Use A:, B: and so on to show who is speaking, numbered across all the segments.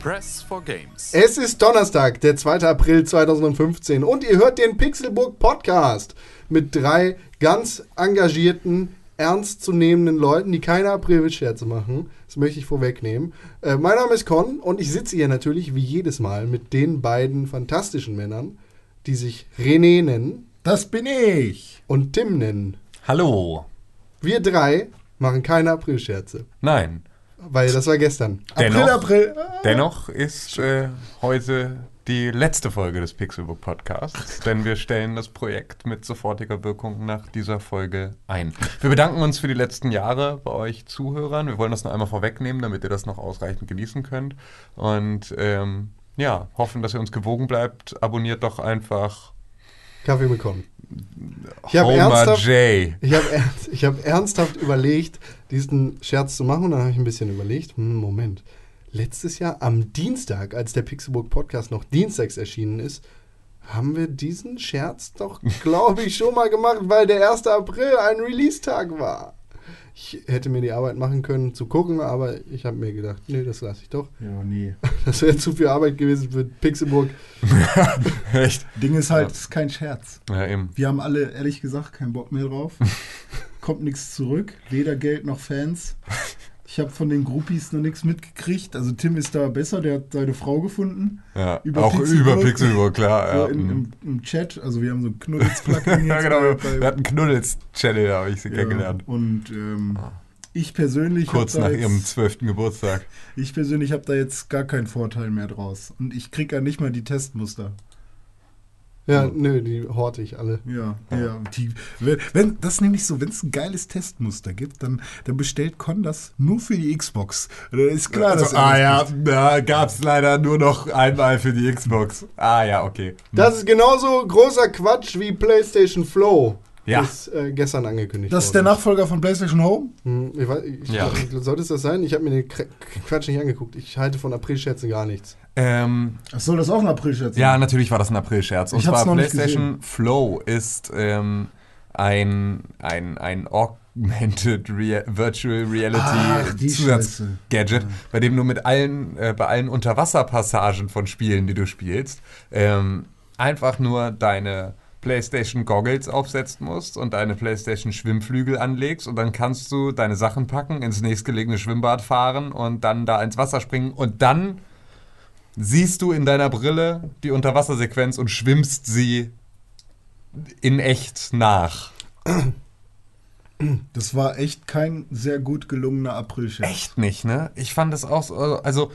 A: Press for games.
B: Es ist Donnerstag, der 2. April 2015 und ihr hört den Pixelburg Podcast mit drei ganz engagierten, ernstzunehmenden Leuten, die keine Aprilscherze machen. Das möchte ich vorwegnehmen. Äh, mein Name ist Con und ich sitze hier natürlich wie jedes Mal mit den beiden fantastischen Männern, die sich René nennen
C: Das bin ich.
B: und Tim nennen.
D: Hallo.
B: Wir drei machen keine Aprilscherze,
D: Nein.
B: weil das war gestern.
C: April,
D: Dennoch,
C: April. Ah.
D: dennoch ist äh, heute die letzte Folge des Pixelbook Podcasts, denn wir stellen das Projekt mit sofortiger Wirkung nach dieser Folge ein. Wir bedanken uns für die letzten Jahre bei euch Zuhörern. Wir wollen das noch einmal vorwegnehmen, damit ihr das noch ausreichend genießen könnt. Und ähm, ja, hoffen, dass ihr uns gewogen bleibt. Abonniert doch einfach
B: Kaffee bekommen. Ich habe
D: Homer
B: ernsthaft,
D: J.
B: Ich habe ernst, ich hab ernsthaft überlegt, diesen Scherz zu machen. Und dann habe ich ein bisschen überlegt, hm, Moment, letztes Jahr am Dienstag, als der Pixelburg Podcast noch dienstags erschienen ist, haben wir diesen Scherz doch, glaube ich, schon mal gemacht, weil der 1. April ein Release-Tag war. Ich hätte mir die Arbeit machen können, zu gucken, aber ich habe mir gedacht, nee, das lasse ich doch.
C: Ja, nee.
B: Das wäre zu viel Arbeit gewesen für Pixelburg.
D: Echt?
C: Ding ist halt, es ist kein Scherz.
D: Ja, eben.
C: Wir haben alle, ehrlich gesagt, keinen Bock mehr drauf. Kommt nichts zurück. Weder Geld noch Fans. Ich habe von den Groupies noch nichts mitgekriegt. Also Tim ist da besser, der hat seine Frau gefunden.
D: Ja,
C: Über
D: auch über
C: Pixelbook.
D: Pixelbook, klar.
C: So
D: ja. mhm.
C: in, im, Im Chat. Also wir haben so ein Knuddels-Plugin
D: ja,
C: jetzt
D: genau.
C: bei-
D: Wir,
C: bei-
D: wir hatten Knuddels-Channel, da habe ich sie kennengelernt. Ah.
C: Ja, und ähm, ich persönlich hab
D: Kurz
C: da
D: nach
C: jetzt-
D: ihrem zwölften Geburtstag.
C: Ich persönlich habe da jetzt gar keinen Vorteil mehr draus. Und ich kriege ja nicht mal die Testmuster.
B: Ja, nö, die horte ich alle.
C: Ja, ja. Die, wenn, wenn, das ist nämlich so, wenn es ein geiles Testmuster gibt, dann, dann bestellt Con das nur für die Xbox. Und Dann ist klar,
D: Also,
C: dass er
D: ah
C: das
D: ja,
C: kriegt.
D: da gab es leider nur noch einmal für die Xbox. Ah ja, okay.
B: Das ist genauso großer Quatsch wie PlayStation Flow.
D: Ja.
B: Ist äh, gestern angekündigt.
C: Das ist der
B: worden.
C: Nachfolger von PlayStation Home?
B: Hm, Ich weiß, ich,
D: Ja.
B: Sollte es das sein? Ich habe mir den Kr- Quatsch nicht angeguckt. Ich halte von Aprilscherzen gar nichts.
D: Ähm,
C: Ach, soll das auch ein April-Scherz
D: ja, natürlich war das ein April-Scherz. Und
C: Ich hab's
D: zwar
C: noch nicht
D: PlayStation Flow ist ähm, ein, ein, ein Augmented Rea Virtual
C: Ach,
D: Reality
C: die Scheiße.
D: Gadget, bei dem du mit allen, äh, bei allen Unterwasserpassagen von Spielen, die du spielst, ähm, einfach nur deine PlayStation Goggles aufsetzen musst und deine PlayStation Schwimmflügel anlegst und dann kannst du deine Sachen packen, ins nächstgelegene Schwimmbad fahren und dann da ins Wasser springen und dann siehst du in deiner Brille die Unterwassersequenz und schwimmst sie in echt nach.
C: Das war echt kein sehr gut gelungener April-Scherz.
D: Echt nicht, ne? Ich fand das auch so, also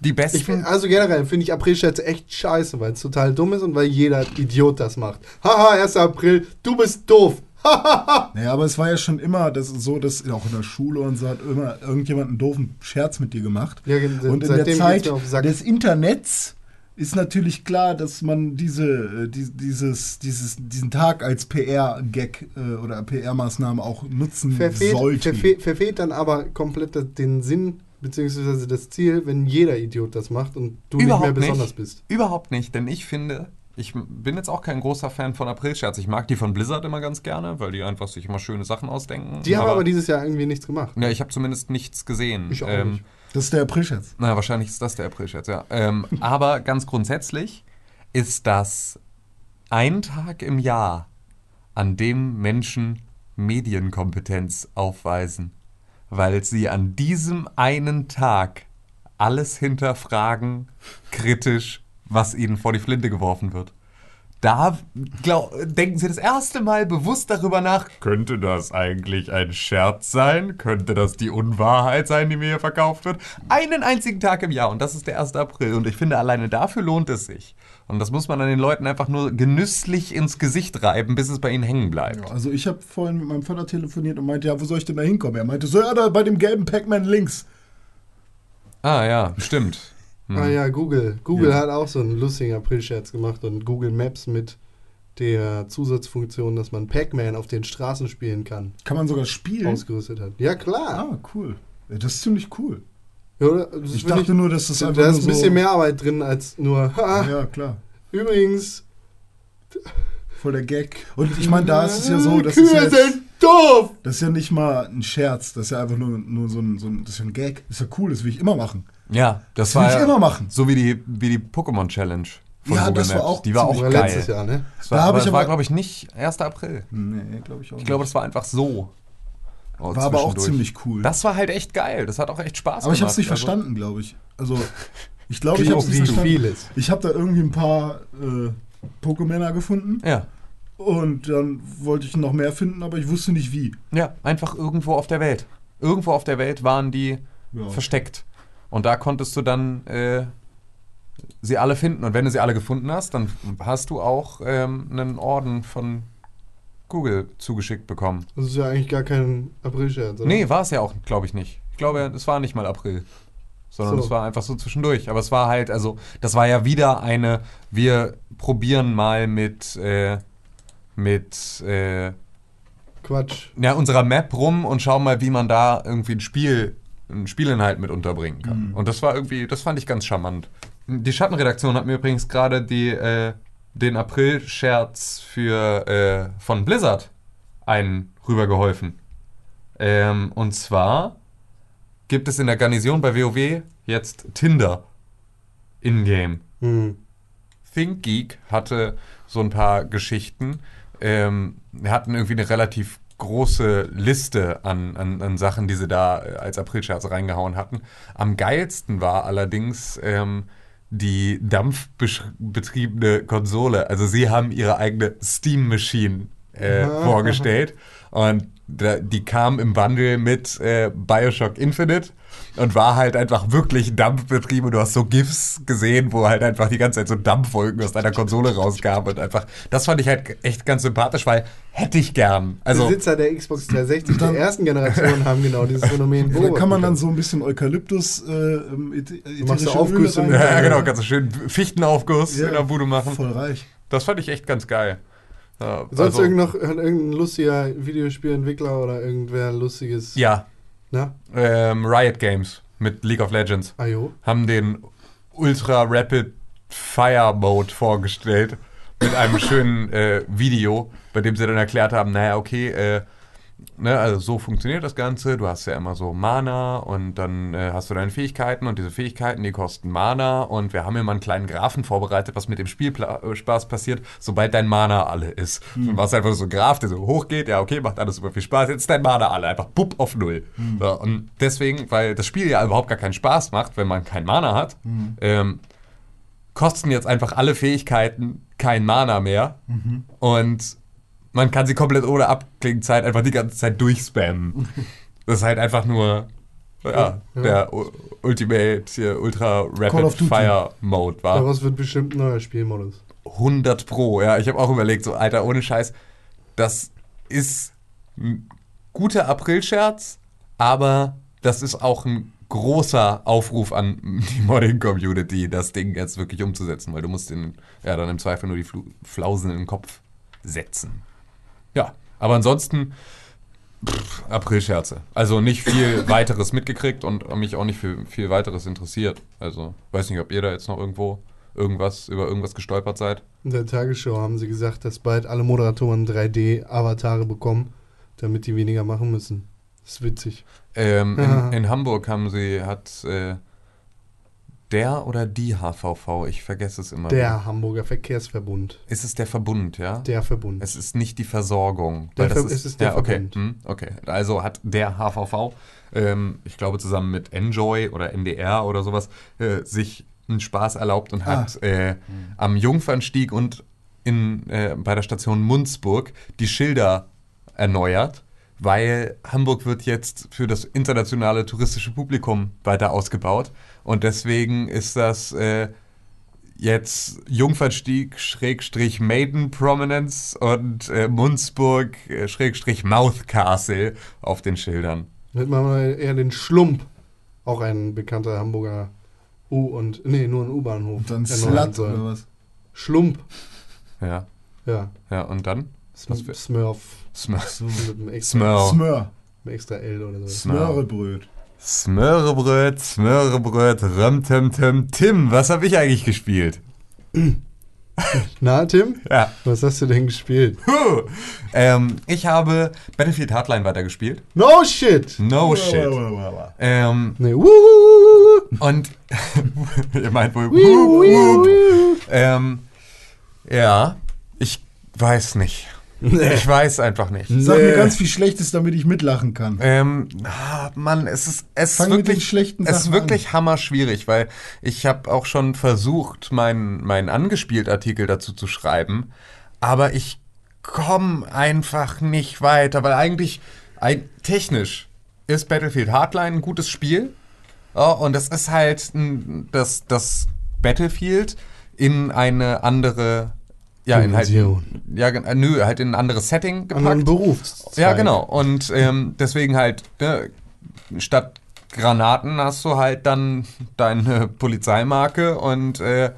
D: die besten.
B: Ich find, also generell finde ich Aprilscherze echt scheiße, weil es total dumm ist und weil jeder Idiot das macht. Haha, 1. April, du bist doof.
C: Naja, aber es war ja schon immer das so, dass auch in der Schule und so hat immer irgendjemand einen doofen Scherz mit dir gemacht.
B: Ja, gen-
C: und in
B: seitdem
C: der
B: geht's
C: Zeit
B: mir auf den Sack.
C: des Internets ist natürlich klar, dass man diese, äh, die, dieses, dieses, diesen Tag als PR-Gag äh, oder PR-Maßnahme auch nutzen
B: Verfehlt,
C: Hm, sollte.
B: verfehlt, verfehlt dann aber komplett das- den Sinn bzw. das Ziel, wenn jeder Idiot das macht und du nicht mehr besonders bist.
D: Überhaupt nicht, denn ich finde, ich m- bin jetzt auch kein großer Fan von Aprilscherz. Ich mag die von Blizzard immer ganz gerne, weil die einfach sich immer schöne Sachen ausdenken.
B: Die haben aber dieses Jahr irgendwie nichts gemacht.
D: Ja, ich habe zumindest nichts gesehen. Ähm,
B: Ich auch nicht.
C: Das ist der April-Scherz.
D: Naja, wahrscheinlich ist das der Aprilscherz, ja. Ähm, aber ganz grundsätzlich ist das ein Tag im Jahr, an dem Menschen Medienkompetenz aufweisen, weil sie an diesem einen Tag alles hinterfragen, kritisch, was ihnen vor die Flinte geworfen wird. Da glaub, denken sie das erste Mal bewusst darüber nach, könnte das eigentlich ein Scherz sein? Könnte das die Unwahrheit sein, die mir hier verkauft wird? Einen einzigen Tag im Jahr und das ist der 1. April und ich finde, alleine dafür lohnt es sich. Und das muss man an den Leuten einfach nur genüsslich ins Gesicht reiben, bis es bei ihnen hängen bleibt.
C: Also ich habe vorhin mit meinem Vater telefoniert und meinte, ja, wo soll ich denn da hinkommen? Er meinte, so, ja, da bei dem gelben Pac-Man links.
D: Ah ja, stimmt.
B: Ah ja, Google. Google
C: Hm. Ja.
B: hat auch so einen lustigen April-Scherz gemacht und Google Maps mit der Zusatzfunktion, dass man Pac-Man auf den Straßen spielen kann,
C: Kann man sogar spielen?
B: ausgerüstet hat. Ja, klar.
C: ah, cool. Mhm. Ja, das ist ziemlich cool.
B: Ja, oder? Das ist
C: Ich
B: wirklich-
C: dachte nur, dass das einfach
B: da ist
C: nur
B: ein
C: so...
B: bisschen mehr Arbeit drin als nur, ha,
C: Ja, klar.
B: übrigens,
C: Voll der Gag. Und ich meine, da ist es ja so, das
B: Kühe
C: ist ja, jetzt,
B: sind doof!
C: das ist ja nicht mal ein Scherz. Das ist ja einfach nur, nur so, ein, so ein... Das ist ja ein Gag. Das ist ja cool, das will ich immer machen.
D: Ja, das,
C: Das will
D: war
C: ich
D: ja
C: immer machen.
D: so wie die, wie die Pokémon Challenge von
C: Ja,
D: Google
C: das war
D: Maps.
C: auch
D: die war auch
B: Das war
D: geil.
B: letztes Jahr, ne?
D: Das war,
C: Da hab
D: aber,
C: ich
D: das war
C: aber-
D: glaube ich, nicht 1. April.
C: Nee, glaube ich auch
D: Ich glaube, das war einfach so. Oh,
C: War aber auch
D: zwischendurch.
C: ziemlich cool.
D: Das war halt echt geil. Das hat auch echt Spaß
C: aber
D: gemacht.
C: ich habe es nicht
D: Also,
C: verstanden, glaube ich. Also, ich glaube, ich
B: Wie
C: habe es nicht
B: wie
C: verstanden.
B: vieles.
C: Ich habe da irgendwie ein paar äh, Pokémänner gefunden
D: Also, Ja,
C: und dann wollte ich noch mehr finden, aber ich wusste nicht wie.
D: ja, einfach irgendwo auf der Welt. Irgendwo auf der Welt waren die
C: Ja.
D: versteckt. Und da konntest du dann äh, sie alle finden. Und wenn du sie alle gefunden hast, dann hast du auch ähm, einen Orden von Google zugeschickt bekommen.
B: Das ist ja eigentlich gar kein April-Scherz. oder?
D: Nee, war es ja auch, glaube ich, nicht. Ich glaube, es war nicht mal April. Sondern
B: So.
D: es war einfach so zwischendurch. Aber es war halt, also, das war ja wieder eine, wir probieren mal mit, äh, mit, äh,
B: Quatsch.
D: ja, unserer Map rum und schauen mal, wie man da irgendwie ein Spiel, einen Spielinhalt mit unterbringen kann. Und das war irgendwie, das fand ich ganz charmant. Die Schattenredaktion hat mir übrigens gerade die, äh, den April-Scherz für, äh, von Blizzard einen rübergeholfen. Ähm, und zwar gibt es in der Garnison bei WoW jetzt Tinder in-game.
B: Hm.
D: Think Geek hatte so ein paar Geschichten. Ähm, wir hatten irgendwie eine relativ große Liste an, an, an Sachen, die sie da äh, als Aprilscherz reingehauen hatten. Am geilsten war allerdings ähm, die dampfbetriebene Konsole. Also sie haben ihre eigene Steam Machine äh, vorgestellt und da, die kam im Bundle mit äh, Bioshock Infinite und war halt einfach wirklich Dampfbetrieb und du hast so GIFs gesehen, wo halt einfach die ganze Zeit so Dampfwolken aus deiner Konsole rauskamen und einfach, das fand ich halt echt ganz sympathisch, weil hätte ich gern. Also,
B: Besitzer der Xbox 360 der ärzten Generation haben genau dieses Phänomen
C: Da kann man dann
B: beobachtet.
C: so ein bisschen Eukalyptus äh, ähm, äthi- ätherische
B: machst du
C: Öle
B: Aufgüsse
C: rein.
B: mit-
D: ja, genau, ganz so schön Fichtenaufguss
C: Ja.
D: in der Bude machen.
C: Voll reich.
D: Das fand ich echt ganz geil. Ja,
B: Sonst
D: also-
B: irgend noch, hat irgendein lustiger Videospielentwickler oder irgendwer lustiges.
D: Ja,
B: Na?
D: ähm, Riot Games mit League of Legends.
B: Ajo.
D: haben den Ultra Rapid Fire Mode vorgestellt mit einem schönen äh, Video, bei dem sie dann erklärt haben, naja, okay, äh, ne, also so funktioniert das Ganze. Du hast ja immer so Mana und dann äh, hast du deine Fähigkeiten und diese Fähigkeiten, die kosten Mana und wir haben immer einen kleinen Graphen vorbereitet, was mit dem Spielspaß passiert, sobald dein Mana alle ist. Dann war es einfach so ein Graph, der so hochgeht, ja okay, macht alles super viel Spaß, jetzt ist dein Mana alle, einfach bupp auf null. So, und deswegen, weil das Spiel ja überhaupt gar keinen Spaß macht, wenn man kein Mana hat, ähm, kosten jetzt einfach alle Fähigkeiten kein Mana mehr und man kann sie komplett ohne Abklingzeit einfach die ganze Zeit durchspammen. Das ist halt einfach nur ja,
B: Ja.
D: der U Ultimate hier, Ultra
C: Call
D: Rapid
C: of Duty.
D: Fire Mode war.
B: Daraus wird bestimmt ein neuer Spielmodus.
D: 100 Pro, ja. Ich habe auch überlegt, so Alter, ohne Scheiß, das ist ein guter April-Scherz, aber das ist auch ein großer Aufruf an die Modding-Community, das Ding jetzt wirklich umzusetzen, weil du musst den, ja, dann im Zweifel nur die Flu Flausen in den Kopf setzen. Ja, aber ansonsten pff, April-Scherze. Also nicht viel weiteres mitgekriegt und mich auch nicht für viel weiteres interessiert. Also weiß nicht, ob ihr da jetzt noch irgendwo irgendwas über irgendwas gestolpert seid.
B: In der Tagesschau haben sie gesagt, dass bald alle Moderatoren 3D-Avatare bekommen, damit die weniger machen müssen. Das ist witzig.
D: Ähm,
B: Ja.
D: in, in Hamburg haben sie, hat äh, der oder die HVV, ich vergesse es immer. wieder.
B: Der Hamburger Verkehrsverbund.
D: Ist es der Verbund, ja?
B: Der Verbund.
D: Es ist nicht die Versorgung.
B: Der
D: weil das
B: Ver- es ist der
D: ja, okay.
B: Verbund.
D: Hm, okay. Also hat der HVV, ähm, ich glaube zusammen mit Enjoy oder NDR oder sowas, äh, sich einen Spaß erlaubt und
B: Ah.
D: hat
B: Hm.
D: äh, am Jungfernstieg und in, äh, bei der Station Munzburg die Schilder erneuert, weil Hamburg wird jetzt für das internationale touristische Publikum weiter ausgebaut und deswegen ist das äh, jetzt Jungfernstieg Schrägstrich Maiden Prominence und äh, Munzburg äh, Schrägstrich Mouth Castle auf den Schildern.
B: Nennt man mal eher den Schlump. Auch ein bekannter Hamburger U- und, nee, nur ein U-Bahnhof.
C: Und dann
B: erneuern
C: Slut
B: soll.
C: oder was?
B: Schlump.
D: Ja.
B: Ja.
D: Ja, und dann? Was für-
B: Smurf.
D: Smör.
B: Mit einem extra,
D: Smör.
C: Smör.
B: mit einem extra L oder so.
C: Smörrebröt.
D: Smörrebröt, Smörrebröt, Römtemtem, Tim. Was habe ich eigentlich gespielt?
B: Na, Tim?
D: Ja.
B: Was hast du denn gespielt?
D: Huh. Ähm, ich habe Battlefield Hardline weitergespielt.
B: No shit!
D: No Oh, shit.
C: Blablabla.
D: Ähm,
B: Nee, wuh, wuh, wuh, wuh, wuh.
D: und ihr meint wohl.
B: Wiu, wiu, wiu.
D: Ähm, ja, ich weiß nicht. Ich weiß einfach nicht.
C: Sag
B: Nee.
C: mir ganz viel Schlechtes, damit ich mitlachen kann.
D: Ähm, ah, Mann, es ist, es ist
C: Fang mit den
D: wirklich,
C: schlechten
D: es ist
C: Sachen
D: wirklich hammerschwierig, weil ich habe auch schon versucht, meinen meinen angespielt Artikel dazu zu schreiben, aber ich komme einfach nicht weiter, weil eigentlich ein, technisch ist Battlefield Hardline ein gutes Spiel ja, und das ist halt ein- das das Battlefield in eine andere ja, in halt,
B: Dimension.
D: ja, gen- nö, halt in ein anderes Setting gepackt.
B: Anderen Beruf.
D: Ja, genau. Und ähm, deswegen halt, ne, statt Granaten hast du halt dann deine Polizeimarke und äh,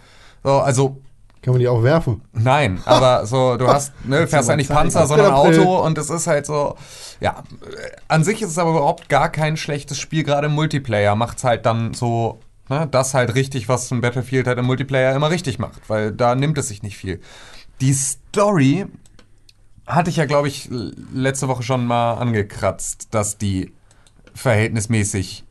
D: so, also
B: Kann man die auch werfen?
D: nein, aber so, du hast, ne, fährst ja nicht
C: zeigen.
D: Panzer, sondern
B: Ja, April.
D: Auto und es ist halt so, ja, äh, an sich ist es aber überhaupt gar kein schlechtes Spiel, gerade im Multiplayer macht's halt dann so. Ne, das halt richtig, was ein Battlefield halt im Multiplayer immer richtig macht, weil da nimmt es sich nicht viel. Die Story hatte ich ja, glaube ich, l- letzte Woche schon mal angekratzt, dass die verhältnismäßig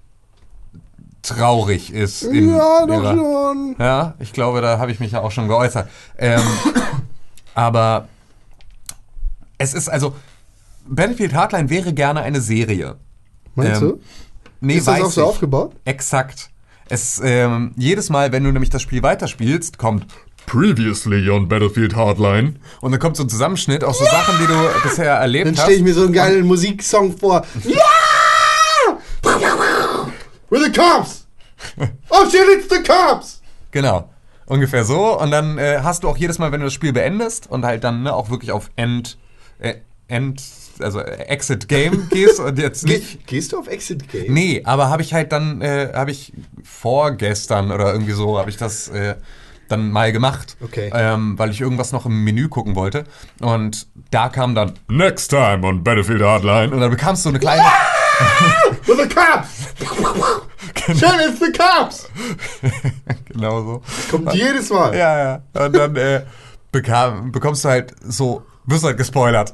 D: traurig ist. in
B: ja, doch
D: ihrer-
B: schon.
D: ja, ich glaube, da habe ich mich ja auch schon geäußert. Ähm, aber es ist also, Battlefield Hardline wäre gerne eine Serie.
B: Meinst
D: Ähm,
B: du?
D: Nee,
B: Ist das
D: weiß
B: auch so
D: ich.
B: aufgebaut?
D: Exakt. Es, ähm, jedes Mal, wenn du nämlich das Spiel weiterspielst, kommt Previously on Battlefield Hardline. Und dann kommt so ein Zusammenschnitt aus so Sachen, die du bisher erlebt
B: Dann
D: hast.
B: stelle ich mir so einen geilen Musiksong vor. Ja! With the cops! Oh shit, it's the cops!
D: Genau. Ungefähr so. Und dann äh, hast du auch jedes Mal, wenn du das Spiel beendest und halt dann ne, auch wirklich auf End, äh, End, also äh, Exit Game gehst und jetzt
B: Ge
D: nicht.
B: gehst du auf Exit Game?
D: Nee, aber habe ich halt dann, äh, habe ich vorgestern oder irgendwie so, habe ich das äh, dann mal gemacht.
B: Okay.
D: Ähm, weil ich irgendwas noch im Menü gucken wollte. Und da kam dann Next Time on Battlefield Hardline. Und dann bekamst du eine kleine.
B: With the cops! Shit, it's the cops!
D: genau so.
B: Kommt jedes Mal.
D: Ja, ja. Und dann äh, bekam, bekommst du halt so, wirst halt gespoilert.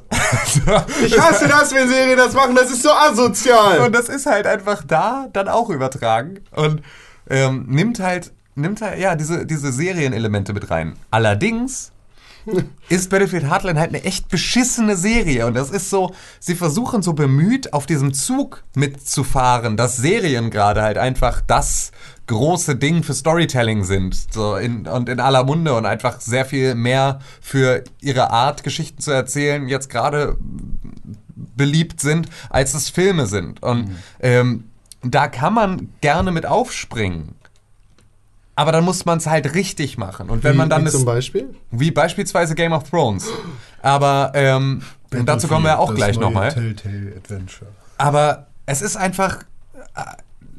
B: Ich hasse das, wenn Serien das machen, das ist so asozial.
D: Und das ist halt einfach da dann auch übertragen und ähm, nimmt halt, nimmt halt, ja, diese, diese Serienelemente mit rein. Allerdings ist Battlefield Hardline halt eine echt beschissene Serie und das ist so, sie versuchen so bemüht auf diesem Zug mitzufahren, dass Serien gerade halt einfach das große Ding für Storytelling sind so in, und in aller Munde und einfach sehr viel mehr für ihre Art Geschichten zu erzählen jetzt gerade beliebt sind, als es Filme sind. Und ähm, da kann man gerne mit aufspringen. Aber dann muss man es halt richtig machen. Und wenn man dann
B: wie
D: das,
B: zum Beispiel?
D: wie beispielsweise Game of Thrones. Aber ähm, und dazu kommen wir auch
C: das
D: gleich
C: neue
D: nochmal.
C: Telltale Adventure.
D: Aber es ist einfach, äh,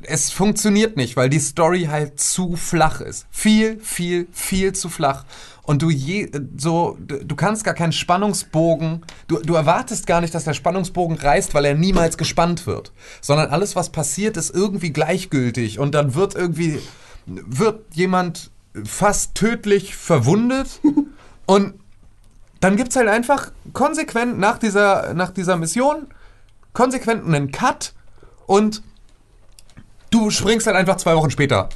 D: es funktioniert nicht, weil die Story halt zu flach ist. Viel, viel, viel zu flach. Und du je, äh, so, d- du kannst gar keinen Spannungsbogen, du, du erwartest gar nicht, dass der Spannungsbogen reißt, weil er niemals gespannt wird. Sondern alles, was passiert, ist irgendwie gleichgültig. Und dann wird irgendwie, wird jemand fast tödlich verwundet und dann gibt's halt einfach konsequent nach dieser, nach dieser Mission konsequent einen Cut und du springst halt einfach zwei Wochen später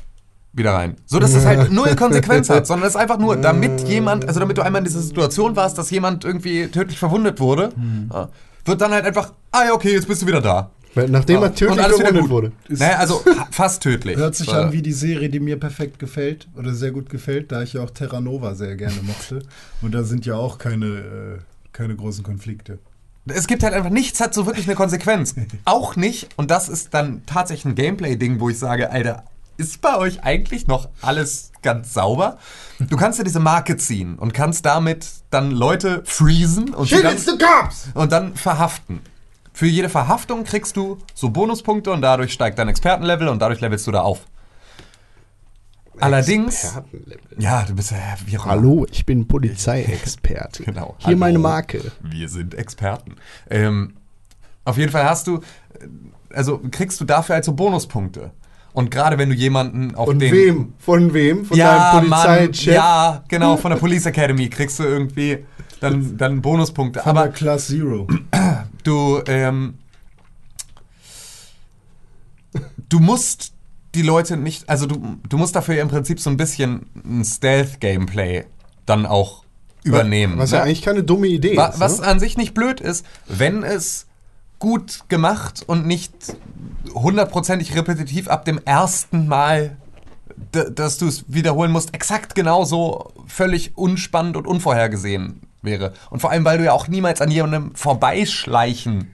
D: wieder rein. So dass es halt null Konsequenz hat, sondern es ist einfach nur, damit jemand, also damit du einmal in dieser Situation warst, dass jemand irgendwie tödlich verwundet wurde,
C: Hm.
D: ja, wird dann halt einfach, ah ja, okay, jetzt bist du wieder da.
B: Weil Nachdem
D: Ja.
B: er tödlich
D: Und alles wieder
B: verwundet
D: gut.
B: wurde.
D: Naja, also fast tödlich.
C: Hört sich
D: Weil-
C: an wie die Serie, die mir perfekt gefällt oder sehr gut gefällt, da ich ja auch Terra Nova sehr gerne mochte. Und da sind ja auch keine, äh, keine großen Konflikte.
D: Es gibt halt einfach nichts, hat so wirklich eine Konsequenz. Auch nicht, und das ist dann tatsächlich ein Gameplay-Ding, wo ich sage, Alter, ist bei euch eigentlich noch alles ganz sauber? Du kannst ja diese Marke ziehen und kannst damit dann Leute freezen und, sie
B: Shit,
D: dann,
B: it's the cops!
D: und dann verhaften. Für jede Verhaftung kriegst du so Bonuspunkte und dadurch steigt dein Expertenlevel und dadurch levelst du da auf. Allerdings,
B: Expertenlevel.
D: ja, du bist ja wie auch immer.
B: Hallo, ich bin Polizeiexperte.
D: Genau.
B: Hier
D: hallo.
B: meine Marke.
D: Wir sind Experten. Ähm, auf jeden Fall hast du, äh, also kriegst du dafür also Bonuspunkte. Und gerade wenn du jemanden auf
B: Von
D: den
B: wem? Von wem? Von
D: ja,
B: deinem Polizeichef?
D: Mann, ja, genau, von der Police Academy kriegst du irgendwie dann, dann Bonuspunkte.
C: Von
D: Aber
C: der Class Zero.
D: du, ähm, du musst die Leute nicht, also du, du musst dafür im Prinzip so ein bisschen ein Stealth-Gameplay dann auch übernehmen.
B: Was
D: ne?
B: ja eigentlich keine dumme Idee
D: Wa
B: ist.
D: was
B: ne?
D: an sich nicht blöd ist, wenn es gut gemacht und nicht hundertprozentig repetitiv ab dem ersten Mal, d- dass du es wiederholen musst, exakt genauso völlig unspannend und unvorhergesehen wäre. Und vor allem, weil du ja auch niemals an jemandem vorbeischleichen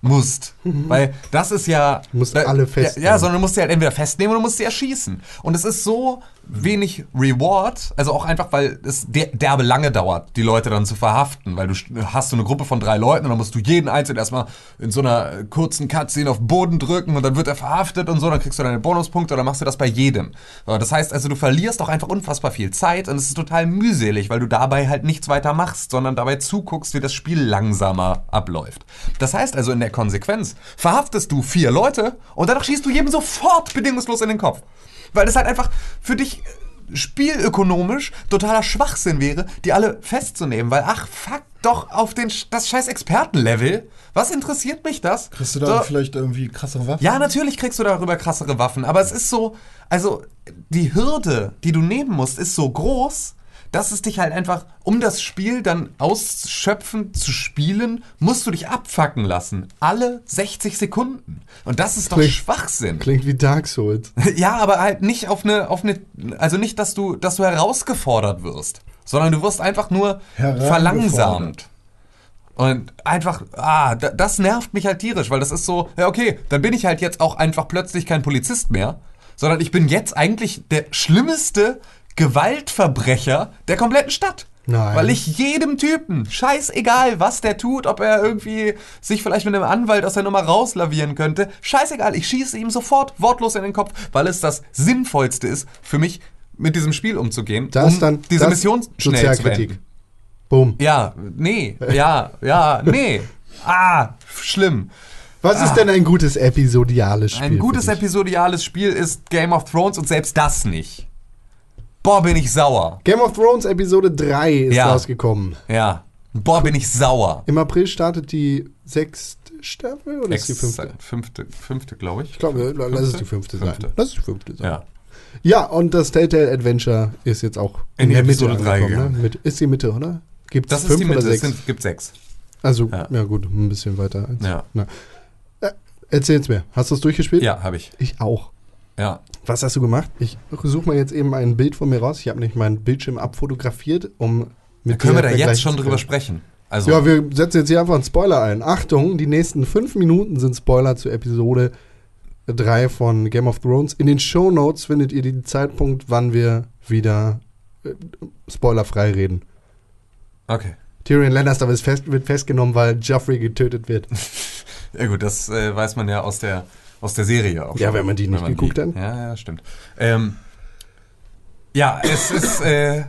D: musst. Weil das ist ja.
B: Du Mhm. musst
D: da-
B: alle
D: Ja,
B: festnehmen.
D: ja, sondern du musst sie halt entweder festnehmen oder du musst sie erschießen. Und es ist so wenig Reward, also auch einfach, weil es der, derbe lange dauert, die Leute dann zu verhaften. Weil du st- hast so eine Gruppe von drei Leuten und dann musst du jeden einzelnen erstmal in so einer kurzen Cutscene auf den Boden drücken und dann wird er verhaftet und so, dann kriegst du deine Bonuspunkte oder machst du das bei jedem. So, Das heißt also, du verlierst auch einfach unfassbar viel Zeit und es ist total mühselig, weil du dabei halt nichts weiter machst, sondern dabei zuguckst, wie das Spiel langsamer abläuft. Das heißt also in der Konsequenz, verhaftest du vier Leute und danach schießt du jedem sofort bedingungslos in den Kopf. Weil das halt einfach für dich äh, spielökonomisch totaler Schwachsinn wäre, die alle festzunehmen, weil ach, fuck doch auf den, Sch- das scheiß Expertenlevel. Was interessiert mich das?
C: Kriegst du da
D: So-
C: vielleicht irgendwie krassere Waffen?
D: ja, natürlich kriegst du darüber krassere Waffen, aber es ist so, also die Hürde, die du nehmen musst, ist so groß, dass es dich halt einfach, um das Spiel dann ausschöpfend zu spielen, musst du dich abfacken lassen. Alle 60 Sekunden. Und das ist doch
B: Klingt-
D: Schwachsinn.
B: Klingt wie Dark Souls.
D: Ja, aber halt nicht auf eine, auf eine, also nicht, dass du, dass du herausgefordert wirst, sondern du wirst einfach nur
C: Herangefordert.
D: verlangsamt. Und einfach, ah, da, das nervt mich halt tierisch, weil das ist so, ja, okay, dann bin ich halt jetzt auch einfach plötzlich kein Polizist mehr, sondern ich bin jetzt eigentlich der schlimmste Gewaltverbrecher der kompletten Stadt.
B: Nein.
D: Weil ich jedem Typen, scheißegal, was der tut, ob er irgendwie sich vielleicht mit einem Anwalt aus der Nummer rauslavieren könnte, scheißegal, ich schieße ihm sofort wortlos in den Kopf, weil es das Sinnvollste ist für mich, mit diesem Spiel umzugehen,
B: Das
D: um
B: dann
D: diese
B: das
D: Mission schnell zu
B: Sozialkritik.
D: beenden.
B: Boom.
D: Ja, nee, ja, ja, nee. Ah, schlimm.
B: Was ist denn ein gutes episodiales Spiel?
D: Ein gutes
B: für dich?
D: episodiales Spiel ist Game of Thrones und selbst das nicht. Boah, bin ich sauer.
B: Game of Thrones Episode 3 ist
D: Ja.
B: rausgekommen.
D: Ja. Boah, bin ich sauer.
B: Im April startet die sechste Staffel oder ist die fünfte?
D: fünfte, fünfte glaube ich.
B: Ich glaube, lass es die fünfte, sein.
D: Fünfte.
B: Lass es die fünfte sein.
D: Ja.
B: Ja, und das Telltale Adventure ist jetzt auch
D: In die Episode
B: Mitte
D: drei
B: angekommen,
D: gegangen.
B: Ne? Mit, ist die Mitte, oder? Gibt
D: Das
B: es
D: ist
B: fünf
D: die
B: oder
D: Mitte. Es
B: sechs?
D: sind, gibt sechs.
B: Also, ja.
D: Ja.
B: gut, ein bisschen weiter. Als,
D: Ja.
B: na. Äh, erzähl's mir. Hast du es durchgespielt?
D: Ja, habe ich.
B: Ich auch.
D: Ja.
B: Was hast du gemacht? Ich suche mal jetzt eben ein Bild von mir raus. Ich habe nicht meinen Bildschirm abfotografiert, um mit
D: Können
B: dir
D: wir da
B: vergleichen
D: jetzt schon
B: zu
D: drüber
B: können.
D: sprechen? Also,
B: Ja, wir setzen jetzt hier einfach einen Spoiler ein. Achtung, die nächsten fünf Minuten sind Spoiler zu Episode 3 von Game of Thrones. In den Show Notes findet ihr den Zeitpunkt, wann wir wieder äh, spoilerfrei reden.
D: okay.
B: Tyrion Lannister wird, fest, wird festgenommen, weil Joffrey getötet wird.
D: Ja, gut, das äh, weiß man ja aus der, aus der Serie auch.
B: Ja,
D: schon,
B: wenn man die nicht geguckt hat.
D: Ja, ja, stimmt. Ähm, ja, es ist. Äh,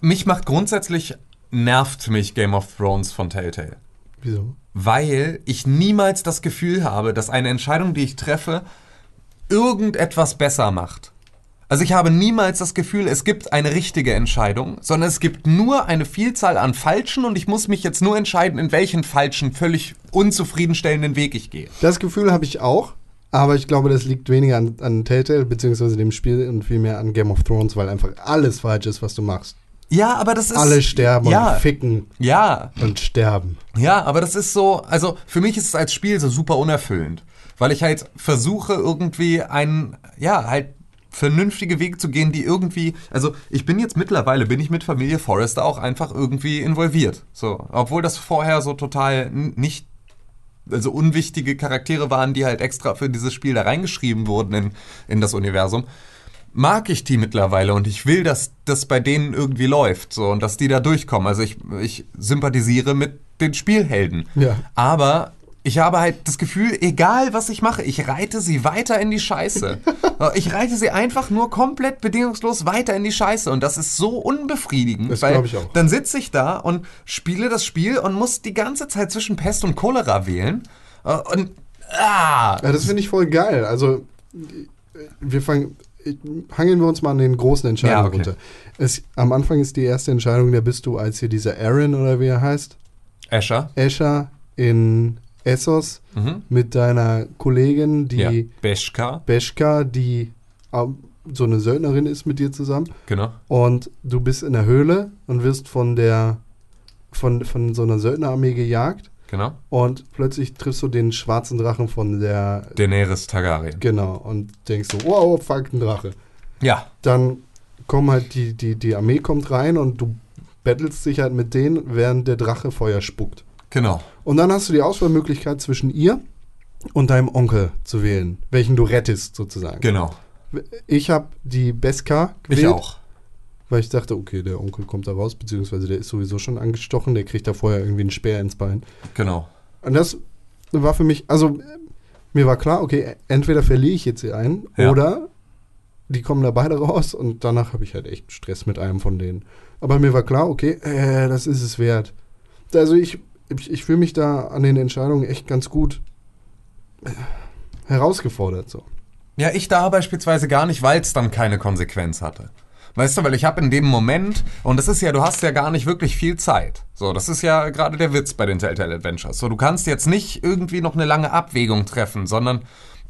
D: mich macht grundsätzlich. Nervt mich Game of Thrones von Telltale.
B: Wieso?
D: weil ich niemals das Gefühl habe, dass eine Entscheidung, die ich treffe, irgendetwas besser macht. Also ich habe niemals das Gefühl, es gibt eine richtige Entscheidung, sondern es gibt nur eine Vielzahl an falschen und ich muss mich jetzt nur entscheiden, in welchen falschen, völlig unzufriedenstellenden Weg ich gehe.
B: Das Gefühl habe ich auch, aber ich glaube, das liegt weniger an, an Telltale bzw. dem Spiel und vielmehr an Game of Thrones, weil einfach alles falsch ist, was du machst.
D: Ja, aber das ist
B: Alle sterben
D: ja,
B: und ficken
D: Ja,
B: und sterben.
D: Ja, aber das ist so, also für mich ist es als Spiel so super unerfüllend, weil ich halt versuche irgendwie einen, ja, halt vernünftige Weg zu gehen, die irgendwie, also ich bin jetzt mittlerweile, bin ich mit Familie Forrester auch einfach irgendwie involviert. So, obwohl das vorher so total n- nicht also unwichtige Charaktere waren, die halt extra für dieses Spiel da reingeschrieben wurden in, in das Universum, mag ich die mittlerweile und ich will, dass das bei denen irgendwie läuft so und dass die da durchkommen. Also ich, ich sympathisiere mit den Spielhelden.
B: Ja.
D: Aber Ich habe halt das Gefühl, egal was ich mache, ich reite sie weiter in die Scheiße. Ich reite sie einfach nur komplett bedingungslos weiter in die Scheiße. Und das ist so unbefriedigend.
B: Das
D: weil
B: glaub ich auch.
D: Dann sitze ich da und spiele das Spiel und muss die ganze Zeit zwischen Pest und Cholera wählen. Äh, Und. Ah!
B: Ja, das finde ich voll geil. Also, wir fangen. Hangeln wir uns mal an den großen Entscheidungen
D: Ja, okay.
B: runter. Es, am Anfang ist die erste Entscheidung, da bist du als hier dieser Aaron oder wie er heißt,
D: Escher.
B: Escher in Essos
D: Mhm.
B: mit deiner Kollegin, die
D: Ja. Beschka.
B: Beschka, die au- so eine Söldnerin ist mit dir zusammen.
D: Genau.
B: Und du bist in der Höhle und wirst von der von, von so einer Söldnerarmee gejagt.
D: Genau.
B: Und plötzlich triffst du den schwarzen Drachen von der.
D: Daenerys Targaryen.
B: Genau. Und denkst so, wow, fuck, ein Drache.
D: Ja.
B: Dann kommen halt die, die, die Armee kommt rein und du battlest dich halt mit denen, während der Drache Feuer spuckt.
D: Genau.
B: Und dann hast du die Auswahlmöglichkeit zwischen ihr und deinem Onkel zu wählen, welchen du rettest sozusagen.
D: Genau.
B: Ich habe die Beska gewählt,
D: Ich auch.
B: weil ich dachte, okay, der Onkel kommt da raus, beziehungsweise der ist sowieso schon angestochen, der kriegt da vorher irgendwie einen Speer ins Bein.
D: Genau.
B: Und das war für mich, also äh, mir war klar, okay, entweder verliere ich jetzt hier einen
D: Ja.
B: oder die kommen da beide raus und danach habe ich halt echt Stress mit einem von denen. Aber mir war klar, okay, äh, das ist es wert. Also ich, ich, ich fühle mich da an den Entscheidungen echt ganz gut äh, herausgefordert so.
D: Ja, ich da beispielsweise gar nicht, weil es dann keine Konsequenz hatte. Weißt du, weil ich habe in dem Moment, und das ist ja, du hast ja gar nicht wirklich viel Zeit. So, das ist ja gerade der Witz bei den Telltale Adventures. So, du kannst jetzt nicht irgendwie noch eine lange Abwägung treffen, sondern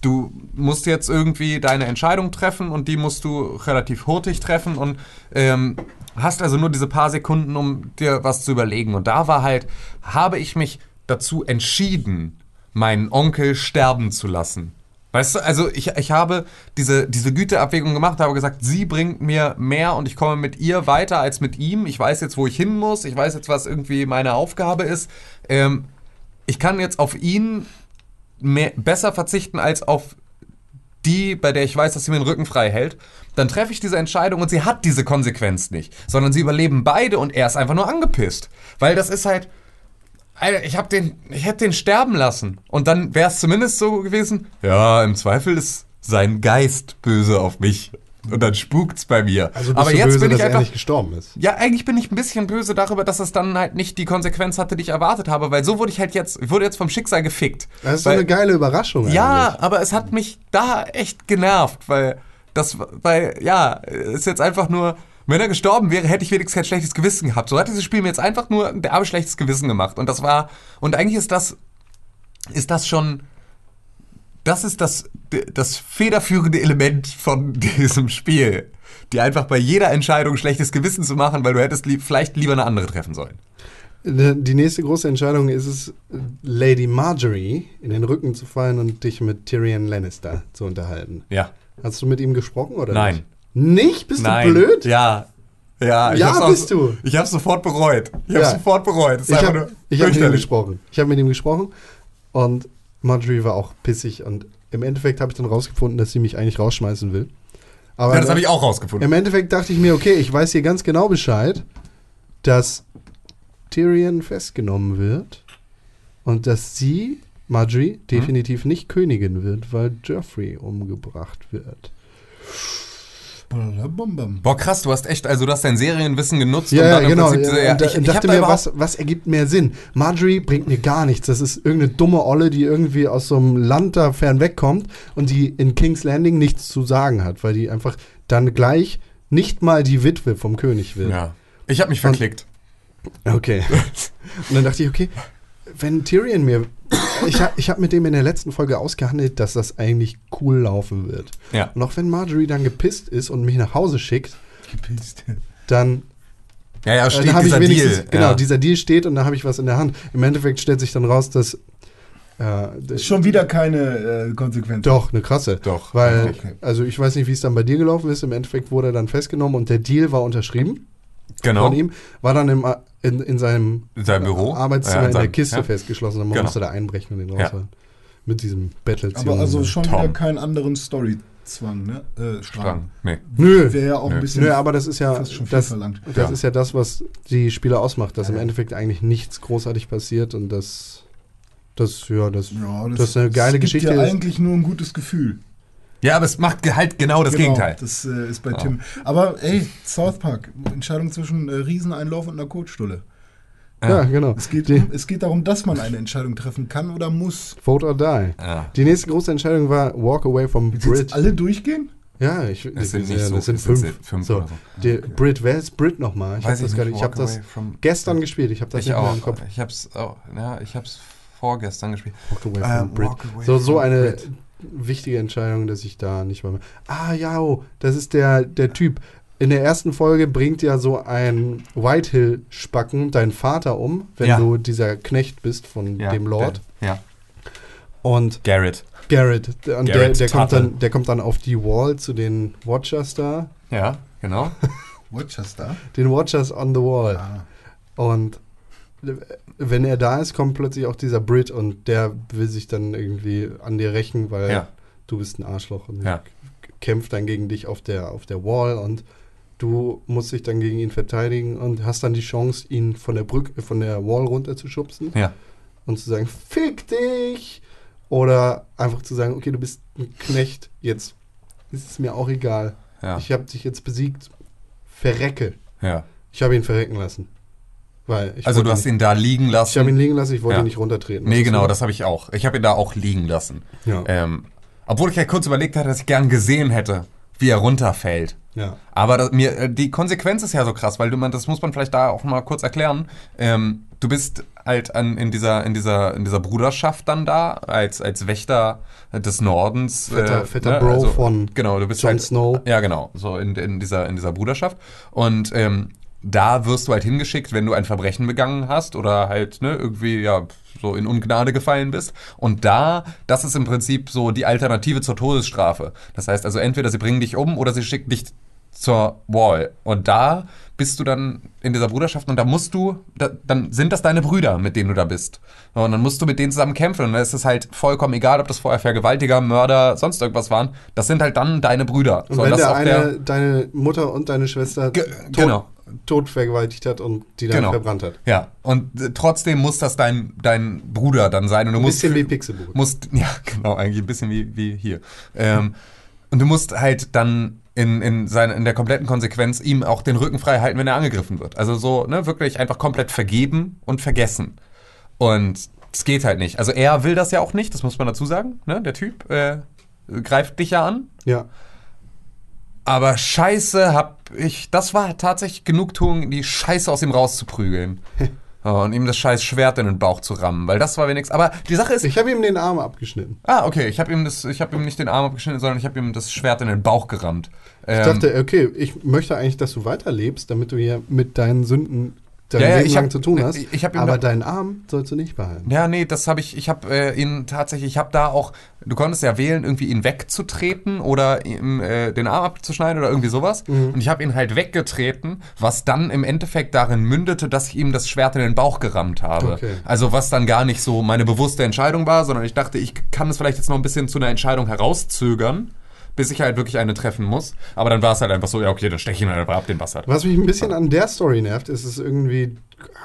D: du musst jetzt irgendwie deine Entscheidung treffen und die musst du relativ hurtig treffen und ähm, hast also nur diese paar Sekunden, um dir was zu überlegen. Und da war halt, habe ich mich dazu entschieden, meinen Onkel sterben zu lassen. Weißt du, also ich, ich habe diese, diese Güteabwägung gemacht, habe gesagt, sie bringt mir mehr und ich komme mit ihr weiter als mit ihm. Ich weiß jetzt, wo ich hin muss. Ich weiß jetzt, was irgendwie meine Aufgabe ist. Ähm, ich kann jetzt auf ihn mehr, besser verzichten als auf die, bei der ich weiß, dass sie mir den Rücken frei hält. Dann treffe ich diese Entscheidung und sie hat diese Konsequenz nicht, sondern sie überleben beide und er ist einfach nur angepisst. Weil das ist halt, Alter, ich hab den, ich hätte den sterben lassen. Und dann wäre es zumindest so gewesen, ja, im Zweifel ist sein Geist böse auf mich. Und dann spukt's bei mir.
B: Also bist
D: Aber
B: du
D: jetzt
B: böse,
D: bin ich
B: dass er
D: einfach.
B: nicht gestorben ist.
D: Ja, eigentlich bin ich ein bisschen böse darüber, dass es dann halt nicht die Konsequenz hatte, die ich erwartet habe, weil so wurde ich halt jetzt, ich wurde jetzt vom Schicksal gefickt.
B: Das ist so
D: weil,
B: eine geile Überraschung
D: ja,
B: eigentlich.
D: aber es hat mich da echt genervt, weil das, weil, ja, ist jetzt einfach nur, wenn er gestorben wäre, hätte ich wenigstens kein schlechtes Gewissen gehabt. So hat dieses Spiel mir jetzt einfach nur ein derbe schlechtes Gewissen gemacht. Und das war, und eigentlich ist das, ist das schon, das ist das, das federführende Element von diesem Spiel. Die einfach bei jeder Entscheidung schlechtes Gewissen zu machen, weil du hättest lieb, vielleicht lieber eine andere treffen sollen.
B: Die nächste große Entscheidung ist es, Lady Marjorie in den Rücken zu fallen und dich mit Tyrion Lannister zu unterhalten.
D: Ja.
B: Hast du mit ihm gesprochen oder
D: Nein.
B: Nicht, nicht? bist
D: Nein.
B: du blöd?
D: Ja. Ja,
B: Ja,
D: hab's auch-
B: bist du.
D: Ich hab's sofort bereut. Ich hab's
B: Ja.
D: sofort bereut. Es ist
B: Ich
D: einfach
B: habe
D: nur
B: ich hab mit ihm
D: fürchterlich.
B: gesprochen. Ich habe mit ihm gesprochen und Marjorie war auch pissig und im Endeffekt habe ich dann rausgefunden, dass sie mich eigentlich rausschmeißen will. Aber
D: Ja, das habe ich auch rausgefunden.
B: im Endeffekt dachte ich mir, okay, ich weiß hier ganz genau Bescheid, dass Tyrion festgenommen wird und dass sie, Marjorie, definitiv nicht Königin wird, weil Joffrey umgebracht wird.
C: Badabambam.
D: Boah, krass, du hast echt, also du hast dein Serienwissen genutzt um
B: Ja, ja
D: im
B: genau.
D: Prinzip diese-
B: ja, und da,
D: ich, ich hab
B: dachte
D: da
B: mir,
D: überhaupt-
B: was, was ergibt mehr Sinn? Marjorie bringt mir gar nichts. Das ist irgendeine dumme Olle, die irgendwie aus so einem Land da fern wegkommt und die in King's Landing nichts zu sagen hat, weil die einfach dann gleich nicht mal die Witwe vom König wird.
D: Ja. Ich habe mich verklickt.
B: Okay. Und dann dachte ich, okay, wenn Tyrion mir. Ich habe ich hab mit dem in der letzten Folge ausgehandelt, dass das eigentlich cool laufen wird.
D: Ja.
B: Und auch wenn Marjorie dann gepisst ist und mich nach Hause schickt,
C: Gepisst.
B: dann
D: Ja, ja,
B: Äh, dann
D: steht
B: habe ich
D: dieser
B: wenigstens,
D: Deal.
B: genau,
D: ja.
B: dieser Deal steht und da habe ich was in der Hand. Im Endeffekt stellt sich dann raus, dass äh, das-
C: Schon wieder keine äh, Konsequenz.
B: doch eine krasse.
D: Doch.
B: Weil,
C: Okay.
B: also ich weiß nicht, wie es dann bei dir gelaufen ist. Im Endeffekt wurde er dann festgenommen und der Deal war unterschrieben
D: Genau.
B: von ihm, war dann im, A- in, in seinem
D: In seinem Büro.
B: Äh, Arbeitszimmer
D: Ja, in
B: in, der
D: seinem-
B: Kiste
D: ja.
B: festgeschlossen. Dann
D: Genau.
B: musste da einbrechen und ihn
D: Ja.
B: rausholen. Mit diesem battle
C: Aber also schon wieder
D: Tom.
C: keinen anderen Storyzwang, ne? Äh, Strang.
D: Strang. Nee.
B: Nö,
C: Wäre ja auch
D: Nö.
C: ein bisschen
B: nö, aber das ist ja
C: fast schon viel
B: das,
C: verlangt.
B: das
D: Ja.
B: ist ja das, was die Spieler ausmacht, dass
C: Ja,
B: im
C: ja.
B: Endeffekt eigentlich nichts großartig passiert und das Das, ja, das,
C: Ja,
B: das ist eine geile
C: das
B: Geschichte.
C: Gibt ja
B: Das-
C: eigentlich nur ein gutes Gefühl.
D: Ja, aber es macht ge- halt genau das
C: Genau,
D: Gegenteil. Ah.
C: Das äh, ist bei Tim. Aber ey, South Park, Entscheidung zwischen äh, Rieseneinlauf und einer Kotstulle.
B: ja, genau.
C: Es geht,
B: Die,
C: um, es geht darum, dass man eine Entscheidung treffen kann oder muss.
B: vote or die.
D: ja.
B: Die nächste große Entscheidung war Walk Away from
C: Willst
B: Brit.
C: du alle durchgehen?
B: Ja, ich
D: Es sind
B: ich-
D: nicht so,
B: das sind
D: es sind
B: fünf.
D: se- fünf
B: so.
D: oder so.
B: Die, Brit, wer ist Brit nochmal? Ich habe das, gar nicht- ich hab
D: Walk
B: das
D: Away from-
B: gestern gespielt. Ich habe das
D: Ich
B: nicht mehr
D: auch.
B: im Kopf.
D: Ich hab's auch. Ja, ich hab's vorgestern gespielt.
B: Walk away
C: Äh,
D: Ähm,
B: from Brit.
D: Walk away
B: so, so
D: from
B: eine
D: Brit.
B: wichtige Entscheidung, dass ich da nicht mal mehr. Ah, ja, oh, das ist der, der Typ. In der ersten Folge bringt ja so ein Whitehill-Spacken deinen Vater um, wenn
D: Ja.
B: du dieser Knecht bist von
D: Ja,
B: dem Lord.
D: Der, ja.
B: Und
D: Garrett.
B: Garrett, der, und der,
D: Garrett
B: der, kommt
D: Tuttle.
B: dann, der kommt dann auf die Wall zu den Watchers da.
D: Ja, genau.
C: Rochester.
B: Den Watchers on the
D: Äh,
B: Wall.
C: Ah.
B: Und äh, wenn er da ist, kommt plötzlich auch dieser Brit und der will sich dann irgendwie an dir rächen, weil
D: Ja.
B: du bist ein Arschloch und
D: Ja.
B: kämpft dann gegen dich auf der, auf der Wall und du musst dich dann gegen ihn verteidigen und hast dann die Chance, ihn von der Brücke, von der Wall runterzuschubsen
D: Ja.
B: und zu sagen, fick dich! Oder einfach zu sagen, okay, du bist ein Knecht, jetzt ist es mir auch egal.
D: Ja.
B: Ich habe dich jetzt besiegt. Verrecke.
D: ja.
B: Ich habe ihn verrecken lassen. Weil ich
D: Also
B: wollte
D: du hast
B: ihn,
D: ihn da liegen lassen.
B: ich habe ihn liegen lassen, ich wollte
D: Ja.
B: ihn nicht runtertreten.
D: nee,
B: Weißt
D: genau,
B: du?
D: das habe ich auch. Ich habe ihn da auch liegen lassen.
B: Ja.
D: Ähm, obwohl ich ja kurz überlegt hatte, dass ich gern gesehen hätte, wie er runterfällt.
B: ja.
D: Aber das, mir, äh, die Konsequenz ist ja so krass, weil du, man, das muss man vielleicht da auch mal kurz erklären. Ähm, du bist halt an, in, dieser, in, dieser, in dieser Bruderschaft dann da, als, als Wächter des Nordens. äh, ne,
B: Fetter- fetter Bro von
D: genau, du bist
B: Jon
D: halt,
B: Snow.
D: Ja, genau, so in, in, dieser, in dieser Bruderschaft. Und ähm, da wirst du halt hingeschickt, wenn du ein Verbrechen begangen hast oder halt ne, irgendwie ja so in Ungnade gefallen bist. Und da, das ist im Prinzip so die Alternative zur Todesstrafe. Das heißt also, entweder sie bringen dich um oder sie schicken dich zur Wall. Und da bist du dann in dieser Bruderschaft und da musst du, da, dann sind das deine Brüder, mit denen du da bist. Und dann musst du mit denen zusammen kämpfen. Und dann ist es halt vollkommen egal, ob das vorher Vergewaltiger, Mörder, sonst irgendwas waren. Das sind halt dann deine Brüder.
B: Und
D: So,
B: wenn
D: das ist
B: der
D: auch
B: eine deine Mutter und deine Schwester
D: Ge-
B: tot,
D: genau.
B: tot vergewaltigt hat und die dann
D: Genau.
B: verbrannt hat.
D: Ja, und äh, trotzdem muss das dein, dein Bruder dann sein. Und du
B: Ein
D: musst,
B: bisschen wie Pixelburg.
D: musst, ja, genau, eigentlich ein bisschen wie, wie hier. Ähm, und du musst halt dann in, in, seine, in der kompletten Konsequenz ihm auch den Rücken frei halten, wenn er angegriffen wird. Also so, ne, wirklich einfach komplett vergeben und vergessen. Und es geht halt nicht. Also er will das ja auch nicht, das muss man dazu sagen, ne, der Typ. Äh, greift dich ja an,
B: Ja.
D: aber scheiße, hab ich. Das war tatsächlich Genugtuung, die Scheiße aus ihm rauszuprügeln. Oh, und ihm das scheiß Schwert in den Bauch zu rammen, weil das war wenigstens. Aber die Sache ist.
B: Ich habe ihm den Arm abgeschnitten.
D: ah, okay, ich habe ihm, das- ich hab ihm nicht den Arm abgeschnitten, sondern ich habe ihm das Schwert in den Bauch gerammt. Ähm,
B: Ich dachte, okay, ich möchte eigentlich, dass du weiterlebst, damit du hier mit deinen Sünden dein
D: Ja, ja,
B: Leben
D: ich
B: lang
D: hab-
B: zu tun hast.
D: ich- ich hab ihm
B: aber
D: da-
B: deinen Arm sollst du nicht behalten.
D: Ja, nee, das habe ich, ich habe äh, ihn tatsächlich, ich habe da auch, du konntest ja wählen, irgendwie ihn wegzutreten oder ihm äh, den Arm abzuschneiden oder irgendwie sowas.
B: Mhm.
D: Und ich habe ihn halt weggetreten, was dann im Endeffekt darin mündete, dass ich ihm das Schwert in den Bauch gerammt habe.
B: Okay.
D: Also was dann gar nicht so meine bewusste Entscheidung war, sondern ich dachte, ich kann es vielleicht jetzt noch ein bisschen zu einer Entscheidung herauszögern, bis ich halt wirklich eine treffen muss. Aber dann war es halt einfach so, ja okay, dann steche ich ihn halt einfach ab, den Bastard.
B: Was mich ein bisschen an der Story nervt, ist es irgendwie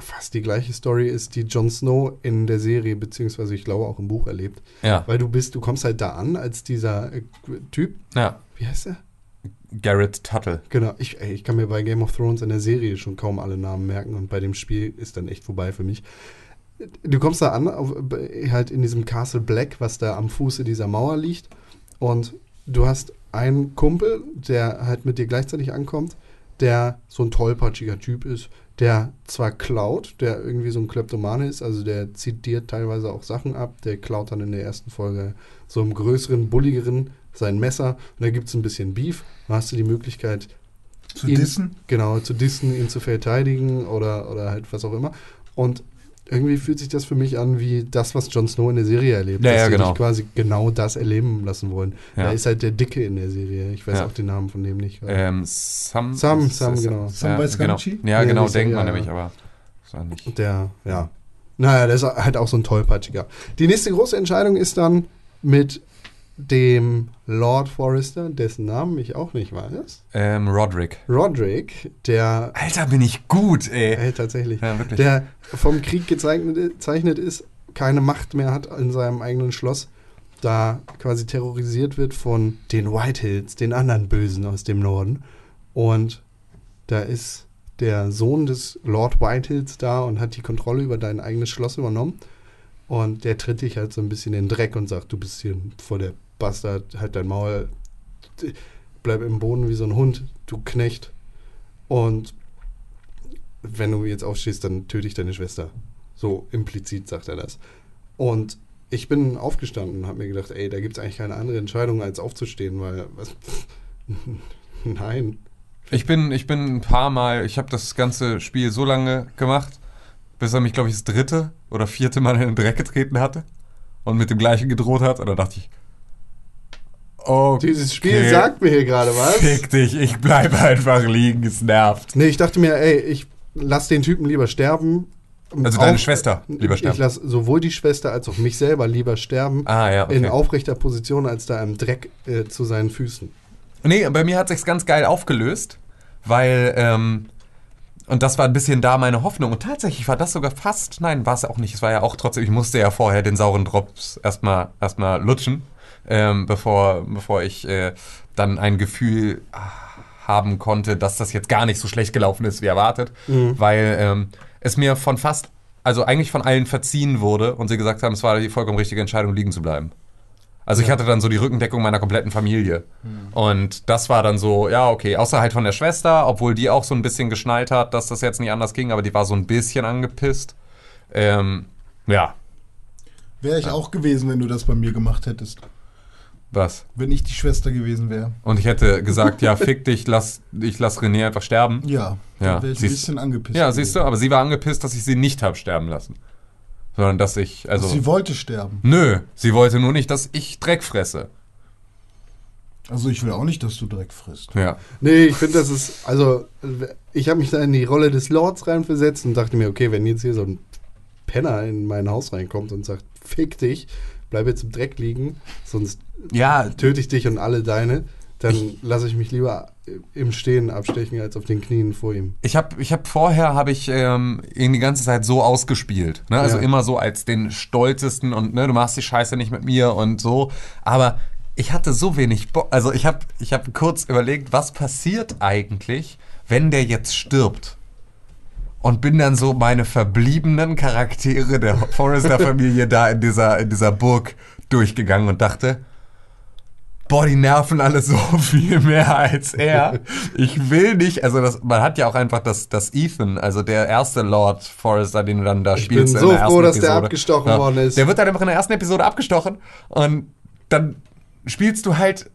B: fast die gleiche Story ist, die Jon Snow in der Serie, beziehungsweise ich glaube auch im Buch erlebt.
D: Ja,
B: Weil du bist, du kommst halt da an als dieser äh, Typ,
D: ja.
B: wie heißt er?
D: Garrett Tuttle.
B: Genau, ich, ey, ich kann mir bei Game of Thrones in der Serie schon kaum alle Namen merken und bei dem Spiel ist dann echt vorbei für mich. Du kommst da an, auf, bei- halt in diesem Castle Black, was da am Fuße dieser Mauer liegt und du hast einen Kumpel, der halt mit dir gleichzeitig ankommt, der so ein tollpatschiger Typ ist, der zwar klaut, der irgendwie so ein Kleptomane ist, also der zieht dir teilweise auch Sachen ab, der klaut dann in der ersten Folge so einem größeren, bulligeren sein Messer und da gibt es ein bisschen Beef, dann hast du die Möglichkeit,
C: Zu
B: Ihn-
C: dissen?
B: genau, zu dissen, ihn zu verteidigen oder, oder halt was auch immer. Und irgendwie fühlt sich das für mich an wie das, was Jon Snow in der Serie erlebt.
D: Ja,
B: dass
D: ja,
B: sie
D: genau.
B: dich quasi genau das erleben lassen wollen.
D: Ja.
B: Da ist halt der Dicke in der Serie. Ich weiß
D: Ja.
B: auch den Namen von dem nicht.
D: Ähm, Sam,
B: Sam, Sam, genau.
C: Sam
D: ja, genau.
C: Biancamacci?
D: Ja,
B: Nee,
D: genau,
B: nicht Sam,
D: denkt man
B: ja,
D: nämlich,
B: ja.
D: aber ist auch nicht.
B: Der, ja. Naja, der ist halt auch so ein Tollpatschiger. Die nächste große Entscheidung ist dann mit dem Lord Forrester, dessen Namen ich auch nicht weiß.
D: Ähm, Roderick.
B: Roderick, der
D: Alter, bin ich gut, ey.
B: Ey, tatsächlich.
D: Ja, wirklich.
B: Der vom Krieg gezeichnet, gezeichnet ist, keine Macht mehr hat in seinem eigenen Schloss, da quasi terrorisiert wird von den White Hills, den anderen Bösen aus dem Norden. Und da ist der Sohn des Lord White Hills da und hat die Kontrolle über dein eigenes Schloss übernommen. Und der tritt dich halt so ein bisschen in den Dreck und sagt, du bist hier vor der Bastard, halt dein Maul, bleib im Boden wie so ein Hund, du Knecht. Und wenn du jetzt aufstehst, dann töte ich deine Schwester. So implizit sagt er das. Und ich bin aufgestanden und habe mir gedacht, ey, da gibt es eigentlich keine andere Entscheidung, als aufzustehen, weil was, nein.
D: Ich bin, ich bin ein paar Mal, ich habe das ganze Spiel so lange gemacht, bis er mich, glaube ich, das dritte oder vierte Mal in den Dreck getreten hatte und mit dem gleichen gedroht hat. Und da dachte ich, oh,
B: Dieses Spiel sagt mir hier gerade was.
D: Fick dich, ich bleibe einfach liegen, es nervt.
B: Nee, ich dachte mir, ey, ich lass den Typen lieber sterben.
D: Also deine Schwester lieber
B: Ich
D: sterben.
B: lass sowohl die Schwester als auch mich selber lieber sterben.
D: Ah, ja, okay.
B: In aufrechter Position, als da im Dreck äh, zu seinen Füßen.
D: Nee, bei mir hat sich's ganz geil aufgelöst, weil ähm, und das war ein bisschen da meine Hoffnung. Und tatsächlich war das sogar fast, nein, war es auch nicht. Es war ja auch trotzdem, ich musste ja vorher den sauren Drops erstmal erstmal lutschen, ähm, bevor bevor ich äh, dann ein Gefühl ah, haben konnte, dass das jetzt gar nicht so schlecht gelaufen ist wie erwartet, weil ähm, es mir von fast, also eigentlich von allen verziehen wurde und sie gesagt haben, es war die vollkommen richtige Entscheidung, liegen zu bleiben. Also ich hatte dann so die Rückendeckung meiner kompletten Familie. Und das war dann so, ja, okay, außer halt von der Schwester, obwohl die auch so ein bisschen geschnallt hat, dass das jetzt nicht anders ging, aber die war so ein bisschen angepisst. Ähm, ja,
C: Wäre ich auch gewesen, wenn du das bei mir gemacht hättest.
D: was?
C: Wenn ich die Schwester gewesen wäre.
D: Und ich hätte gesagt, ja, fick dich, lass, ich lass René einfach sterben.
C: Ja,
D: Ja,
C: dann wäre ich ein
D: siehst-
C: bisschen angepisst.
D: Ja, siehst du, aber sie war angepisst, dass ich sie nicht habe sterben lassen. Sondern dass ich, also.
C: Sie wollte sterben.
D: nö, sie wollte nur nicht, dass ich Dreck fresse.
C: Also ich will auch nicht, dass du Dreck frisst.
D: Ja.
B: Nee, ich finde, das ist. Also, ich habe mich da in die Rolle des Lords reinversetzt und dachte mir, okay, wenn jetzt hier so ein Penner in mein Haus reinkommt und sagt, fick dich, bleib jetzt im Dreck liegen, sonst
D: Ja,
B: töte ich dich und alle deine, dann lasse ich mich lieber im Stehen abstechen als auf den Knien vor ihm.
D: Ich habe ich hab vorher habe ich ähm, ihn die ganze Zeit so ausgespielt, ne? also
B: Ja.
D: immer so als den stolzesten und ne, du machst die Scheiße nicht mit mir und so, aber ich hatte so wenig Bock, also ich habe ich hab kurz überlegt, was passiert eigentlich, wenn der jetzt stirbt? Und bin dann so meine verbliebenen Charaktere der Forrester-Familie da in dieser, in dieser Burg durchgegangen und dachte, boah, die nerven alle so viel mehr als er. Ich will nicht, also das, man hat ja auch einfach das, das Ethan, also der erste Lord Forrester, den du dann da
B: Ich
D: spielst.
B: bin
D: in
B: so
D: der ersten
B: froh, dass der
D: Episode.
B: abgestochen worden ist.
D: Der wird dann einfach in der ersten Episode abgestochen und dann spielst du halt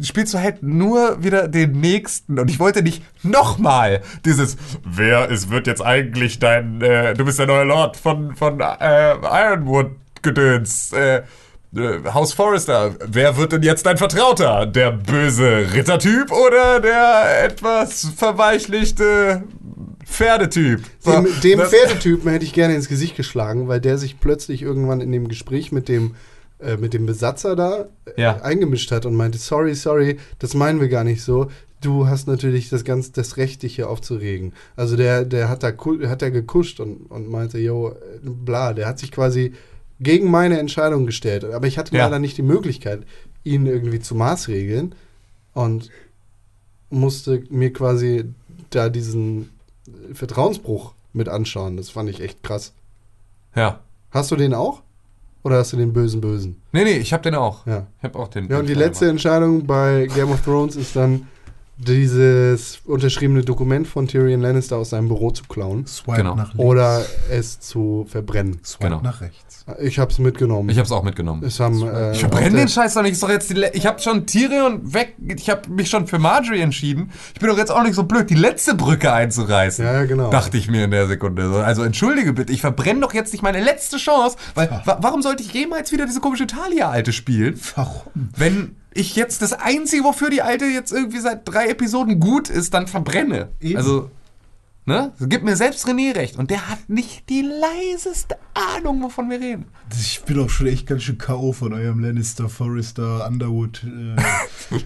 D: spielst du halt nur wieder den nächsten. Und ich wollte nicht nochmal dieses, wer es wird jetzt eigentlich dein, äh, du bist der neue Lord von, von äh, Ironwood-Gedöns, äh, äh, House Forrester. Wer wird denn jetzt dein Vertrauter? Der böse Rittertyp oder der etwas verweichlichte Pferdetyp?
B: Dem,
D: So,
B: dem
D: das-
B: Pferdetypen hätte ich gerne ins Gesicht geschlagen, weil der sich plötzlich irgendwann in dem Gespräch mit dem, äh, mit dem Besatzer da äh,
D: Ja.
B: eingemischt hat und meinte, sorry, sorry, das meinen wir gar nicht so. Du hast natürlich das ganz das Recht, dich hier aufzuregen. Also der, der hat da ku- hat da gekuscht und, und meinte, yo, äh, bla, der hat sich quasi gegen meine Entscheidung gestellt. Aber ich hatte
D: Ja.
B: leider nicht die Möglichkeit, ihn irgendwie zu maßregeln und musste mir quasi da diesen Vertrauensbruch mit anschauen. Das fand ich echt krass.
D: Ja.
B: Hast du den auch? Oder hast du den bösen Bösen?
D: Nee, nee, ich hab den auch.
B: Ja.
D: Ich hab auch den.
B: Ja, und die
D: den-
B: letzte Entscheidung bei Game of Thrones ist dann, dieses unterschriebene Dokument von Tyrion Lannister aus seinem Büro zu klauen.
C: Swipe
D: Genau.
C: nach links.
B: Oder es zu verbrennen.
C: Swipe
D: Genau.
C: nach rechts.
B: Ich hab's mitgenommen.
D: Ich hab's auch mitgenommen.
B: es haben, äh,
D: Ich verbrenne den
B: auch der-
D: Scheiß doch nicht. Ist doch jetzt die Le ich habe schon Tyrion weg. Ich habe mich schon für Marjorie entschieden. Ich bin doch jetzt auch nicht so blöd, die letzte Brücke einzureißen.
B: Ja, ja, genau.
D: Dachte ich mir in der Sekunde. So, Also entschuldige bitte, ich verbrenne doch jetzt nicht meine letzte Chance, weil wa warum sollte ich jemals wieder diese komische Talia-Alte spielen,
C: Warum?
D: wenn ich jetzt das Einzige, wofür die Alte jetzt irgendwie seit drei Episoden gut ist, dann verbrenne.
C: Eben.
D: Also, ne? Gib mir selbst René recht. Und der hat nicht die leiseste Ahnung, wovon wir reden.
C: Ich bin auch schon echt ganz schön K.O. von eurem Lannister, Forrester, Underwood. Äh, äh,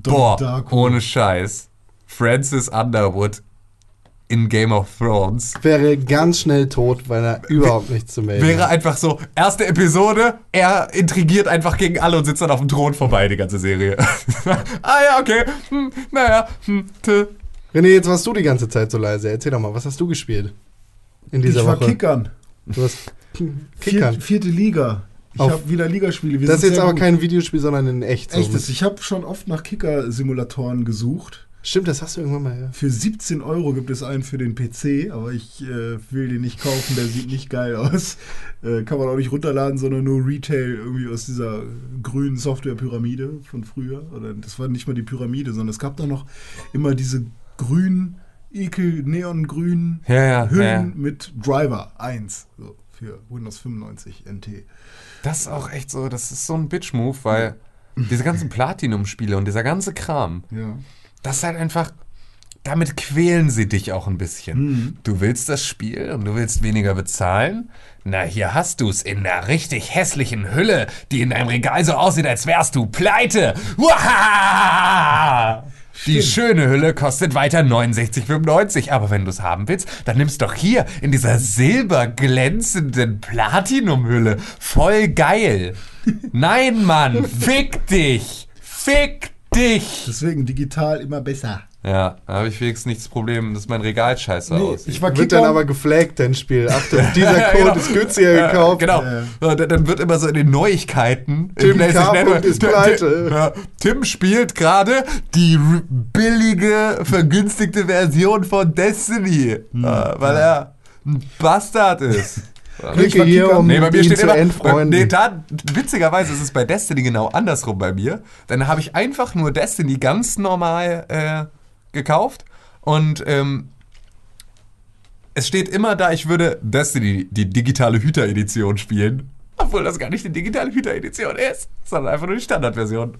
C: Don
D: Boah,
C: Darko.
D: ohne Scheiß. Francis Underwood in Game of Thrones.
B: Wäre ganz schnell tot, weil er überhaupt nichts zu melden
D: Wäre
B: hat.
D: einfach so, erste Episode, er intrigiert einfach gegen alle und sitzt dann auf dem Thron vorbei, die ganze Serie. ah ja, okay. Hm, naja, hm, tö.
B: René, jetzt warst du die ganze Zeit so leise. Erzähl doch mal, was hast du gespielt in dieser
C: ich war
B: Woche?
C: Kickern.
B: Du hast
C: Vier,
B: Kickern.
C: vierte Liga. Ich
B: Auf-
C: habe wieder Ligaspiele. Wir
B: das ist
C: sind
B: jetzt
C: sehr
B: aber
C: gut.
B: kein Videospiel, sondern in echt. so.
C: echtes. Ich habe schon oft nach Kicker-Simulatoren gesucht.
B: Stimmt, das hast du irgendwann mal. Ja.
C: Für 17 Euro gibt es einen für den PC, aber ich äh, will den nicht kaufen, der sieht nicht geil aus. Äh, kann man auch nicht runterladen, sondern nur Retail irgendwie aus dieser grünen Software-Pyramide von früher. Oder das war nicht mal die Pyramide, sondern es gab da noch immer diese grünen, ekel, neongrünen
D: Ja, ja,
C: Hüllen
D: ja.
C: mit Driver 1 so, für Windows 95 NT.
D: Das ist auch echt so, das ist so ein Bitch-Move, weil diese ganzen Platinum-Spiele und dieser ganze Kram,
C: Ja.
D: das ist halt einfach, damit quälen sie dich auch ein bisschen.
C: Mhm.
D: Du willst das Spiel und du willst weniger bezahlen? Na, hier hast du's in einer richtig hässlichen Hülle, die in deinem Regal so aussieht, als wärst du pleite. Uahahaha! Die schöne Hülle kostet weiter 69,95, aber wenn du's haben willst, dann nimm's doch hier in dieser silberglänzenden Platinumhülle. Voll geil. Nein, Mann, fick dich. Fick dich.
C: Deswegen digital immer besser.
D: Ja, da habe ich wenigstens nichts Problem, dass mein Regal scheiße aussieht.
C: ich war
B: Wird dann
C: Kicker.
B: aber geflaggt, dein Spiel. Achtung, dieser Code
D: genau.
B: ist günstiger
D: Ja,
B: gekauft.
D: Genau.
C: Ja.
D: So, da- dann wird immer so in den Neuigkeiten.
B: Tim
D: im PlayStation
B: K.
D: Network-
B: ist
D: Tim-
B: pleite.
D: Tim, ja, Tim spielt gerade die r- billige, vergünstigte Version von Destiny, äh, weil er ein Bastard ist.
C: Ich
B: Klicke
C: war
B: hier,
C: Kicker.
B: um
D: Nee, bei mir
B: ihn
D: steht
B: zu
D: immer,
B: entfreunden.
D: nee, da, witzigerweise ist es bei Destiny genau andersrum bei mir. Dann habe ich einfach nur Destiny ganz normal äh, gekauft und ähm, es steht immer da, ich würde Destiny die digitale Hüter-Edition spielen. Obwohl das gar nicht die digitale Hüter-Edition ist, sondern einfach nur die Standardversion.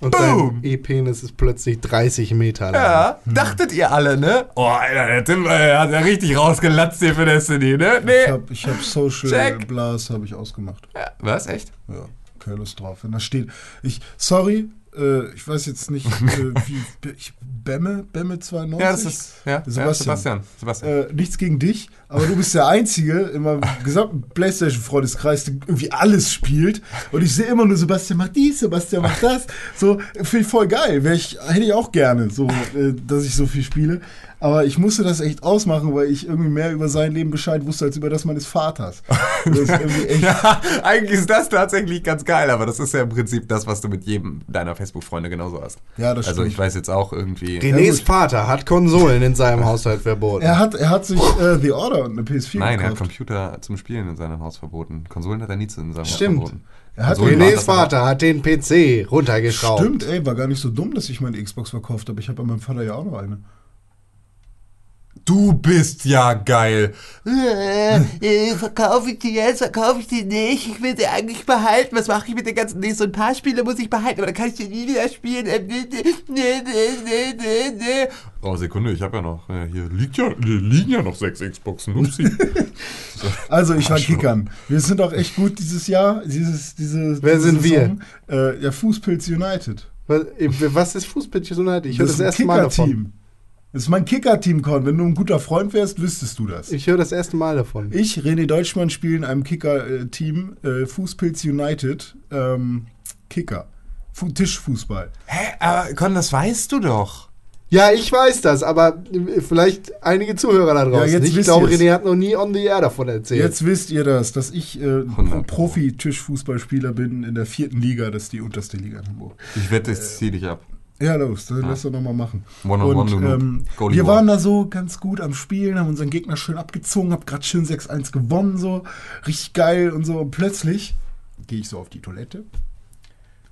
B: Und
D: Boom.
B: dein E-Penis ist plötzlich 30 Meter lang.
D: Ja, hm. dachtet ihr alle, ne? Oh, Alter, der Tim äh, hat ja richtig rausgelatzt hier für Destiny, ne?
C: Ich
D: Nee.
C: habe ich hab Social
D: Check.
C: Blast hab ich ausgemacht.
D: Ja, was, echt?
C: Ja, keine Lust drauf. Wenn da steht, ich, sorry, äh, ich weiß jetzt nicht, äh, wie, ich, Bämme, Bämme 92.
D: Ja, das ist, ja, ja,
C: Sebastian.
D: Sebastian. Sebastian.
C: Äh, nichts gegen dich, aber du bist der Einzige in meinem gesamten Playstation-Freundeskreis, der irgendwie alles spielt. Und ich sehe immer nur, Sebastian macht dies, Sebastian macht das. So, finde ich voll geil. Wär ich, hätte ich auch gerne, so, äh, dass ich so viel spiele. Aber ich musste das echt ausmachen, weil ich irgendwie mehr über sein Leben Bescheid wusste, als über das meines Vaters. Und Das ist irgendwie echt
D: Ja, eigentlich ist das tatsächlich ganz geil, aber das ist ja im Prinzip das, was du mit jedem deiner Facebook-Freunde genauso hast.
C: Ja, das
D: Also
C: stimmt.
D: ich weiß jetzt auch irgendwie.
C: Ja,
B: Renés
C: gut.
B: Vater hat Konsolen in seinem Haushalt verboten.
C: Er hat, er hat sich äh, The Order und eine PS4
D: Nein, er hat
C: gekauft.
D: Computer zum Spielen in seinem Haus verboten. Konsolen hat er nie zu in seinem
B: Stimmt.
D: Haus verboten.
C: Er hat
D: Konsolen waren
B: Renés
D: das aber-
B: Vater hat den PC runtergeschraubt.
C: Stimmt, ey, war gar nicht so dumm, dass ich meine Xbox verkauft habe. Ich habe bei meinem Vater ja auch noch eine.
D: Du bist ja geil.
E: Äh, verkaufe ich die jetzt, verkaufe ich die nicht, ich will die eigentlich behalten, was mache ich mit den ganzen, nee, so ein paar Spiele muss ich behalten, aber dann kann ich die nie wieder spielen, Ähm, nee, nee, nee, nee, nee, nee.
D: Oh, Sekunde, ich habe ja noch. äh, Hier liegt ja, hier liegen ja noch sechs Xboxen. Upsi.
C: Also, ich war
D: Arschloch.
C: Kickern. Wir sind auch echt gut dieses Jahr. Dieses, diese,
B: Wer
C: diese
B: sind wir?
C: wir? Äh, ja, Fußpilz United.
B: Was, was ist Fußpitch United? Ich höre das, erste Mal davon.
C: Kicker-Team. Das ist mein Kicker-Team, Con. Wenn du ein guter Freund wärst, wüsstest du das.
B: Ich höre das erste Mal davon.
C: Ich, René Deutschmann, spiele in einem Kicker-Team äh, Fußpilz United. Ähm, Kicker. Fu Tischfußball.
D: Hä, aber Con, das weißt du doch.
B: Ja, ich weiß das, aber äh, vielleicht einige Zuhörer da draußen.
C: jetzt
B: nicht. ich
C: wisst
B: glaube,
C: ihr's.
B: René hat noch nie on the air davon erzählt.
C: Jetzt wisst ihr das, dass ich äh,
D: 100 Euro.
C: Profi-Tischfußballspieler bin in der vierten Liga, das ist die unterste Liga in Hamburg.
D: Ich wette, ich zieh dich ab.
C: Ja, los, dann lass doch nochmal machen.
D: One on one,
C: Und
D: du Noob.
C: ähm,
D: Goalie
C: wir
D: war.
C: waren da so ganz gut am Spielen, haben unseren Gegner schön abgezogen, hab grad schön 6-1 gewonnen, so richtig geil und so. Und plötzlich gehe ich so auf die Toilette,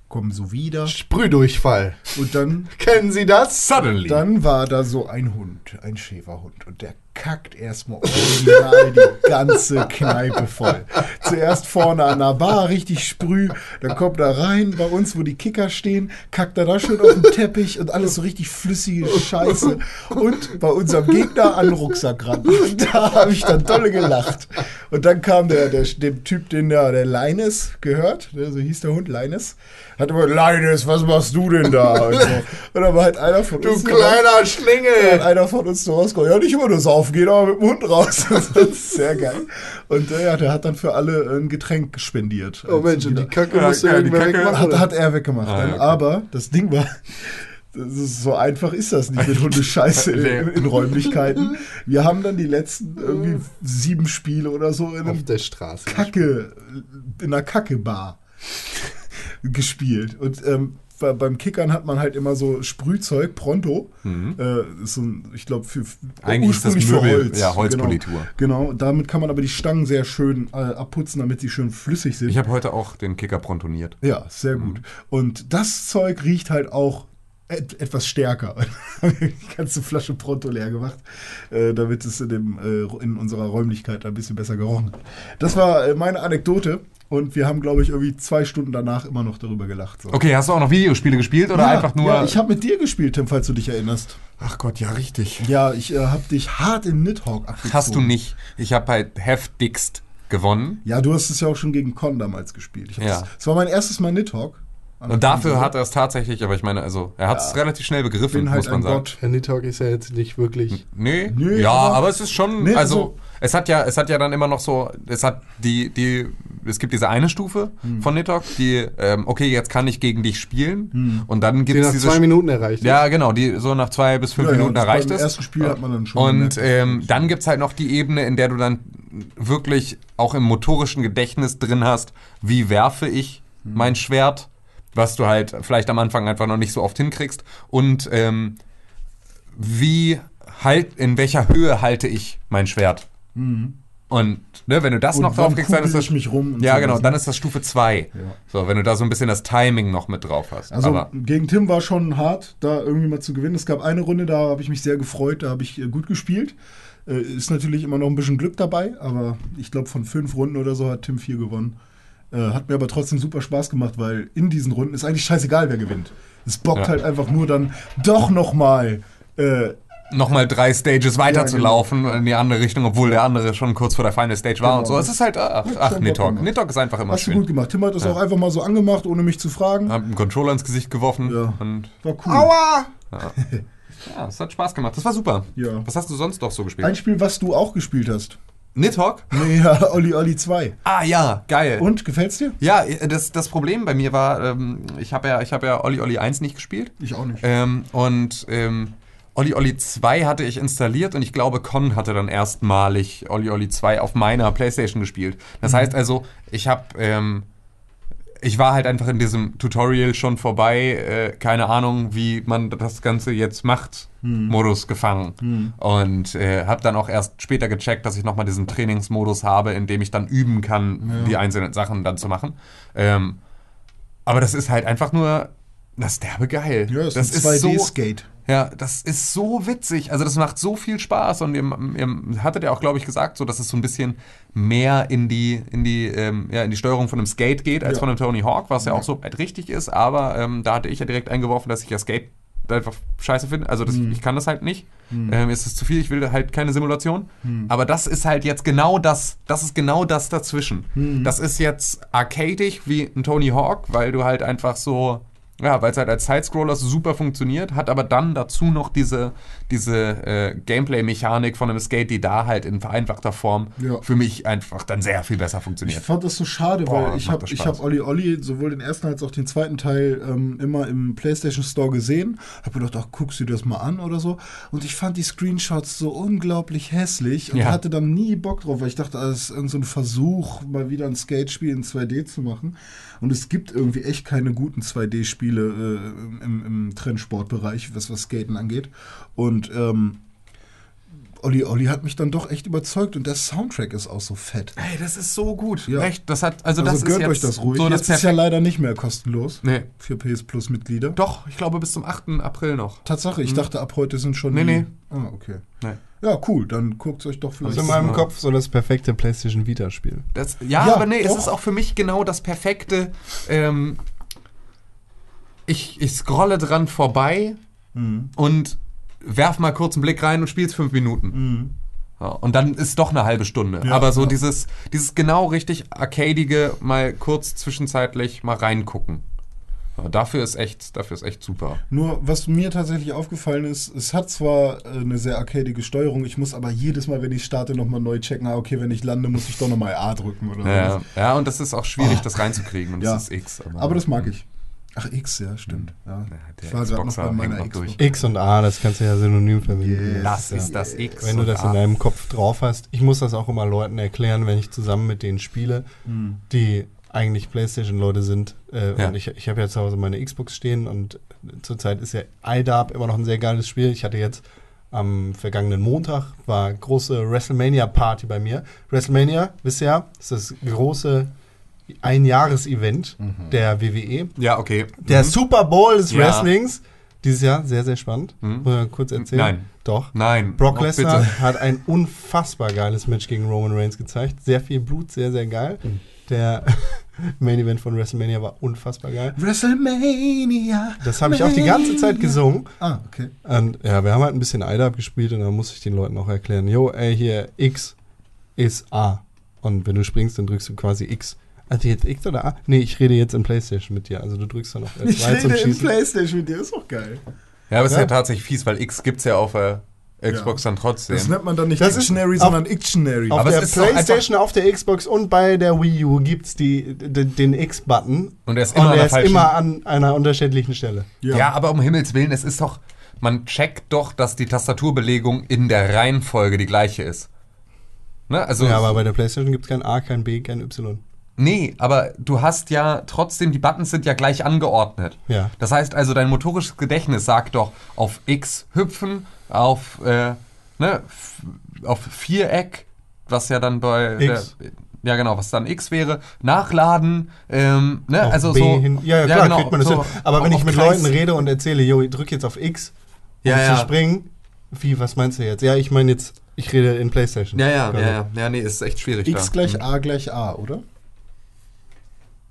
C: komme so wieder
B: Sprühdurchfall.
C: und dann
B: Kennen Sie das?
D: Suddenly.
C: Dann war da so ein Hund, ein Schäferhund. Und der kackt erstmal original die ganze Kneipe voll. Zuerst vorne an der Bar, richtig Sprüh, dann kommt er rein, bei uns, wo die Kicker stehen, kackt er da schön auf den Teppich und alles so richtig flüssige Scheiße. Und bei unserem Gegner an den Rucksack ran. Und da habe ich dann dolle gelacht. Und dann kam der, der dem Typ, den der, der Leines gehört, ne, so hieß der Hund, Leines, hat immer, Leines, was machst du denn da? Und, so. und dann war halt einer von
B: Du
C: uns.
B: kleiner
C: Und
B: Schlingel!
C: einer von uns so rauskommt, ja, nicht immer nur saufen gehen, aber mit dem Hund raus. Das ist sehr geil. Und äh, ja, der hat dann für alle ein Getränk spendiert.
B: Oh Mensch, und die Kacke
D: Ja,
B: musst du
D: ja, die
B: irgendwann
D: Kacke
B: wegmachen.
C: hat,
B: oder?
C: hat er weggemacht.
D: Ah,
C: ne?
D: okay.
C: Aber das Ding war, das ist, so einfach ist das nicht mit Hundescheiße in,
D: Nee.
C: in, in Räumlichkeiten. Wir haben dann die letzten
B: Mhm.
C: irgendwie sieben Spiele oder so in einem
B: auf der Straße.
C: Kacke, in einer Kacke-Bar gespielt. Und ähm, bei- beim Kickern hat man halt immer so Sprühzeug, Pronto. Äh, ist so ein, ich glaube, für
D: Mhm. Eigentlich ist das
C: ursprünglich für
D: Möbel,
C: Holz.
D: ja, Holzpolitur.
C: Genau. genau, damit kann man aber die Stangen sehr schön äh, abputzen, damit sie schön flüssig sind.
D: Ich habe heute auch den Kicker prontoniert.
C: Ja, sehr
D: Mhm.
C: gut. Und das Zeug riecht halt auch et etwas stärker. die ganze Flasche Pronto leer gemacht, äh, damit es in, dem, äh, in unserer Räumlichkeit ein bisschen besser gerochen hat. Das war äh, meine Anekdote und wir haben, glaube ich, irgendwie zwei Stunden danach immer noch darüber gelacht. So.
D: Okay, hast du auch noch Videospiele gespielt oder
C: Ja,
D: einfach nur.
C: Ja, ich habe mit dir gespielt, Tim, falls du dich erinnerst.
D: Ach Gott, ja, richtig.
C: Ja, ich äh, habe dich hart im Nidhogg abgezogen.
D: Hast du nicht. Ich habe halt heftigst gewonnen.
C: Ja, du hast es ja auch schon gegen Con damals gespielt. Ich hab
D: Ja.
C: das, das war mein erstes Mal Nidhogg.
D: Und dafür hat er es tatsächlich, aber ich meine, also, er hat es relativ schnell
C: Ich
D: begriffen,
C: bin halt
D: muss man
C: ein
D: sagen.
C: Gott.
B: Handy Talk ist ja jetzt nicht wirklich.
D: Nee,
C: Nee,
D: ja,
C: aber-
D: aber, es ist schon,
C: Nee,
D: also,
C: also-
D: es hat ja, es hat ja dann immer noch so, es hat die, die, es gibt diese eine Stufe
C: Hm.
D: von Nitok, die, ähm, okay, jetzt kann ich gegen dich spielen
C: Hm.
D: und dann gibt
B: Den
D: es
B: nach
D: diese
B: zwei
D: Sch-
B: Minuten erreicht.
D: Ja, genau, die so nach zwei bis fünf
C: Ja, ja,
D: Minuten
C: das
D: erreicht
C: beim
D: ist.
C: ersten Spiel hat man dann schon
D: Und
C: gemerkt,
D: ähm, dann gibt es halt noch die Ebene, in der du dann wirklich auch im motorischen Gedächtnis drin hast, wie werfe ich
C: Mhm.
D: mein Schwert, was du halt vielleicht am Anfang einfach noch nicht so oft hinkriegst. Und ähm, wie halt, in welcher Höhe halte ich mein Schwert? Und ne, wenn du das
C: Mhm. Und
D: noch
C: wann
D: drauf kriegst, dann ist
C: kugel
D: das.
C: ich mich rum und
D: ja,
C: sowas,
D: genau,
C: ne?
D: dann ist das Stufe 2. So, wenn du da so ein bisschen das Timing noch mit drauf hast.
C: Also
D: Aber
C: gegen Tim war schon hart, da irgendwie mal zu gewinnen. Es gab eine Runde, da habe ich mich sehr gefreut, da habe ich äh, gut gespielt. Äh, Ist natürlich immer noch ein bisschen Glück dabei, aber ich glaube, von fünf Runden oder so hat Tim vier gewonnen. Äh, Hat mir aber trotzdem super Spaß gemacht, weil in diesen Runden ist eigentlich scheißegal, wer gewinnt. Es bockt
D: Ja.
C: halt einfach nur dann doch nochmal. Äh,
D: nochmal drei Stages weiterzulaufen
C: genau.
D: in die andere Richtung, obwohl der andere schon kurz vor der Final Stage war
C: Genau.
D: und so. Es ist halt, ach,
C: Hat
D: ach
C: schon Bock
D: Nitok.
C: gemacht.
D: Nitok ist einfach immer
C: hast du
D: schön.
C: gut gemacht. Tim hat das auch einfach mal so angemacht, ohne mich zu fragen.
D: Hab einen Controller ins Gesicht geworfen
C: Ja.
D: und
C: War cool.
B: Aua!
D: ja, es hat Spaß gemacht. Das war super.
C: Ja.
D: Was hast du sonst noch so
C: Ein
D: gespielt?
C: Spiel, was du auch gespielt hast.
D: Nitok?
C: Nee, ja, Olli Olli 2.
D: Ah ja, geil.
C: Und, gefällt's dir?
D: Ja, das, das Problem bei mir war, ähm, ich habe ja, ich hab ja Olli Olli 1 nicht gespielt.
C: Ich auch nicht.
D: Ähm, und ähm, Olli Olli 2 hatte ich installiert und ich glaube, Con hatte dann erstmalig Olli Olli 2 auf meiner Playstation gespielt. Das
C: Mhm.
D: heißt also, ich habe, ähm, ich war halt einfach in diesem Tutorial schon vorbei, äh, keine Ahnung, wie man das Ganze jetzt macht,
C: Hm.
D: Modus gefangen. Und äh, habe dann auch erst später gecheckt, dass ich nochmal diesen Trainingsmodus habe, in dem ich dann üben kann, die einzelnen Sachen dann zu machen. Ähm, aber das ist halt einfach nur das derbe geil.
C: Ja, es
D: das
C: ist ein 2D-Skate.
D: So, ja, das ist so witzig. Also das macht so viel Spaß und ihr, ihr hattet ja auch, glaube ich, gesagt, so dass es so ein bisschen mehr in die in die ähm, ja, in die Steuerung von einem Skate geht als
C: Ja.
D: von einem Tony Hawk, was ja, auch so weit richtig ist. Aber ähm, da hatte ich ja direkt eingeworfen, dass ich ja Skate einfach scheiße finde. Also das, ich kann das halt nicht. Ähm, es ist zu viel. Ich will halt keine Simulation. Aber das ist halt jetzt genau das. Das ist genau das dazwischen. Das ist jetzt arcadig wie ein Tony Hawk, weil du halt einfach so ja, weil es halt als Sidescroller super funktioniert, hat aber dann dazu noch diese, diese äh, Gameplay-Mechanik von einem Skate, die da halt in vereinfachter Form
C: Ja.
D: für mich einfach dann sehr viel besser funktioniert.
C: Ich fand das so schade,
D: Boah,
C: weil ich
D: macht
C: habe
D: das
C: ich
D: Spaß.
C: hab Olli Olli sowohl den ersten als auch den zweiten Teil ähm, immer im PlayStation Store gesehen. Hab gedacht, ach, guckst du dir das mal an oder so. Und ich fand die Screenshots so unglaublich hässlich und
D: Ja.
C: hatte dann nie Bock drauf, weil ich dachte, ah, das ist irgend so ein Versuch, mal wieder ein Skatespiel in 2D zu machen. Und es gibt irgendwie echt keine guten 2D-Spiele äh, im, im Trendsportbereich, was, was Skaten angeht. Und ähm, Olli Olli hat mich dann doch echt überzeugt und der Soundtrack ist auch so fett.
D: Ey, das ist so gut.
C: Ja.
D: Echt, das hat, also,
C: Also
D: das ist
C: gönnt
D: jetzt
C: euch das ruhig.
D: So das
C: jetzt ist ja
D: perfekte-
C: leider nicht mehr kostenlos
D: Nee.
C: für PS Plus Mitglieder.
D: Doch, ich glaube bis zum 8. April noch.
C: Tatsache, ich dachte, ab heute sind schon.
D: Mhm. Nee,
C: die-
D: nee.
C: Ah, okay.
D: Nee.
C: Ja, cool, dann guckt euch doch vielleicht
B: Also in meinem Kopf so das perfekte PlayStation Vita-Spiel.
D: Das, ja,
C: Ja,
D: aber nee,
C: doch.
D: es ist auch für mich genau das perfekte. Ähm, ich, ich scrolle dran vorbei
C: Mhm.
D: und werf mal kurz einen Blick rein und spiel's fünf Minuten.
C: Mhm.
D: Ja, und dann ist doch eine halbe Stunde.
C: Ja,
D: aber so
C: ja.
D: dieses, dieses genau richtig arcadige, mal kurz zwischenzeitlich mal reingucken. Ja, dafür ist echt, dafür ist echt super.
C: Nur, was mir tatsächlich aufgefallen ist, es hat zwar äh, eine sehr arcadige Steuerung, ich muss aber jedes Mal, wenn ich starte, nochmal neu checken, ah, okay, wenn ich lande, muss ich doch nochmal A drücken oder
D: Ja,
C: so.
D: ja, und das ist auch schwierig, das reinzukriegen. Und
C: Ja.
D: das ist X.
C: Aber das mag ich. Ach, X, ja, stimmt. Ja.
D: Mhm. der
C: ich war gerade noch
D: Xboxer
C: bei meiner
D: hängt noch
C: Xbox.
D: durch.
B: X und A, Ah, das kannst du ja synonym verwenden.
C: Yes.
D: Das
B: ja.
D: ist das X.
B: Wenn du
D: und
B: das
D: A.
B: in deinem Kopf drauf hast. Ich muss das auch immer Leuten erklären, wenn ich zusammen mit denen spiele, die eigentlich PlayStation-Leute sind. Äh,
D: Ja.
B: Und ich, ich habe ja zu Hause meine Xbox stehen und zurzeit ist ja iDarb immer noch ein sehr geiles Spiel. Ich hatte jetzt am vergangenen Montag war große WrestleMania-Party bei mir. WrestleMania, wisst ihr ja, ist das große Einjahres-Event
C: Mhm.
B: der WWE.
D: Ja, okay. Mhm.
B: Der Super Bowl des
D: Ja.
B: Wrestlings. Dieses Jahr sehr, sehr spannend.
D: Mhm.
B: Muss man kurz erzählen.
D: Nein.
B: Doch.
D: Nein.
B: Brock
D: Oh,
B: Lesnar
D: bitte.
B: hat ein unfassbar geiles Match gegen Roman Reigns gezeigt. Sehr viel Blut, sehr, sehr geil.
C: Mhm.
B: Der Main Event von WrestleMania war unfassbar geil.
C: WrestleMania.
B: Das habe ich auch die ganze Zeit gesungen.
C: Ah, okay.
B: Und ja, wir haben halt ein bisschen Eide abgespielt und dann muss ich den Leuten auch erklären, yo, ey, hier, X ist A. Und wenn du springst, dann drückst du quasi X. Also jetzt X oder A? Nee, ich rede jetzt in Playstation mit dir. Also du drückst dann auf L2
C: Ich
B: zum
C: rede im
B: Schießen.
C: Playstation mit dir, ist doch geil.
D: Ja, aber es ist ja
B: Ja.
D: tatsächlich fies, weil X gibt's ja auf der Xbox dann trotzdem.
C: Das ne- nennt man dann nicht
B: Das ist-
C: Dictionary,
B: auf-
C: sondern Ictionary.
B: Auf
D: Aber es
B: der
D: ist doch einfach-
B: Playstation, auf der Xbox und bei der Wii U gibt es den X-Button.
D: Und er ist immer
B: Und
D: an der
B: er ist
D: falschen.
B: immer an einer unterschiedlichen Stelle.
D: ja. aber um Himmels Willen, es ist doch. Man checkt doch, dass die Tastaturbelegung in der Reihenfolge die gleiche ist. Ne? Also,
B: Ja, aber bei der Playstation gibt es kein A, kein B, kein Y.
D: nee, aber du hast ja trotzdem, die Buttons sind ja gleich angeordnet.
B: Ja.
D: Das heißt also, dein motorisches Gedächtnis sagt doch auf X hüpfen, auf, äh, ne, f- auf Viereck, was ja dann bei
B: X.
D: Der, ja genau, was dann X wäre, nachladen, ähm, ne,
B: Auf
D: also
B: B
D: so.
B: hin. Ja, ja, klar, kriegt man das
D: so
B: hin. Aber
D: auf-
B: wenn ich
D: auf
B: mit
D: Kreis.
B: Leuten rede und erzähle, yo, ich drück jetzt auf X, um
D: Ja, ja.
B: zu springen, wie, was meinst du jetzt? Ja, ich meine jetzt, ich rede in Playstation.
D: Ja, ja,
B: Also,
D: ja, ja, ja, nee, ist echt schwierig.
C: X
D: da.
C: gleich A gleich A, oder?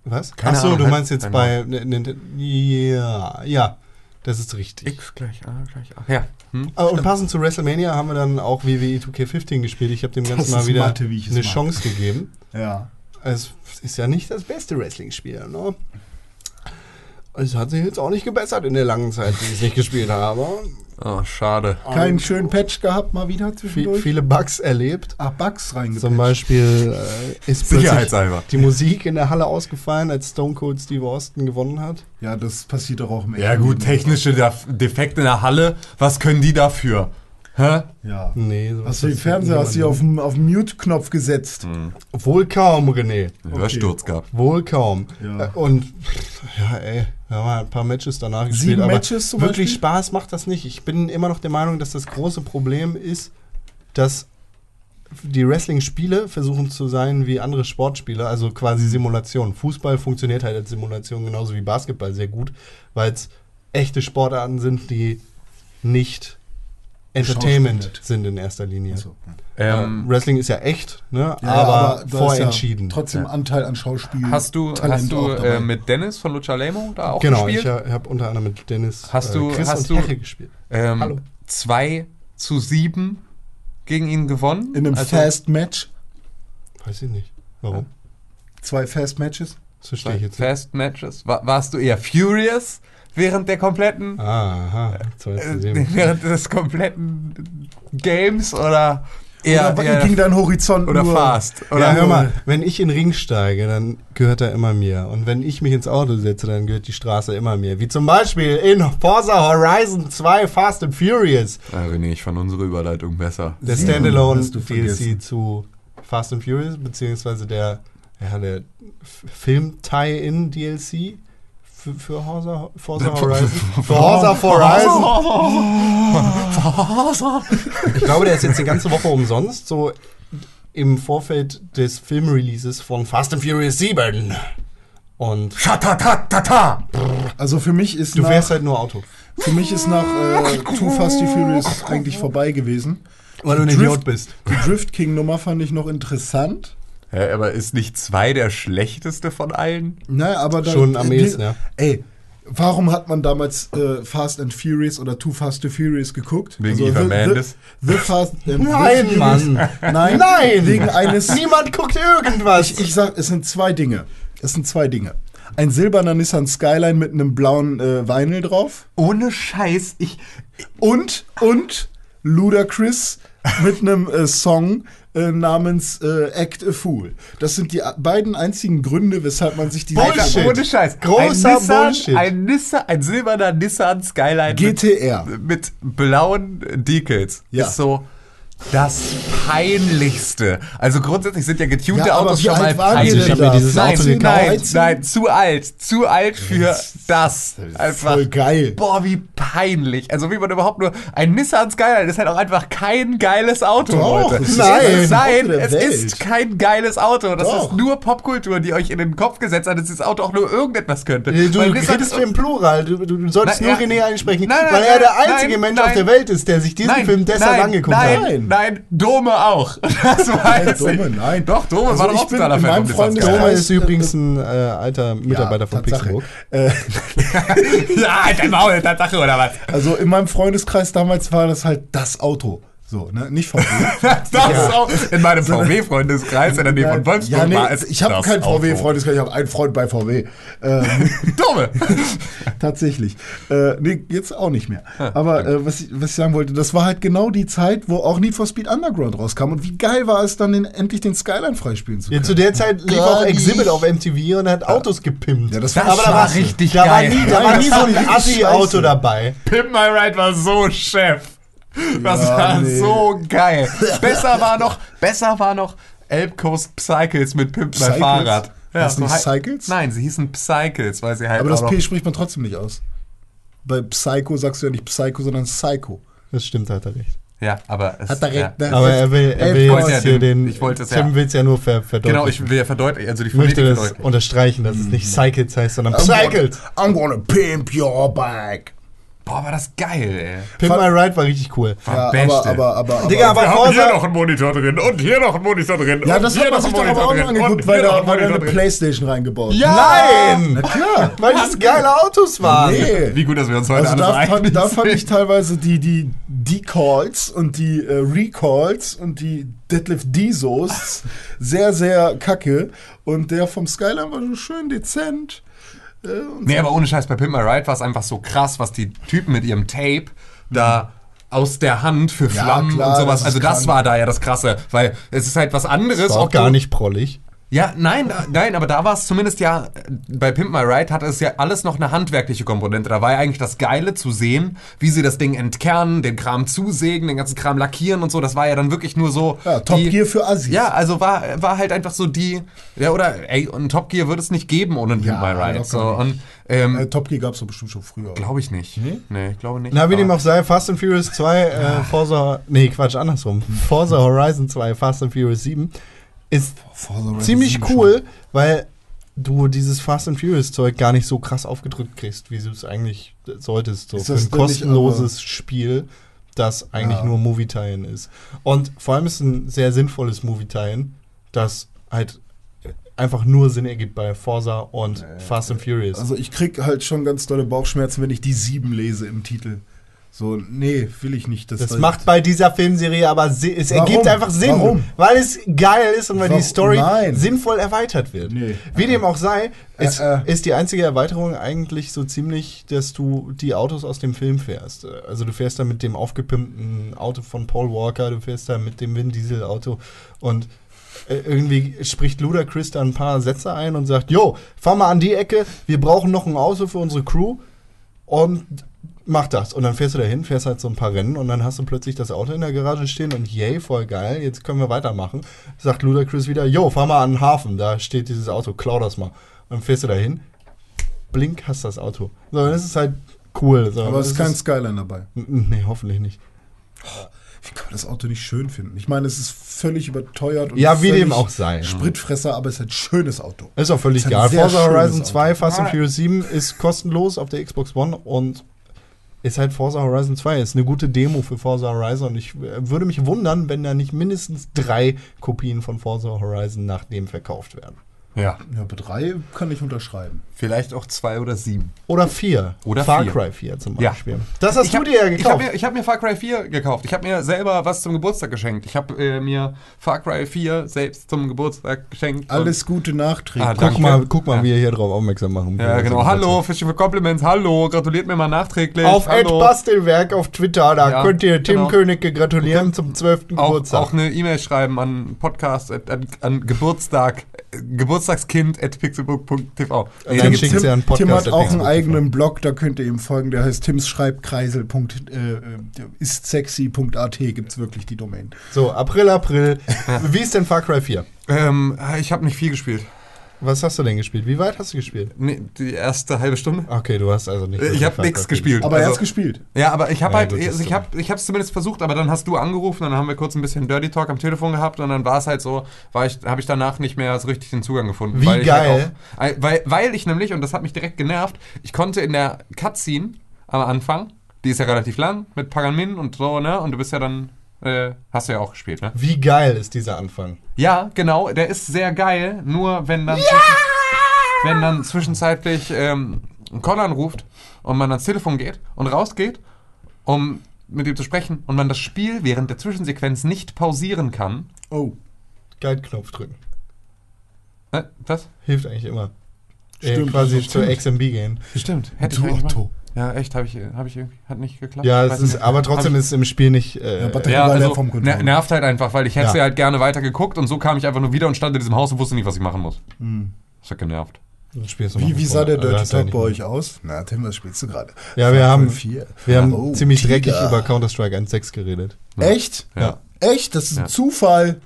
B: Was?
D: Keine
B: Achso,
D: Ahnung,
B: du
D: halt-
B: meinst jetzt
D: keine
B: bei. ne- ne- Ja, ja, das ist richtig.
D: X gleich A gleich A. Ja. Hm?
B: Ah, und passend zu WrestleMania haben wir dann auch E WWE 2K15 gespielt. Ich habe dem Ganzen
C: ist
B: mal wieder
C: Mathe, wie ich es
B: eine
C: mag.
B: Chance gegeben.
C: Ja.
B: Es ist ja nicht das beste Wrestling-Spiel, ne? Es hat sich jetzt auch nicht gebessert in der langen Zeit, die ich es nicht gespielt habe.
D: Oh, schade.
C: Keinen schönen Patch gehabt mal wieder
B: Viel,
C: zwischendurch.
B: viele Bugs erlebt.
C: Ah, Bugs reingepatcht.
B: Zum Beispiel äh, ist plötzlich
D: Sicherheitshalber.
B: die Musik in der Halle ausgefallen, als Stone Cold Steve Austin gewonnen hat.
C: Ja, das passiert doch auch im
D: Ja
C: echten
D: gut,
C: Leben.
D: technische Def- Defekte in der Halle, was können die dafür? Hä?
C: Ja.
B: Nee, sowas
C: Hast du den
B: passiert
C: Fernseher hast du hier auf
B: niemandem.
C: den, auf den Mute-Knopf gesetzt?
D: Hm.
B: Wohl kaum, René.
D: Hörsturz gehabt.
B: Wohl kaum.
C: Ja.
B: Äh, Und pff, ja, ey, wir haben halt ein paar Matches danach gespielt.
C: Sieben
B: aber
C: Matches zum
B: wirklich
C: Beispiel?
B: Spaß macht das nicht. Ich bin immer noch der Meinung, dass das große Problem ist, dass die Wrestling-Spiele versuchen zu sein wie andere Sportspiele, also quasi Simulation. Fußball funktioniert halt als Simulation genauso wie Basketball sehr gut, weil es echte Sportarten sind, die nicht Entertainment
C: Schauspielert.
B: sind in erster Linie.
C: Ach so.
D: Also, Ähm,
B: Wrestling ist ja echt, ne?
C: Ja,
B: aber,
C: da ist
B: vorentschieden.
C: Ja trotzdem
D: Ja.
C: Anteil an Schauspiel.
D: Ähm, Hast du,
C: Talent
D: hast du
C: auch dabei.
D: äh, mit Dennis von Lucha Lemo da auch
B: genau,
D: gespielt?
B: ich habe unter anderem mit Dennis
D: Hast du-
B: äh, Chris
D: hast
B: und
D: du-
B: Herre gespielt.
D: ähm,
B: Hallo.
D: 2 zu 7 gegen ihn gewonnen.
C: in einem
D: Also,
C: Fast Match?
B: Weiß ich nicht. Warum?
C: Zwei Fast Matches?
B: Das verstehe ich
D: zwei
B: jetzt nicht.
D: Fast Matches. Wa- warst du eher furious während der
B: Ah,
D: kompletten
B: Aha, zwei zu
D: äh,
B: sieben.
D: während des kompletten Games oder eher
C: oder
D: eher-
C: ging dein Horizont
D: oder
C: nur?
D: fast oder
B: ja, hör mal, wenn ich in den Ring steige, dann gehört er immer mir. Und wenn ich mich ins Auto setze, dann gehört die Straße immer mir. Wie zum Beispiel in Forza Horizon 2 Fast and Furious.
D: Ah, René, ich fand unsere Überleitung besser.
B: Der
C: Sieben
B: Standalone
C: hast du
B: DLC
C: vergessen.
B: zu Fast and Furious, beziehungsweise der, ja, der F- Film-Tie-In DLC für, für Forza, Forza Horizon. Forza Horizon. Ich glaube, der ist jetzt die ganze Woche umsonst, so im Vorfeld des Filmreleases von Fast and Furious 7. Und
D: Schatatatata!
C: Also für mich ist
B: du
C: nach,
B: fährst halt nur Auto.
C: für mich ist nach äh, Too Fast and Furious eigentlich vorbei gewesen.
B: Weil du ein
C: Drift-
B: Idiot bist.
C: Die Drift King-Nummer fand ich noch interessant.
D: Hä, aber ist nicht 2 der schlechteste von allen?
C: Naja, aber dann,
B: Schon am ehesten, ja.
C: Ey, warum hat man damals äh, Fast and Furious oder Too Fast to Furious geguckt? Also,
D: Wegen Eva Mendes?
C: The, the, the Fast and
B: Nein,
C: the
B: Mann.
C: Nein,
B: Nein.
C: Wegen eines.
B: Niemand guckt irgendwas.
C: Ich, ich sag, es sind zwei Dinge. Es sind zwei Dinge. Ein silberner Nissan Skyline mit einem blauen äh, Vinyl drauf.
D: Ohne Scheiß, ich.
C: Und, und Ludacris mit einem äh, Song äh, namens äh, Act a Fool. Das sind die a- beiden einzigen Gründe, weshalb man sich die
D: Alter, ohne Scheiß.
B: Großer
D: ein Nissan,
B: Bullshit.
D: Ein, Nissan, ein silberner Nissan Skyline
C: GTR.
D: mit, mit blauen Decals
C: E. Ja.
D: ist so das peinlichste. Also grundsätzlich sind ja getunte
C: Ja, aber
D: Autos
C: wie
D: schon mal
C: alt waren die
D: peinlich.
B: Also Ich
C: denn
B: hab mir
C: da?
B: dieses
D: Nein,
B: Auto
D: nein, nein,
C: 13?
D: nein, zu alt. Zu alt für das. Einfach.
C: Voll geil.
D: Boah, wie peinlich. Also wie man überhaupt nur... Ein Nissan Skyline ist halt auch einfach kein geiles Auto,
C: Doch,
D: Leute.
C: es ist
D: nein,
C: das
D: nein,
C: Auto der
D: es
C: Welt.
D: ist kein geiles Auto. Das
C: Doch.
D: ist nur Popkultur, die euch in den Kopf gesetzt hat, dass dieses Auto auch nur irgendetwas könnte.
B: Nee, Äh, Du
D: Weil Nissan-
B: redest im Plural. Du, du, du solltest
D: Nein,
B: nur
D: ja.
B: René einsprechen,
D: Nein, nein,
B: weil er
D: nein,
B: der einzige
D: nein,
B: Mensch auf
D: nein.
B: der Welt ist, der sich diesen Film deshalb
D: nein,
B: angeguckt
D: nein,
B: hat.
D: Nein, Dome auch. Das weiß
C: Dome,
D: ich.
C: nein.
D: Doch, Dome
C: Also
D: war doch
C: ich
D: auch
C: bin
D: totaler
C: in
D: Fan
C: meinem
D: vom Disney
C: Freundes-
D: Sky.
B: Dome ist übrigens ein äh, alter Mitarbeiter von
C: Tatsache.
B: Pixelburg.
C: Äh,
D: Ja, alter Maul, Tatsache, oder was?
C: also in meinem Freundeskreis damals war das halt das Auto. So, ne? Nicht VW.
D: Das ist auch in meinem VW-Freundeskreis in der Nähe von Wolfsburg
C: ja, nee,
D: war es.
C: ich habe
D: das
C: keinen
D: Auto.
C: VW-Freundeskreis, ich habe einen Freund bei VW. Ähm,
D: Dome.
C: Tatsächlich. Äh, nee, jetzt auch nicht mehr. Aber äh, was, ich, was ich sagen wollte, das war halt genau die Zeit, wo auch Need for Speed Underground rauskam. Und wie geil war es dann, den, endlich den Skyline freispielen zu
B: Ja,
C: können.
B: zu der Zeit lief auch
C: die-
B: Exhibit auf MTV und hat Autos gepimpt.
C: Ja, das war
B: da
C: scheiße.
D: richtig
B: da
D: geil.
B: War nie, da
C: Nein,
B: war
C: das
B: nie
C: war
B: so ein
C: richtig
B: Assi-Auto
C: scheiße.
B: dabei.
D: Pimp My Ride war so Chef. Das
C: Ja,
D: war
C: nee.
D: so geil. Besser war noch, besser war noch Elb Coast Cycles mit Pimp My
C: Cycles?
D: Fahrrad.
C: Heißt nicht
D: so hei-
C: Cycles?
D: Nein, sie hießen Cycles, weil sie halt
C: Aber
D: auch
C: das
D: noch-
C: P spricht man trotzdem nicht aus. Bei Psycho sagst du ja nicht Psycho, sondern Psycho.
B: Das stimmt, hat er recht.
D: Ja, aber es,
C: Hat er recht,
D: ja.
C: ne?
B: Aber er will, er
C: Ey,
B: will
C: ich
D: wollte
B: jetzt
D: ja
B: hier
D: den-
B: den.
D: ich wollte es
B: Tim
D: ja.
B: will es ja nur ver verdeutlichen.
D: Genau, ich will ja verdeutlichen, also die
B: Ich möchte
D: Phonetik
B: das
D: verdeutlichen. Mhm.
B: unterstreichen, dass es nicht Cycles heißt, sondern Cycles.
C: I'm gonna pimp your bike.
D: Boah, war das geil, ey.
B: Pimp My Ride war richtig cool.
C: Ja,
D: Beste.
C: aber, aber, aber, aber.
B: Digga, aber
D: Wir haben hier
B: Forza-
D: noch einen Monitor drin und hier noch einen Monitor drin.
C: ja,
D: und
C: das
D: hier
C: hat man
D: noch
C: sich
D: einen
C: doch
D: Monitor
C: aber auch
D: drin
C: noch angeguckt,
D: und
C: weil
D: hier noch
C: da
D: einen
C: war da eine
D: Monitor drin.
C: Playstation reingebaut.
B: Nein!
C: Klar.
B: Weil das geile Autos waren.
C: Nee.
D: Wie gut, dass wir uns heute
C: Also
D: alles
C: da
D: einig
C: fand, da fand ich
D: sind.
C: teilweise die, die Decalls und die äh, Recalls und die Deadlift Dizos sehr, sehr kacke. Und der vom Skyline war so schön dezent.
D: Nee, aber ohne Scheiß, bei Pimp My Ride war es einfach so krass, was die Typen mit ihrem Tape da aus der Hand für
C: Ja,
D: Flammen
C: klar,
D: und sowas.
C: das ist
D: also das
C: krank.
D: war da ja das Krasse, weil es ist halt was anderes.
B: Das war auch
D: ob
B: gar
D: du-
B: nicht prollig.
D: Ja, nein, da- nein, aber da war es zumindest ja, äh, bei Pimp My Ride hatte es ja alles noch eine handwerkliche Komponente. Da war ja eigentlich das Geile zu sehen, wie sie das Ding entkernen, den Kram zusägen, den ganzen Kram lackieren und so. Das war ja dann wirklich nur so.
C: Ja, Top
D: die-
C: Gear für Assis.
D: Ja, also war, war halt einfach so die, ja, oder, ey, und Top Gear würde es nicht geben ohne Pimp
C: Ja,
D: My Ride.
C: locker
D: So,
C: nicht.
D: und, ähm,
C: Äh, Top Gear gab es doch bestimmt schon früher.
D: glaube ich nicht. Nee? ich glaube nicht.
B: Na, wie
D: Aber-
B: dem auch sei, Fast and Furious 2, äh, Forza, nee, Quatsch, andersrum. Forza Horizon 2, Fast and Furious 7 ist
C: Forza Horizon
B: ziemlich
C: 7
B: cool, weil du dieses Fast and Furious Zeug gar nicht so krass aufgedrückt kriegst, wie du es eigentlich solltest. So
C: Ist
B: für
C: das
B: ein
C: denn nicht
B: kostenloses Spiel, das eigentlich
C: Ja.
B: nur Movie-Tie-In ist. Und vor allem ist ein sehr sinnvolles Movie-Tie-In, das halt einfach nur Sinn ergibt bei Forza und
C: Äh,
B: Fast and Furious.
C: Also ich krieg halt schon ganz dolle Bauchschmerzen, wenn ich die sieben lese im Titel. So, nee, will ich nicht. dass
B: Das
C: da-
B: macht bei dieser Filmserie aber Sinn. Es
C: Warum?
B: ergibt einfach Sinn.
C: Warum?
B: Weil es geil ist und weil
C: Warum?
B: die Story
C: Nein.
B: sinnvoll erweitert wird.
C: Nee.
B: Wie dem auch sei, ist,
C: Äh, äh.
B: ist die einzige Erweiterung eigentlich so ziemlich, dass du die Autos aus dem Film fährst. Also du fährst da mit dem aufgepimpten Auto von Paul Walker, du fährst da mit dem Vin Diesel Auto und äh, irgendwie spricht Ludacris da ein paar Sätze ein und sagt, jo, fahr mal an die Ecke, wir brauchen noch ein Auto für unsere Crew und mach das. Und dann fährst du dahin, fährst halt so ein paar Rennen und dann hast du plötzlich das Auto in der Garage stehen und yay, voll geil, jetzt können wir weitermachen. Sagt Ludacris wieder, jo, fahr mal an den Hafen, da steht dieses Auto, klau das mal. Und dann fährst du dahin, blink, hast das Auto. So, das ist halt cool. So,
C: Aber es ist
B: das
C: kein Skyline dabei.
B: N- Nee, hoffentlich nicht.
C: Wie kann man das Auto nicht schön finden? Ich meine, es ist völlig überteuert und
B: Ja, wie
C: völlig
B: dem auch sei.
C: Spritfresser, aber es ist ein schönes Auto.
B: Ist auch völlig
C: Ist ein
B: egal.
C: sehr
B: Forza
C: schönes
B: Horizon
C: Auto.
B: 2 Fast and Furious 7 ist kostenlos auf der Xbox One und ist halt Forza Horizon 2. Ist eine gute Demo für Forza Horizon. Ich äh, würde mich wundern, wenn da nicht mindestens drei Kopien von Forza Horizon nach dem verkauft werden.
D: Ja.
C: Ja, bei drei kann ich unterschreiben.
D: Vielleicht auch zwei oder sieben.
B: Oder vier.
D: Oder
B: Far
D: vier.
B: Cry 4 zum
D: Ja.
B: Beispiel. Das hast du dir ja
D: Ich habe
B: gekauft.
D: mir, ich hab mir Far Cry 4 gekauft. Ich habe mir selber was zum Geburtstag geschenkt. Ich habe äh, mir Far Cry 4 selbst zum Geburtstag geschenkt.
C: Alles Gute nachträglich.
D: Ah, danke.
B: guck mal, guck mal wie ihr hier drauf aufmerksam machen
D: Und, ja,
B: wollt.
D: genau. Hallo, Fishing for Compliments. Hallo, gratuliert mir mal nachträglich.
B: Auf Ed
D: Hallo.
B: Bastelwerk auf Twitter, da
D: Ja,
B: könnt ihr Tim
D: genau.
B: Königke gratulieren zum 12.
D: Auch,
B: Geburtstag.
D: auch eine E-Mail schreiben an Podcast, at, an, an Geburtstag, äh, Geburtstagskind at pixelbook.tv. Nee, da
B: dann
D: gibt's-
B: schickst du ja einen Podcast
C: Tim hat
B: auf
C: auch einen
B: Facebook
C: eigenen Blog, da könnt ihr ihm folgen. Der heißt äh, timsschreibkreisel.istsexy.at. Gibt es wirklich die Domain?
B: So, April, April. Wie ist denn Far Cry 4?
D: ähm, ich habe nicht viel gespielt.
B: Was hast du denn gespielt? Wie weit hast du gespielt?
D: Nee, die erste halbe Stunde.
B: Okay, du hast also nicht.
D: Äh,
B: wirklich
D: Ich habe
B: Far
D: nichts
B: Cry
D: gespielt.
C: Aber er
D: Also-
C: hat gespielt.
D: Ja, aber ich habe
B: Ja,
D: halt,
B: gut, das
D: also
B: ist
D: ich
B: so.
D: habe, ich habe es zumindest versucht, aber dann hast du angerufen, dann haben wir kurz ein bisschen Dirty Talk am Telefon gehabt und dann war es halt so, war ich, habe ich danach nicht mehr so richtig den Zugang gefunden.
B: Wie
D: ich halt
B: geil.
D: auch- Ei- weil, weil ich nämlich und das hat mich direkt genervt, ich konnte in der Cutscene am Anfang, die ist ja relativ lang mit Pagamin und so ne, und du bist ja dann äh, hast du ja auch gespielt, ne?
B: Wie geil ist dieser Anfang?
D: Ja, genau, der ist sehr geil, nur wenn dann, wenn dann zwischenzeitlich ähm, Colin ruft und man ans Telefon geht und rausgeht, um mit ihm zu sprechen und man das Spiel während der Zwischensequenz nicht pausieren kann.
C: Oh.
B: Geil, Knopf drücken.
D: Äh, was?
B: Hilft eigentlich immer.
C: Stimmt,
B: äh, quasi
C: stimmt.
B: zur XMB gehen.
D: Stimmt, hätte
C: Du
D: ich eigentlich
C: Otto.
D: machen- Ja, echt, habe ich, hab ich irgendwie, hat nicht geklappt.
B: Ja, es
D: Ich weiß
B: ist,
D: nicht.
B: aber trotzdem
D: Hab
B: ist im Spiel nicht. Äh,
C: Batterie-
D: Ja,
C: War der
D: also
C: vom Controller.
D: ner nervt halt einfach, weil ich hätte
B: Ja.
D: halt gerne weitergeguckt und so kam ich einfach nur wieder und stand in diesem Haus und wusste nicht, was ich machen muss.
B: Hm.
D: Das hat genervt.
B: das Spiel ist noch
C: Wie, wie sah der
B: Also
C: Dirty
B: hast du ja
C: Talk
B: nicht
C: bei
B: mehr.
C: euch aus? Na, Tim, was spielst du gerade?
B: Ja, wir
C: Far Cry
B: haben-
C: 4.
B: Wir haben
C: Oh,
B: ziemlich
C: Tiger.
B: dreckig über Counter-Strike 1.6 geredet.
C: Echt?
D: Ja.
C: Echt? Das ist ein
D: Ja.
C: Zufall.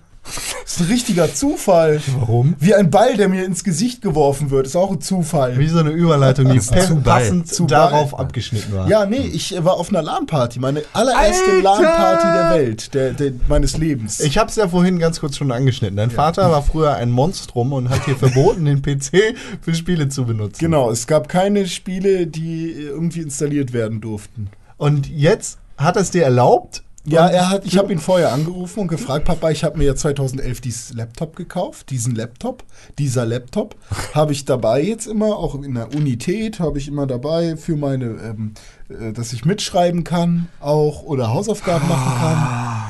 C: Das ist ein richtiger Zufall.
B: Warum?
C: Wie ein Ball, der mir ins Gesicht geworfen wird. Ist auch ein Zufall.
B: Wie so eine Überleitung, die
D: ist zu
B: passend
C: bei. Zu
B: darauf
C: bei.
B: abgeschnitten war.
C: Ja, nee, ich äh, war auf einer LAN-Party. Meine allererste LAN-Party der Welt, der, der, meines Lebens.
B: Ich hab's ja vorhin ganz kurz schon angeschnitten. Dein Vater war früher ein Monstrum und hat dir verboten, den PC für Spiele zu benutzen.
C: genau, es gab keine Spiele, die äh, irgendwie installiert werden durften.
B: Und jetzt hat er es dir erlaubt?
C: Ja, er hat, ich habe ihn vorher angerufen und gefragt, Papa, ich habe mir ja 2011 dieses Laptop gekauft, diesen Laptop, dieser Laptop habe ich dabei jetzt immer, auch in der Unität habe ich immer dabei für meine, ähm, äh, dass ich mitschreiben kann auch oder Hausaufgaben machen
D: Ah.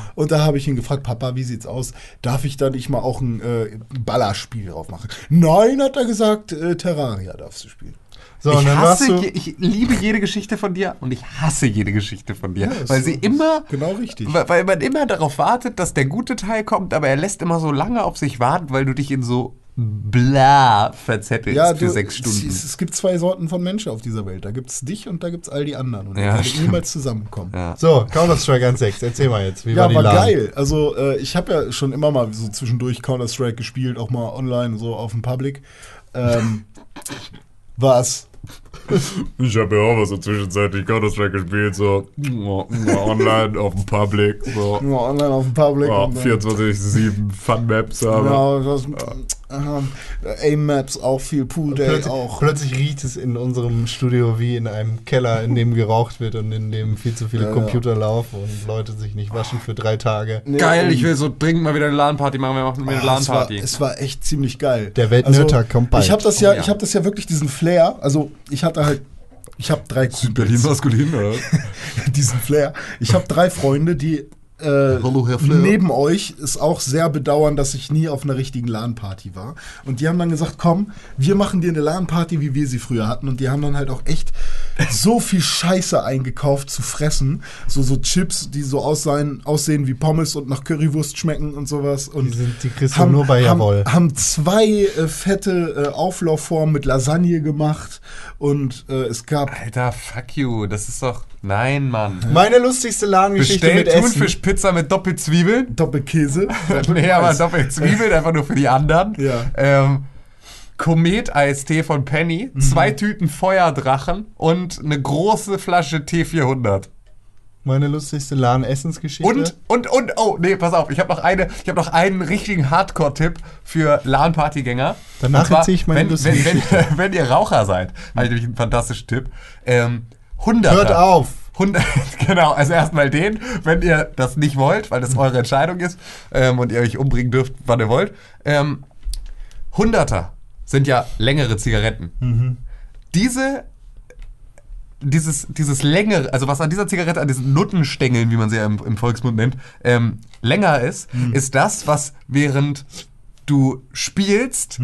C: kann. Und da habe ich ihn gefragt, Papa, wie sieht's aus? Darf ich da nicht mal auch ein äh, Ballerspiel drauf machen? Nein, hat er gesagt, äh, Terraria darfst du spielen.
B: So,
D: ich,
B: warst
D: hasse,
B: du-
D: je- ich liebe jede Geschichte von dir und ich hasse jede Geschichte von dir, weil sie immer,
C: Genau richtig.
D: weil weil man immer darauf wartet, dass der gute Teil kommt, aber er lässt immer so lange auf sich warten, weil du dich in so bla verzettelst für sechs Stunden.
C: Es, es gibt zwei Sorten von Menschen auf dieser Welt. Da gibt es dich und da gibt es all die anderen. Und
D: Ja,
C: die werden
D: stimmt.
C: niemals zusammenkommen.
D: Ja.
B: So, Counter-Strike 1.6, erzähl mal jetzt, wie
C: Ja,
B: war die
C: war
B: LAN?
C: geil. Also äh, ich habe ja schon immer mal so zwischendurch Counter-Strike gespielt, auch mal online, so auf dem Public. Ähm, was?
F: Ich habe ja auch was so zwischenzeitlich Counter-Strike gespielt, so online auf dem Public, so
C: Nur online auf dem Public.
F: ja,
C: und dann-
F: 24-7 Fun-Maps, aber
C: Ja, das, äh, A-Maps auch viel,
B: Äh,
C: Pool Day
B: Plötzlich,
C: Äh, auch.
B: plötzlich riecht es in unserem Studio wie in einem Keller, in dem geraucht wird und in dem viel zu viele
C: Ja, ja.
B: Computer laufen und Leute sich nicht waschen für drei Tage.
D: Geil, ich will so dringend mal wieder eine LAN-Party machen. Wir machen
C: Ah,
D: eine
C: es, war,
D: LAN-Party.
C: es war echt ziemlich geil. Also,
B: Der Weltnöter kommt bald.
C: Ich habe das ja,
D: Oh ja.
C: ich habe das ja wirklich diesen Flair. Also ich hatte halt, ich habe drei Kumpels.
D: maskulin, oder?
C: diesen Flair. Ich habe drei Freunde, die äh,
G: Hallo, Herr Flair.
C: neben euch es auch sehr bedauern, dass ich nie auf einer richtigen LAN-Party war. Und die haben dann gesagt, komm, wir machen dir eine LAN-Party, wie wir sie früher hatten. Und die haben dann halt auch echt so viel Scheiße eingekauft zu fressen. So, so Chips, die so aussehen, aussehen wie Pommes und nach Currywurst schmecken und sowas. Und
B: Die sind- die kriegst du nur bei Jawohl.
C: haben, haben zwei äh, fette äh, Auflaufformen mit Lasagne gemacht. Und äh, es gab
D: Alter, fuck you. Das ist doch. Nein, Mann.
B: Meine lustigste LAN-Geschichte
D: Bestell
B: mit Essen.
D: Thunfischpizza mit Doppelzwiebeln.
C: Doppelkäse.
D: nee, aber Doppelzwiebeln, einfach nur für die anderen.
C: Ja.
D: Ähm, Komet-Eistee von Penny,
B: Mhm.
D: zwei Tüten Feuerdrachen und eine große Flasche T400.
B: Meine lustigste LAN-Essensgeschichte.
D: Und, und, und, oh, nee, pass auf, ich habe noch, eine- ich hab noch einen richtigen Hardcore-Tipp für LAN-Partygänger.
B: Danach
D: Und zwar,
B: erzähl ich meine
D: wenn,
B: lustige
D: wenn, wenn, wenn ihr Raucher seid, habe ich nämlich einen fantastischen Tipp. Ähm, 100er.
B: Hört auf!
D: 100, genau, also erstmal den, wenn ihr das nicht wollt, weil das eure Entscheidung ist ähm, und ihr euch umbringen dürft, wann ihr wollt. Ähm, Hunderter sind ja längere Zigaretten. Diese, dieses, dieses längere, also was an dieser Zigarette, an diesen Nuttenstängeln, wie man sie ja im, im Volksmund nennt, ähm, länger ist, ist das, was während du spielst,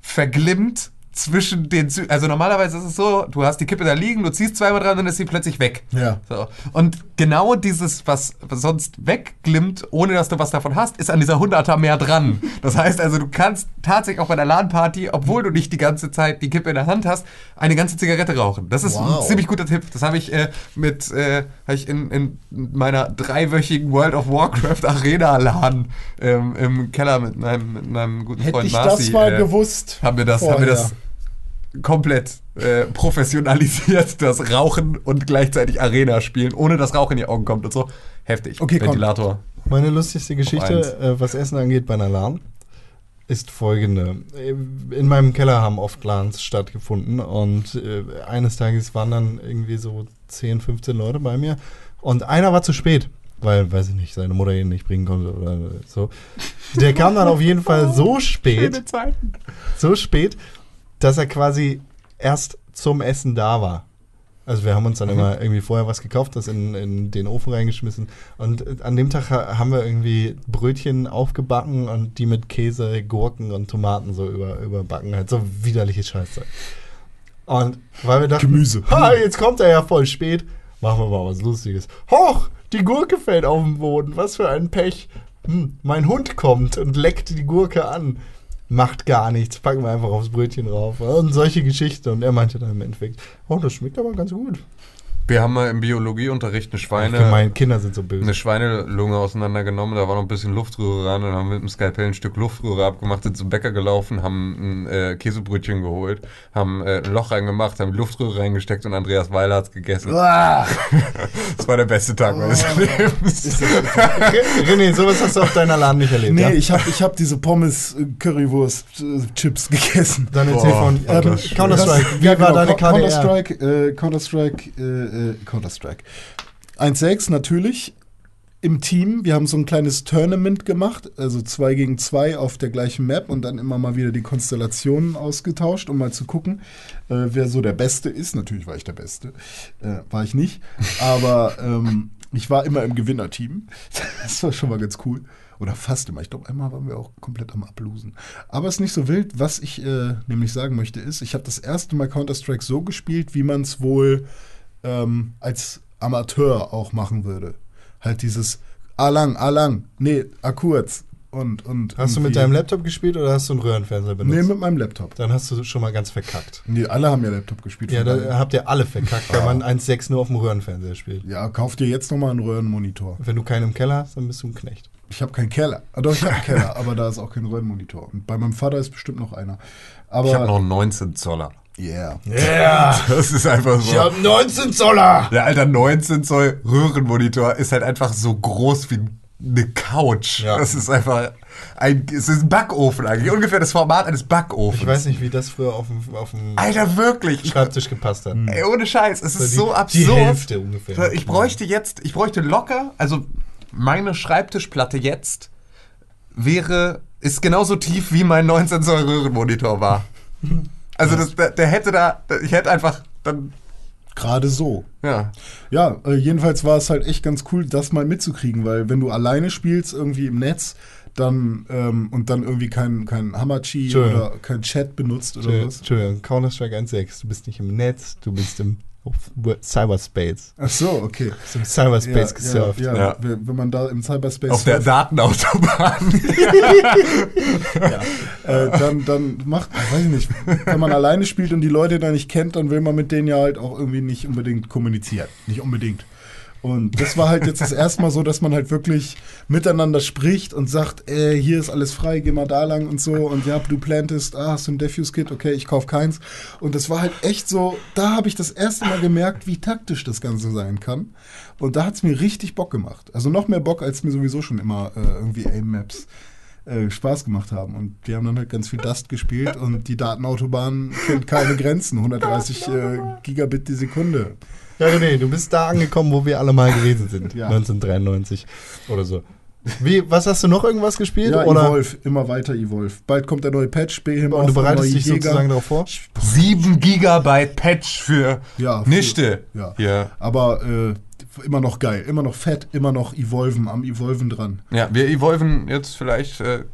D: verglimmt zwischen den Zü Also normalerweise ist es so, du hast die Kippe da liegen, du ziehst zweimal dran, dann ist sie plötzlich weg.
C: Ja.
D: So. Und genau dieses, was, was sonst wegglimmt, ohne dass du was davon hast, ist an dieser 100er mehr dran. Das heißt also, du kannst tatsächlich auch bei der LAN-Party, obwohl du nicht die ganze Zeit die Kippe in der Hand hast, eine ganze Zigarette rauchen. Das ist ein
B: Wow.
D: ziemlich guter Tipp. Das habe ich äh, mit äh, habe ich in, in meiner dreiwöchigen World of Warcraft Arena LAN ähm, im Keller mit meinem, mit meinem guten
C: Hätte
D: Freund
C: ich
D: Marci,
C: das mal
D: äh,
C: gewusst.
D: haben wir das, haben wir
C: vorher.
D: das komplett äh, professionalisiert, das Rauchen und gleichzeitig Arena spielen, ohne dass Rauch in die Augen kommt und so. Heftig.
C: Okay, komm.
D: Ventilator.
B: Meine lustigste
D: eins.
B: Geschichte, äh, was Essen angeht bei einer LAN, ist folgende. In meinem Keller haben oft LANs stattgefunden und äh, eines Tages waren dann irgendwie so 10, 15 Leute bei mir und einer war zu spät, weil, weiß ich nicht, seine Mutter ihn nicht bringen konnte oder so. Der kam dann auf jeden Fall so spät,
D: Zeiten.
B: so spät, dass er quasi erst zum Essen da war. Also wir haben uns dann
D: Mhm.
B: immer irgendwie vorher was gekauft, das in, in den Ofen reingeschmissen. Und äh, an dem Tag ha- haben wir irgendwie Brötchen aufgebacken und die mit Käse, Gurken und Tomaten so über, überbacken. Halt so widerliche Scheiße. Und weil wir dachten,
C: Gemüse.
B: Ha, jetzt kommt er ja voll spät. Machen wir mal was Lustiges. Hoch, die Gurke fällt auf den Boden. Was für ein Pech. Hm, mein Hund kommt und leckt die Gurke an. Macht gar nichts, packen wir einfach aufs Brötchen rauf. Und solche Geschichten. Und er meinte dann im Endeffekt, oh, das schmeckt aber ganz gut.
D: Wir haben mal im Biologieunterricht eine Schweine.
B: Gemein, Kinder sind so böse.
D: eine Schweinelunge auseinandergenommen, da war noch ein bisschen Luftrühre ran, dann haben wir mit dem Skalpell ein Stück Luftrühre abgemacht, sind zum Bäcker gelaufen, haben ein äh, Käsebrötchen geholt, haben äh, ein Loch reingemacht, haben die Luftrühre reingesteckt und Andreas Weiler hat's gegessen.
C: Ah,
D: Das war der beste Tag meines
B: Oh.
D: Lebens.
B: René, sowas hast du auf deiner Laden nicht erlebt.
C: nee,
B: ja?
C: ich habe ich hab diese Pommes äh, Currywurst äh, Chips gegessen.
B: Dann erzähl
D: Boah,
B: von
D: war
B: ähm,
D: das schön.
B: Counter-Strike. Wie
C: ja, genau,
B: war deine
C: Coun-
B: KDR?
C: Counter-Strike, äh, Counter-Strike, äh, äh, Counter-Strike. 1-6 natürlich im Team. Wir haben so ein kleines Tournament gemacht, also 2 gegen 2 auf der gleichen Map und dann immer mal wieder die Konstellationen ausgetauscht, um mal zu gucken, äh, wer so der Beste ist. Natürlich war ich der Beste, äh, war ich nicht, aber ähm, ich war immer im Gewinnerteam. Das war schon mal ganz cool. Oder fast immer. Ich glaube, einmal waren wir auch komplett am Ablosen. Aber es ist nicht so wild. Was ich äh, nämlich sagen möchte, ist, ich habe das erste Mal Counter-Strike so gespielt, wie man es wohl ähm, als Amateur auch machen würde. Halt dieses A lang, A lang, nee, A kurz und und.
B: Hast du mit
C: irgendwie-
B: deinem Laptop gespielt oder hast du einen Röhrenfernseher benutzt?
C: Nee, mit meinem Laptop.
B: Dann hast du schon mal ganz verkackt.
C: Nee, alle haben ja Laptop gespielt.
B: Ja,
C: von
B: da
C: daher.
B: habt ihr alle verkackt, wenn man 1.6 nur auf dem Röhrenfernseher spielt.
C: ja, kauf dir jetzt nochmal einen Röhrenmonitor.
B: Wenn du keinen im Keller hast, dann bist du ein Knecht.
C: Ich habe keinen Keller. Ah, doch, ich habe einen Keller, aber da ist auch kein Röhrenmonitor. Und bei meinem Vater ist bestimmt noch einer. Aber
D: Ich habe noch einen 19 Zoller.
C: yeah.
B: Ja!
D: Das ist einfach so.
B: 19 Zoller!
D: Der alter 19 Zoll Röhrenmonitor ist halt einfach so groß wie eine Couch.
B: Ja.
D: Das ist einfach ein, es ist ein Backofen eigentlich. Ungefähr das Format eines Backofens.
B: Ich weiß nicht, wie das früher auf dem, auf dem
D: Alter, wirklich. Ich,
B: Schreibtisch gepasst hat.
D: ey, ohne Scheiß. Es ist
B: die-
D: so
B: die
D: absurd.
B: Hälfte ungefähr.
D: Ich bräuchte jetzt, ich bräuchte locker, also meine Schreibtischplatte jetzt wäre, ist genauso tief wie mein 19 Zoll Röhrenmonitor war. Also das, der, der hätte da, ich hätte einfach, dann,
C: Gerade so.
D: ja.
C: Ja, äh, jedenfalls war es halt echt ganz cool, das mal mitzukriegen, weil wenn du alleine spielst, irgendwie im Netz, dann ähm, und dann irgendwie kein, kein Hamachi
B: Tschö.
C: oder kein Chat benutzt oder
B: Entschuldigung,
C: was.
B: Entschuldigung, Counter-Strike 1.6. Du bist nicht im Netz, du bist im Cyberspace.
C: Ach so, okay.
B: Du bist im Cyberspace
C: ja,
B: gesurft.
C: ja,
D: Ja.
C: Wenn wenn man da im Cyberspace
D: Auf der Datenautobahn.
C: äh, dann, dann macht, weiß ich nicht, wenn man alleine spielt und die Leute da nicht kennt, dann will man mit denen ja halt auch irgendwie nicht unbedingt kommunizieren. Nicht unbedingt. Und das war halt jetzt das erste Mal so, dass man halt wirklich miteinander spricht und sagt, äh, hier ist alles frei, geh mal da lang und so. Und ja, du plantest, ah, hast du ein Defuse-Kit? Okay, ich kauf keins. Und das war halt echt so, da habe ich das erste Mal gemerkt, wie taktisch das Ganze sein kann. Und da hat es mir richtig Bock gemacht. Also noch mehr Bock, als mir sowieso schon immer äh, irgendwie Aim-Maps äh, Spaß gemacht haben. Und wir haben dann halt ganz viel Dust gespielt und die Datenautobahn kennt keine Grenzen. 130 äh, Gigabit die Sekunde.
B: Ja, René, du bist da angekommen, wo wir alle mal gewesen sind.
C: Ja.
B: 1993 oder so. Wie, was hast du noch irgendwas gespielt?
C: Ja,
B: oder?
C: Evolve, immer weiter Evolve. Bald kommt der neue Patch, Behem
B: Und du bereitest dich sozusagen darauf vor?
D: 7 Gigabyte Patch für
C: Ja, für-
D: Nichte.
C: Ja.
D: Hier.
C: Aber äh, immer noch geil, immer noch fett, immer noch Evolven, am Evolven dran.
D: Ja, wir evolven jetzt vielleicht äh,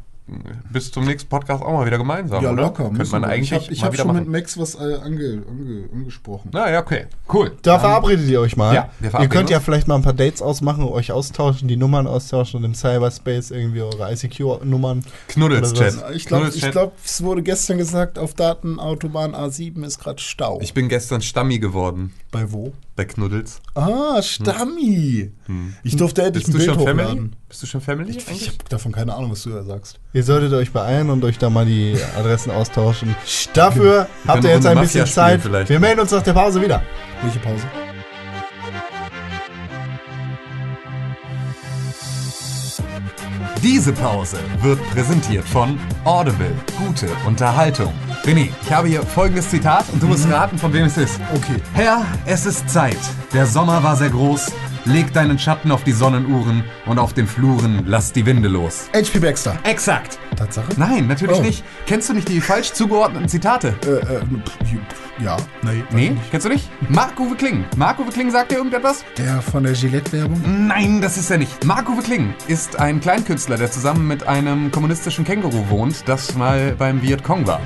D: bis zum nächsten Podcast auch mal wieder gemeinsam.
C: ja,
D: oder?
C: locker.
D: Könnte
C: müssen
D: man
C: wir.
D: eigentlich
C: ich habe ich
D: mal
C: hab
D: wieder
C: schon mit
D: machen. Ne?
C: Max was äh, ange, ange, angesprochen.
D: Na ja, okay. Cool.
B: Da verabredet ihr euch mal.
D: Ja, wir
B: ihr
D: verabreden
B: könnt ja
D: uns.
B: vielleicht mal ein paar Dates ausmachen, euch austauschen, die Nummern austauschen und im Cyberspace irgendwie eure ICQ-Nummern.
D: Knuddels-Chat.
C: Ich glaube,
D: Knuddels-Chat.
C: glaub, es wurde gestern gesagt, auf Datenautobahn A7 ist gerade Stau.
D: ich bin gestern Stammi geworden
C: Bei wo?
D: bei Knuddels.
C: Ah, Stammi. Ich durfte endlich
D: Hm. Bist du schon Family?
C: hochladen.
D: Bist du schon Family? eigentlich?
C: Ich habe davon keine Ahnung, was du da sagst.
B: Ihr solltet euch beeilen und euch da mal die Adressen austauschen. Dafür habt ihr jetzt
D: eine Runde
B: ein
D: Mafia
B: bisschen
D: spielen
B: Zeit.
D: vielleicht.
B: Wir melden uns nach der Pause wieder.
C: Welche Pause?
D: Diese Pause wird präsentiert von Audible. Gute Unterhaltung. René, ich habe hier folgendes Zitat und du musst raten, von wem es ist.
C: Mhm. Okay.
D: Herr, es ist Zeit. Der Sommer war sehr groß. Leg deinen Schatten auf die Sonnenuhren und auf den Fluren lass die Winde los.
C: HP Baxter.
D: Exakt.
C: Tatsache?
D: Nein, natürlich
C: Oh.
D: nicht. Kennst du nicht die falsch zugeordneten Zitate?
C: Äh, äh, pf, ja. Nee.
D: Nee, kennst du nicht? Marc-Uwe Kling. Marc-Uwe Kling sagt dir irgendetwas?
C: Der von der Gillette-Werbung?
D: Hm. Nein, das ist er nicht. Marc-Uwe Kling ist ein Kleinkünstler, der zusammen mit einem kommunistischen Känguru wohnt, das mal beim Vietcong war.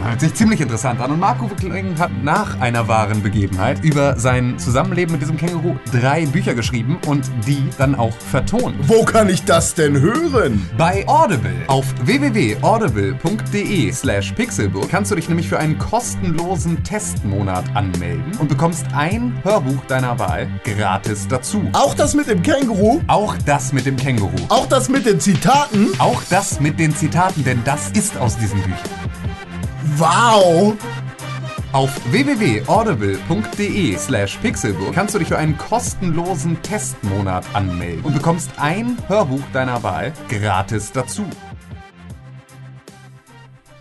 D: Hört sich ziemlich interessant an. Und Marco Kling hat nach einer wahren Begebenheit über sein Zusammenleben mit diesem Känguru drei Bücher geschrieben und die dann auch vertont.
C: Wo kann ich das denn hören?
D: Bei Audible auf www.audible.de slash pixelburg kannst du dich nämlich für einen kostenlosen Testmonat anmelden und bekommst ein Hörbuch deiner Wahl gratis dazu.
C: Auch das mit dem Känguru?
D: Auch das mit dem Känguru.
C: Auch das mit den Zitaten?
D: Auch das mit den Zitaten, denn das ist aus diesen Büchern.
C: Wow!
D: Auf www.audible.de slash pixelburg kannst du dich für einen kostenlosen Testmonat anmelden und bekommst ein Hörbuch deiner Wahl gratis dazu.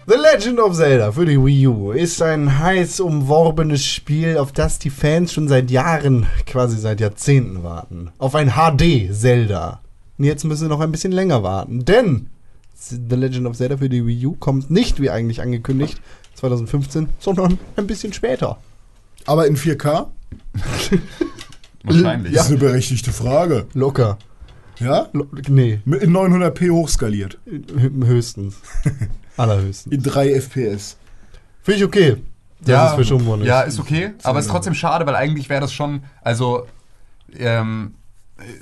B: The Legend of Zelda für die Wii U ist ein heiß umworbenes Spiel, auf das die Fans schon seit Jahren, quasi seit Jahrzehnten warten. Auf ein HD-Zelda. Und jetzt müssen sie noch ein bisschen länger warten, denn The Legend of Zelda für die Wii U kommt nicht, wie eigentlich angekündigt, 2015, sondern ein bisschen später.
C: Aber in 4K?
D: Wahrscheinlich.
C: Das ist eine berechtigte Frage.
B: Locker.
C: Ja?
B: Lo nee,
C: Mit- In 900p hochskaliert.
B: höchstens. Allerhöchstens.
C: In 3 FPS.
B: Finde ich okay. dass
D: Ja,
B: es verschoben worden
D: Ja, ist okay, aber ist trotzdem schade, weil eigentlich wäre das schon, also ähm,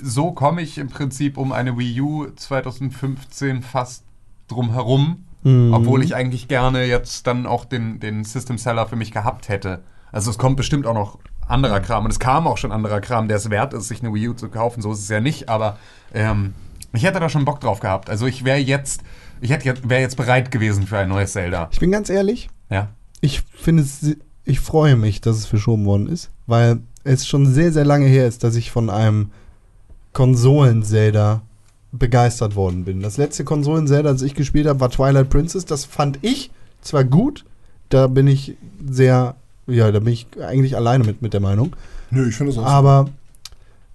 D: so komme ich im Prinzip um eine Wii U 2015 fast drum herum, obwohl ich eigentlich gerne jetzt dann auch den, den System Seller für mich gehabt hätte. Also es kommt bestimmt auch noch anderer Kram und es kam auch schon anderer Kram, der es wert ist, sich eine Wii U zu kaufen, so ist es ja nicht, aber ähm, ich hätte da schon Bock drauf gehabt. Also ich wäre jetzt, ich hätte jetzt, wäre jetzt bereit gewesen für ein neues Zelda.
B: Ich bin ganz ehrlich,
D: Ja.
B: ich finde es, ich freue mich, dass es verschoben worden ist, weil es schon sehr, sehr lange her ist, dass ich von einem Konsolen-Zelda begeistert worden bin. Das letzte Konsolen-Zelda, das ich gespielt habe, war Twilight Princess. Das fand ich zwar gut, da bin ich sehr, ja, da bin ich eigentlich alleine mit, mit der Meinung.
C: Nö, ich finde das auch.
B: Aber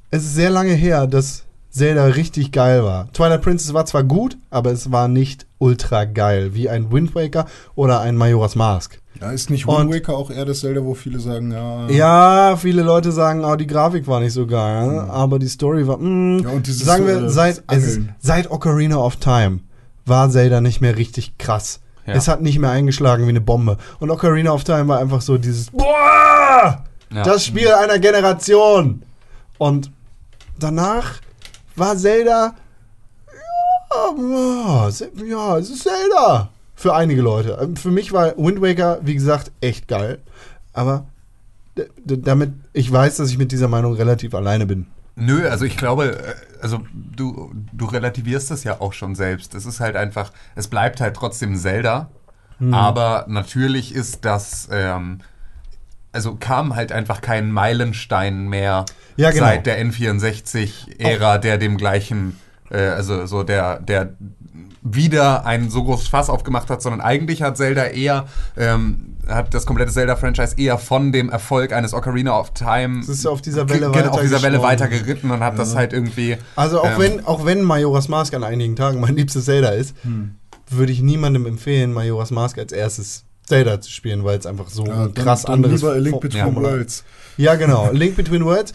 B: es ist sehr lange her, dass Zelda richtig geil war. Twilight Princess war zwar gut, aber es war nicht ultra geil, wie ein Wind Waker oder ein Majora's Mask.
C: Ja, ist nicht
B: Und-
C: Wind Waker auch eher das Zelda, wo viele sagen, ja.
B: Ja, viele Leute sagen, oh, die Grafik war nicht so geil, ne? aber die Story war. mm, Mh.
C: Ja, und dieses,
B: sagen wir,
C: äh,
B: Ähm, seit, es ist,
C: Angeln.
B: seit Ocarina of Time war Zelda nicht mehr richtig krass.
D: Ja.
B: Es hat nicht mehr eingeschlagen wie eine Bombe. Und Ocarina of Time war einfach so dieses Boah!
D: Ja.
B: Das Spiel einer Generation! Und danach war Zelda. Ja, ja, Se- ja, es ist Zelda. Für einige Leute. Ähm, Für mich war Wind Waker, wie gesagt, echt geil. Aber d- d- damit, ich weiß, dass ich mit dieser Meinung relativ alleine bin.
D: Nö, also ich glaube, äh, also du, du relativierst das ja auch schon selbst. Es ist halt einfach, es bleibt halt trotzdem Zelda,
B: Hm.
D: aber natürlich ist das, ähm, also kam halt einfach kein Meilenstein mehr
B: Ja, genau.
D: seit der N64-Ära, der dem gleichen, äh, also so der, der wieder ein so großes Fass aufgemacht hat, sondern eigentlich hat Zelda eher ähm, hat das komplette Zelda-Franchise eher von dem Erfolg eines Ocarina of Time
B: Es ist auf dieser Welle
D: genau, auf dieser Welle
B: weitergeschwommen.
D: weitergeritten und hat das halt irgendwie.
B: Also auch
D: Ähm.
B: wenn auch wenn Majora's Mask an einigen Tagen mein liebstes Zelda ist,
C: Hm.
B: würde ich niemandem empfehlen, Majora's Mask als erstes Zelda zu spielen, weil es einfach so
C: Ja,
B: ein krass
C: dann,
B: anderes
C: Dann lieber A Link
B: Fo-
C: Between
D: Ja.
C: Worlds.
B: Ja, genau. Link Between Worlds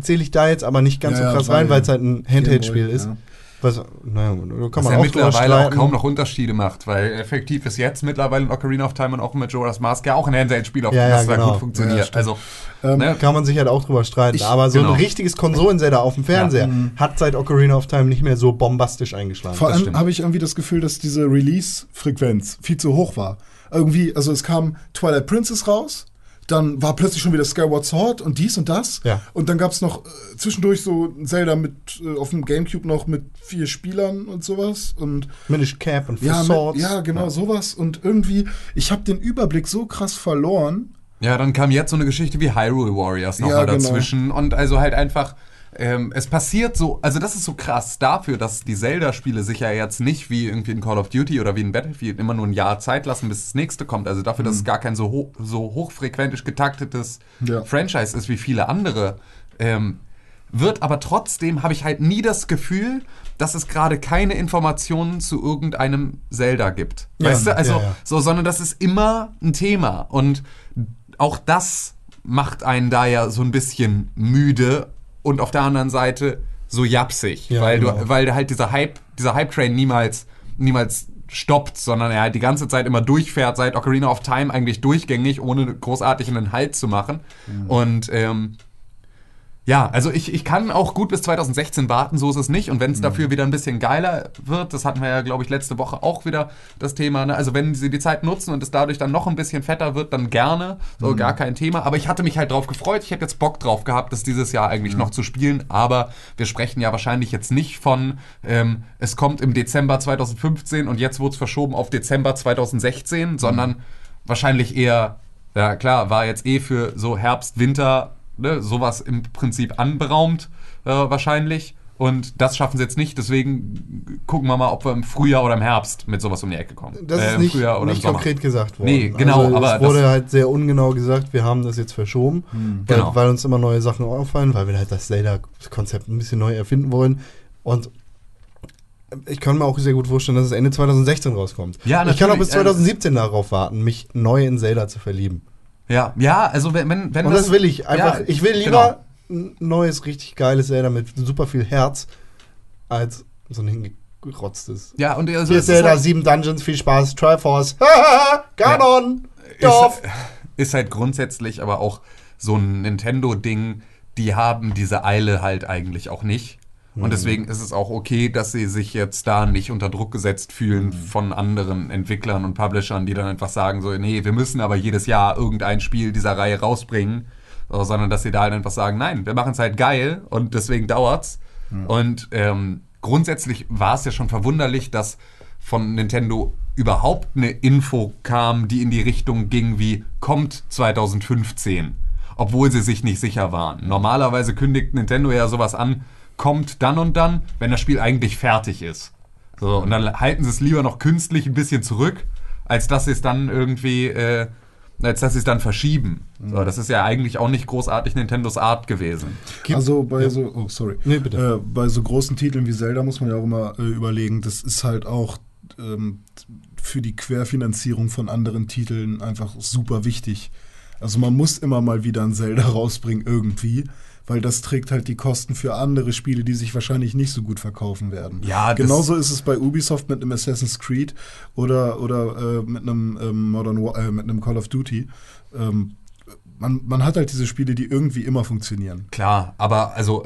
B: zähle ich da jetzt aber nicht ganz
C: Ja,
B: so
C: ja,
B: krass
C: weil-
B: rein, weil es halt ein Handheld-Spiel
C: Gameboy,
B: ist.
C: ja.
B: Was, naja, da kann
D: Was
B: man
D: ja
B: auch drüber
D: mittlerweile auch
B: streiten.
D: kaum noch Unterschiede macht, weil effektiv ist jetzt mittlerweile in Ocarina of Time und auch in Majora's Mask ja auch ein Handheld-Spiel, auf
B: Ja,
D: dem
B: ja,
D: das da
B: genau.
D: gut
C: Ja,
D: funktioniert.
C: stimmt.
D: also,
C: Ähm,
D: ne,
B: Kann man sich halt auch drüber streiten.
D: Ich-
B: aber so
D: genau.
B: ein richtiges Konsolenzelda auf dem Fernseher hat seit Ocarina of Time nicht mehr so bombastisch eingeschlagen.
C: Mhm. Vor
D: das
C: allem
D: stimmt.
C: habe ich irgendwie das Gefühl, dass diese Release-Frequenz viel zu hoch war. Irgendwie, also es kam Twilight Princess raus, dann war plötzlich schon wieder Skyward Sword und dies und das.
B: Ja.
C: Und dann gab es noch äh, zwischendurch so ein Zelda mit äh, auf dem Gamecube noch mit vier Spielern und sowas. Und
B: Minish Cap und Four
C: ja, mit,
B: Swords.
C: ja, genau, sowas. Und irgendwie, ich habe den Überblick so krass verloren.
D: Ja, dann kam jetzt so eine Geschichte wie Hyrule Warriors
C: Ja,
D: nochmal mal
C: genau.
D: dazwischen. Und also halt einfach, ähm, es passiert so, also das ist so krass dafür, dass die Zelda-Spiele sich ja jetzt nicht wie irgendwie in Call of Duty oder wie in Battlefield immer nur ein Jahr Zeit lassen, bis das nächste kommt. Also dafür, dass es gar kein so, ho so hochfrequentisch getaktetes
C: Mhm. Ja.
D: Franchise ist wie viele andere. Ähm, wird aber trotzdem, habe ich halt nie das Gefühl, dass es gerade keine Informationen zu irgendeinem Zelda gibt.
B: Ja,
D: weißt du, also
B: ja, ja.
D: so, sondern das ist immer ein Thema. Und auch das macht einen da ja so ein bisschen müde und auf der anderen Seite so japsig,
B: Ja,
D: weil,
B: genau.
D: du, weil halt dieser Hype, dieser Hype-Train niemals, niemals stoppt, sondern er halt die ganze Zeit immer durchfährt, seit Ocarina of Time eigentlich durchgängig, ohne großartig einen Halt zu machen.
B: Mhm.
D: Und ähm, ja, also ich, ich kann auch gut bis 2016 warten, so ist es nicht. Und wenn es dafür wieder ein bisschen geiler wird, das hatten wir ja, glaube ich, letzte Woche auch wieder das Thema. Ne? Also wenn sie die Zeit nutzen und es dadurch dann noch ein bisschen fetter wird, dann gerne. So gar kein Thema. Aber ich hatte mich halt drauf gefreut. Ich hätte jetzt Bock drauf gehabt, das dieses Jahr eigentlich noch zu spielen. Aber wir sprechen ja wahrscheinlich jetzt nicht von, ähm, es kommt im Dezember 2015 und jetzt wurde es verschoben auf Dezember 2016, sondern wahrscheinlich eher ja, klar, war jetzt eh für so Herbst, Winter, ne, sowas im Prinzip anberaumt, äh, wahrscheinlich. Und das schaffen sie jetzt nicht, deswegen gucken wir mal, ob wir im Frühjahr oder im Herbst mit sowas um die Ecke kommen.
B: Das
D: Äh,
B: ist
D: im
B: nicht,
D: Frühjahr oder im
B: nicht
D: Sommer.
B: konkret gesagt worden.
D: Nee, genau, aber
B: es wurde
D: das-
B: halt sehr ungenau gesagt, wir haben das jetzt verschoben, weil,
D: genau.
B: weil uns immer neue Sachen auffallen, weil wir halt das Zelda-Konzept ein bisschen neu erfinden wollen. Und ich kann mir auch sehr gut vorstellen, dass es Ende 2016 rauskommt.
D: Ja,
B: ich kann auch
D: natürlich, äh,
B: bis
D: ja.
B: 2017 darauf warten, mich neu in Zelda zu verlieben.
D: Ja, ja, also wenn, wenn, wenn
B: Und das will ich einfach.
D: ja, genau.
B: ich will lieber ein neues, richtig geiles Zelda mit super viel Herz, als so ein hingerotztes
D: Ja, und also
B: hier
D: es
B: ist
D: ist
B: Zelda,
D: halt,
B: sieben Dungeons, viel Spaß, Triforce. Haha, Ganon, Dorf.
D: ist halt grundsätzlich aber auch so ein Nintendo-Ding, die haben diese Eile halt eigentlich auch nicht. Und deswegen ist es auch okay, dass sie sich jetzt da nicht unter Druck gesetzt fühlen von anderen Entwicklern und Publishern, die dann einfach sagen so, nee, wir müssen aber jedes Jahr irgendein Spiel dieser Reihe rausbringen, so, sondern dass sie da halt einfach sagen, nein, wir machen es halt geil und deswegen dauert's. Und ähm, grundsätzlich war es ja schon verwunderlich, dass von Nintendo überhaupt eine Info kam, die in die Richtung ging wie kommt 2015, obwohl sie sich nicht sicher waren. Normalerweise kündigt Nintendo ja sowas an, kommt dann und dann, wenn das Spiel eigentlich fertig ist. So, und dann halten sie es lieber noch künstlich ein bisschen zurück, als dass sie es dann irgendwie, äh, als dass sie es dann verschieben. So, das ist ja eigentlich auch nicht großartig Nintendos Art gewesen.
B: Gibt-
C: also bei so, oh sorry,
B: Nee, bitte.
C: Äh, bei so großen Titeln wie Zelda muss man ja auch immer äh, überlegen, das ist halt auch ähm, für die Querfinanzierung von anderen Titeln einfach super wichtig. Also man muss immer mal wieder ein Zelda rausbringen irgendwie, weil das trägt halt die Kosten für andere Spiele, die sich wahrscheinlich nicht so gut verkaufen werden.
D: Ja, das-
C: genauso ist es bei Ubisoft mit einem Assassin's Creed oder oder äh, mit einem ähm, Modern War, äh, mit einem Call of Duty. Ähm, man, man hat halt diese Spiele, die irgendwie immer funktionieren.
D: Klar, aber also,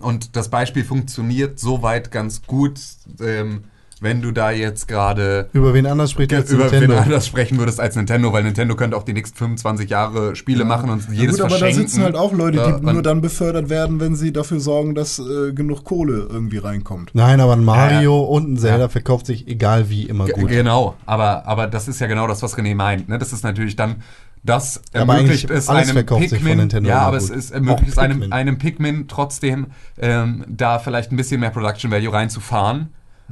D: und das Beispiel funktioniert soweit ganz gut, ähm, wenn du da jetzt gerade
B: Über wen anders spricht jetzt
D: über wen
B: Nintendo?
D: anders sprechen würdest als Nintendo, weil Nintendo könnte auch die nächsten 25 Jahre Spiele machen und
C: Ja,
D: jedes
C: gut, aber da
D: verschenken.
C: sitzen halt auch Leute,
D: Ja,
C: die
D: und-
C: nur dann befördert werden, wenn sie dafür sorgen, dass äh, genug Kohle irgendwie reinkommt.
B: Nein, aber ein Mario und ein Zelda verkauft sich egal wie immer
D: G-
B: gut.
D: Genau, aber, aber das ist ja genau das, was René meint. Ne? Das ist natürlich dann, das
B: aber
D: ermöglicht
B: eigentlich
D: es
B: alles
D: einem
B: verkauft sich von
D: Pikmin,
B: Nintendo
D: ja,
B: immer
D: aber es
B: gut.
D: ist, ermöglicht es
B: Auch
D: einem,
B: Pikmin.
D: einem Pikmin trotzdem ähm, da vielleicht ein bisschen mehr
B: Mhm.
D: Production Value reinzufahren,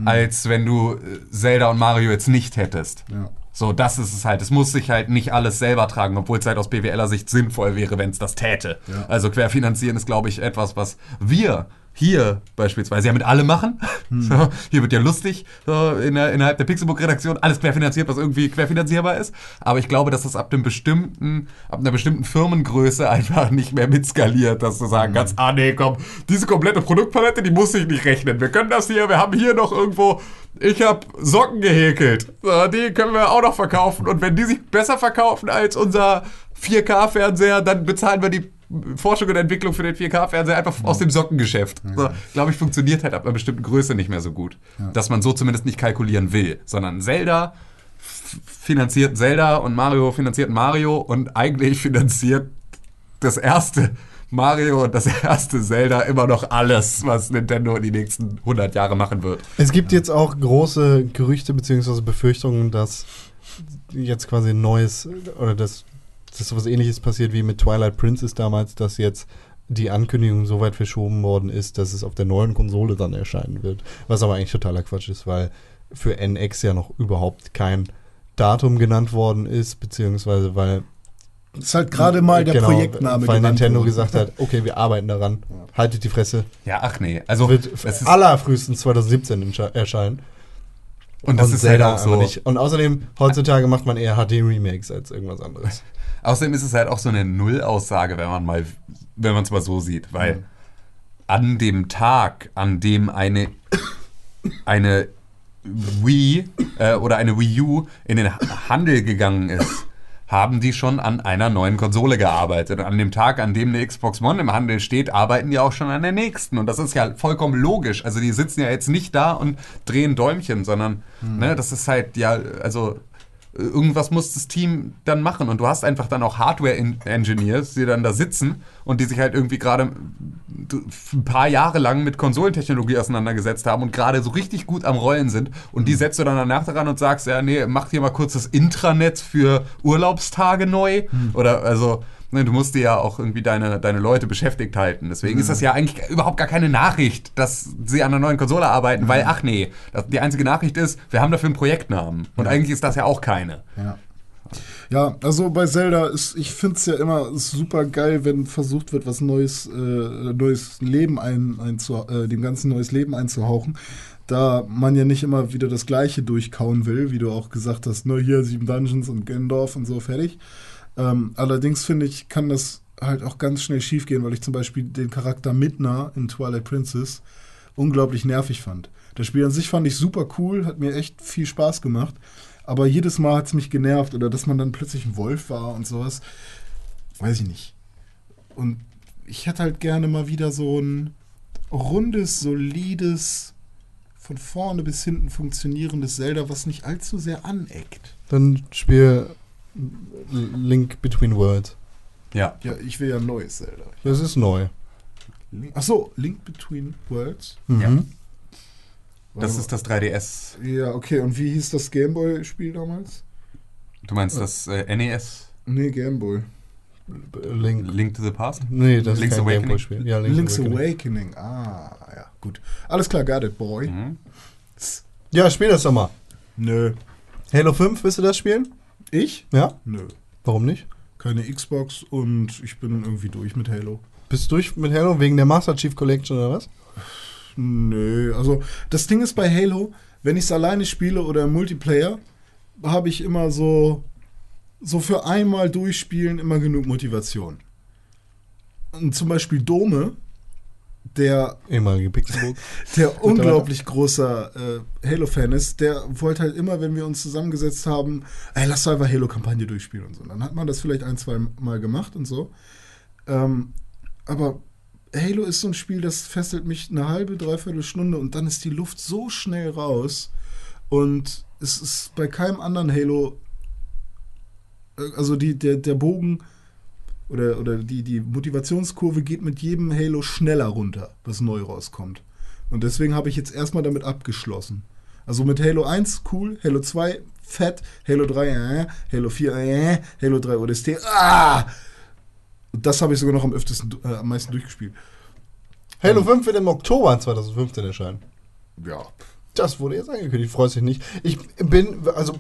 D: als wenn du äh, Zelda und Mario jetzt nicht hättest.
C: Ja.
D: So, das ist es halt. Es muss sich halt nicht alles selber tragen, obwohl es halt aus BWLer Sicht sinnvoll wäre, wenn es das täte. Also querfinanzieren ist, glaube ich, etwas, was wir hier beispielsweise ja mit allem machen. So, hier wird ja lustig so, in der, innerhalb der Pixelbook-Redaktion alles querfinanziert, was irgendwie querfinanzierbar ist. Aber ich glaube, dass das ab dem bestimmten, ab einer bestimmten Firmengröße einfach nicht mehr mitskaliert, dass du sagen kannst, ah nee, komm, diese komplette Produktpalette, die muss ich nicht rechnen. Wir können das hier, wir haben hier noch irgendwo ich habe Socken gehäkelt. Äh, Die können wir auch noch verkaufen. Und wenn die sich besser verkaufen als unser 4K-Fernseher, dann bezahlen wir die Forschung und Entwicklung für den 4K-Fernseher einfach aus dem Sockengeschäft. So, Glaube ich, funktioniert halt ab einer bestimmten Größe nicht mehr so gut. Dass man so zumindest nicht kalkulieren will, sondern Zelda f- finanziert Zelda und Mario finanziert Mario und eigentlich finanziert das erste Mario und das erste Zelda immer noch alles, was Nintendo in die nächsten 100 Jahre machen wird.
H: Es gibt jetzt auch große Gerüchte bzw. Befürchtungen, dass jetzt quasi ein neues oder dass, dass sowas ähnliches passiert wie mit Twilight Princess damals, dass jetzt die Ankündigung so weit verschoben worden ist, dass es auf der neuen Konsole dann erscheinen wird. Was aber eigentlich totaler Quatsch ist, weil für NX ja noch überhaupt kein Datum genannt worden ist, beziehungsweise weil
C: Das ist halt gerade
B: äh,
C: mal der
H: genau,
C: Projektname
H: weil
C: genannt
H: Nintendo
C: wurde.
H: gesagt hat, okay, wir arbeiten daran, haltet die Fresse,
D: Ja, ach nee. Also,
H: wird
D: es ist,
H: allerfrühestens 2017 entsche- erscheinen.
D: und das ist halt auch so.
H: aber nicht. Und außerdem, heutzutage macht man eher HD-Remakes als irgendwas anderes.
D: Außerdem ist es halt auch so eine Nullaussage, wenn man mal, wenn man es mal so sieht, weil an dem Tag, an dem eine, eine Wii äh, oder eine Wii U in den Ha- Handel gegangen ist, haben die schon an einer neuen Konsole gearbeitet. Und an dem Tag, an dem eine Xbox One im Handel steht, arbeiten die auch schon an der nächsten. Und das ist ja vollkommen logisch. Also die sitzen ja jetzt nicht da und drehen Däumchen, sondern ne, das ist halt ja, also irgendwas muss das Team dann machen. Und du hast einfach dann auch Hardware-Engineers, die dann da sitzen und die sich halt irgendwie gerade ein paar Jahre lang mit Konsolentechnologie auseinandergesetzt haben und gerade so richtig gut am Rollen sind. Und die setzt du dann danach daran und sagst, ja, nee, mach hier mal kurz das Intranet für Urlaubstage neu. Oder also. Ne, du musst dir ja auch irgendwie deine, deine Leute beschäftigt halten. Deswegen ist das ja eigentlich überhaupt gar keine Nachricht, dass sie an einer neuen Konsole arbeiten, weil, ach nee, das, die einzige Nachricht ist, wir haben dafür einen Projektnamen. Und eigentlich ist das ja auch keine.
C: Ja. Ja, also bei Zelda ist, ich finde es ja immer super geil, wenn versucht wird, was neues, äh, neues Leben ein, einzu, äh, dem ganzen neues Leben einzuhauchen. Da man ja nicht immer wieder das Gleiche durchkauen will, wie du auch gesagt hast, ne, hier sieben Dungeons und Gendorf und so fertig. Ähm, allerdings finde ich, kann das halt auch ganz schnell schief gehen, weil ich zum Beispiel den Charakter Midna in Twilight Princess unglaublich nervig fand. Das Spiel an sich fand ich super cool, hat mir echt viel Spaß gemacht. Aber jedes Mal hat es mich genervt oder dass man dann plötzlich ein Wolf war und sowas. Weiß ich nicht. Und ich hätte halt gerne mal wieder so ein rundes, solides, von vorne bis hinten funktionierendes Zelda, was nicht allzu sehr aneckt.
H: Dann spiel Link Between Worlds.
D: Ja.
C: Ja, ich will ja ein neues Zelda.
H: Das ist neu.
C: Achso, Link Between Worlds.
H: Mhm.
D: Das ist das 3DS.
C: Ja, okay. Und wie hieß das Gameboy-Spiel damals?
D: Du meinst das äh, NES
C: Nee, Gameboy.
H: Link.
D: Link to the Past?
H: Nee, das
D: Link's
H: ist kein
D: Awakening.
H: Gameboy-Spiel. Ja,
C: Link's Awakening. Ah, ja, gut. Alles klar, got it, boy.
D: Mhm.
H: Ja, spiel das doch mal.
C: Nö.
H: Halo 5, willst du das spielen?
C: Ich?
H: Ja?
C: Nö.
H: Warum nicht?
C: Keine Xbox und ich bin irgendwie durch mit Halo.
H: Bist du durch mit Halo wegen der Master Chief Collection oder was?
C: Nö, also das Ding ist bei Halo, wenn ich es alleine spiele oder im Multiplayer, habe ich immer so, so für einmal durchspielen immer genug Motivation. Und zum Beispiel Dome, der
H: Ehemalige Pixelburg.
C: der unglaublich großer äh, Halo-Fan ist, der wollte halt immer, wenn wir uns zusammengesetzt haben, ey, lass doch einfach Halo-Kampagne durchspielen und so. Dann hat man das vielleicht ein, zwei Mal gemacht und so. Ähm, aber Halo ist so ein Spiel, das fesselt mich eine halbe, dreiviertel Stunde und dann ist die Luft so schnell raus und es ist bei keinem anderen Halo, äh, also die, der, der Bogen oder, oder die, die Motivationskurve geht mit jedem Halo schneller runter, was neu rauskommt. Und deswegen habe ich jetzt erstmal damit abgeschlossen. Also mit Halo 1 cool, Halo 2 fett, Halo 3 äh, Halo 4 äh, Halo 3 ODST. Ah! Und das habe ich sogar noch am öftesten du- äh, am meisten durchgespielt.
H: Halo 5 wird im Oktober 2015 erscheinen.
C: Ja.
H: Das wurde jetzt angekündigt, freust dich nicht. Ich bin, also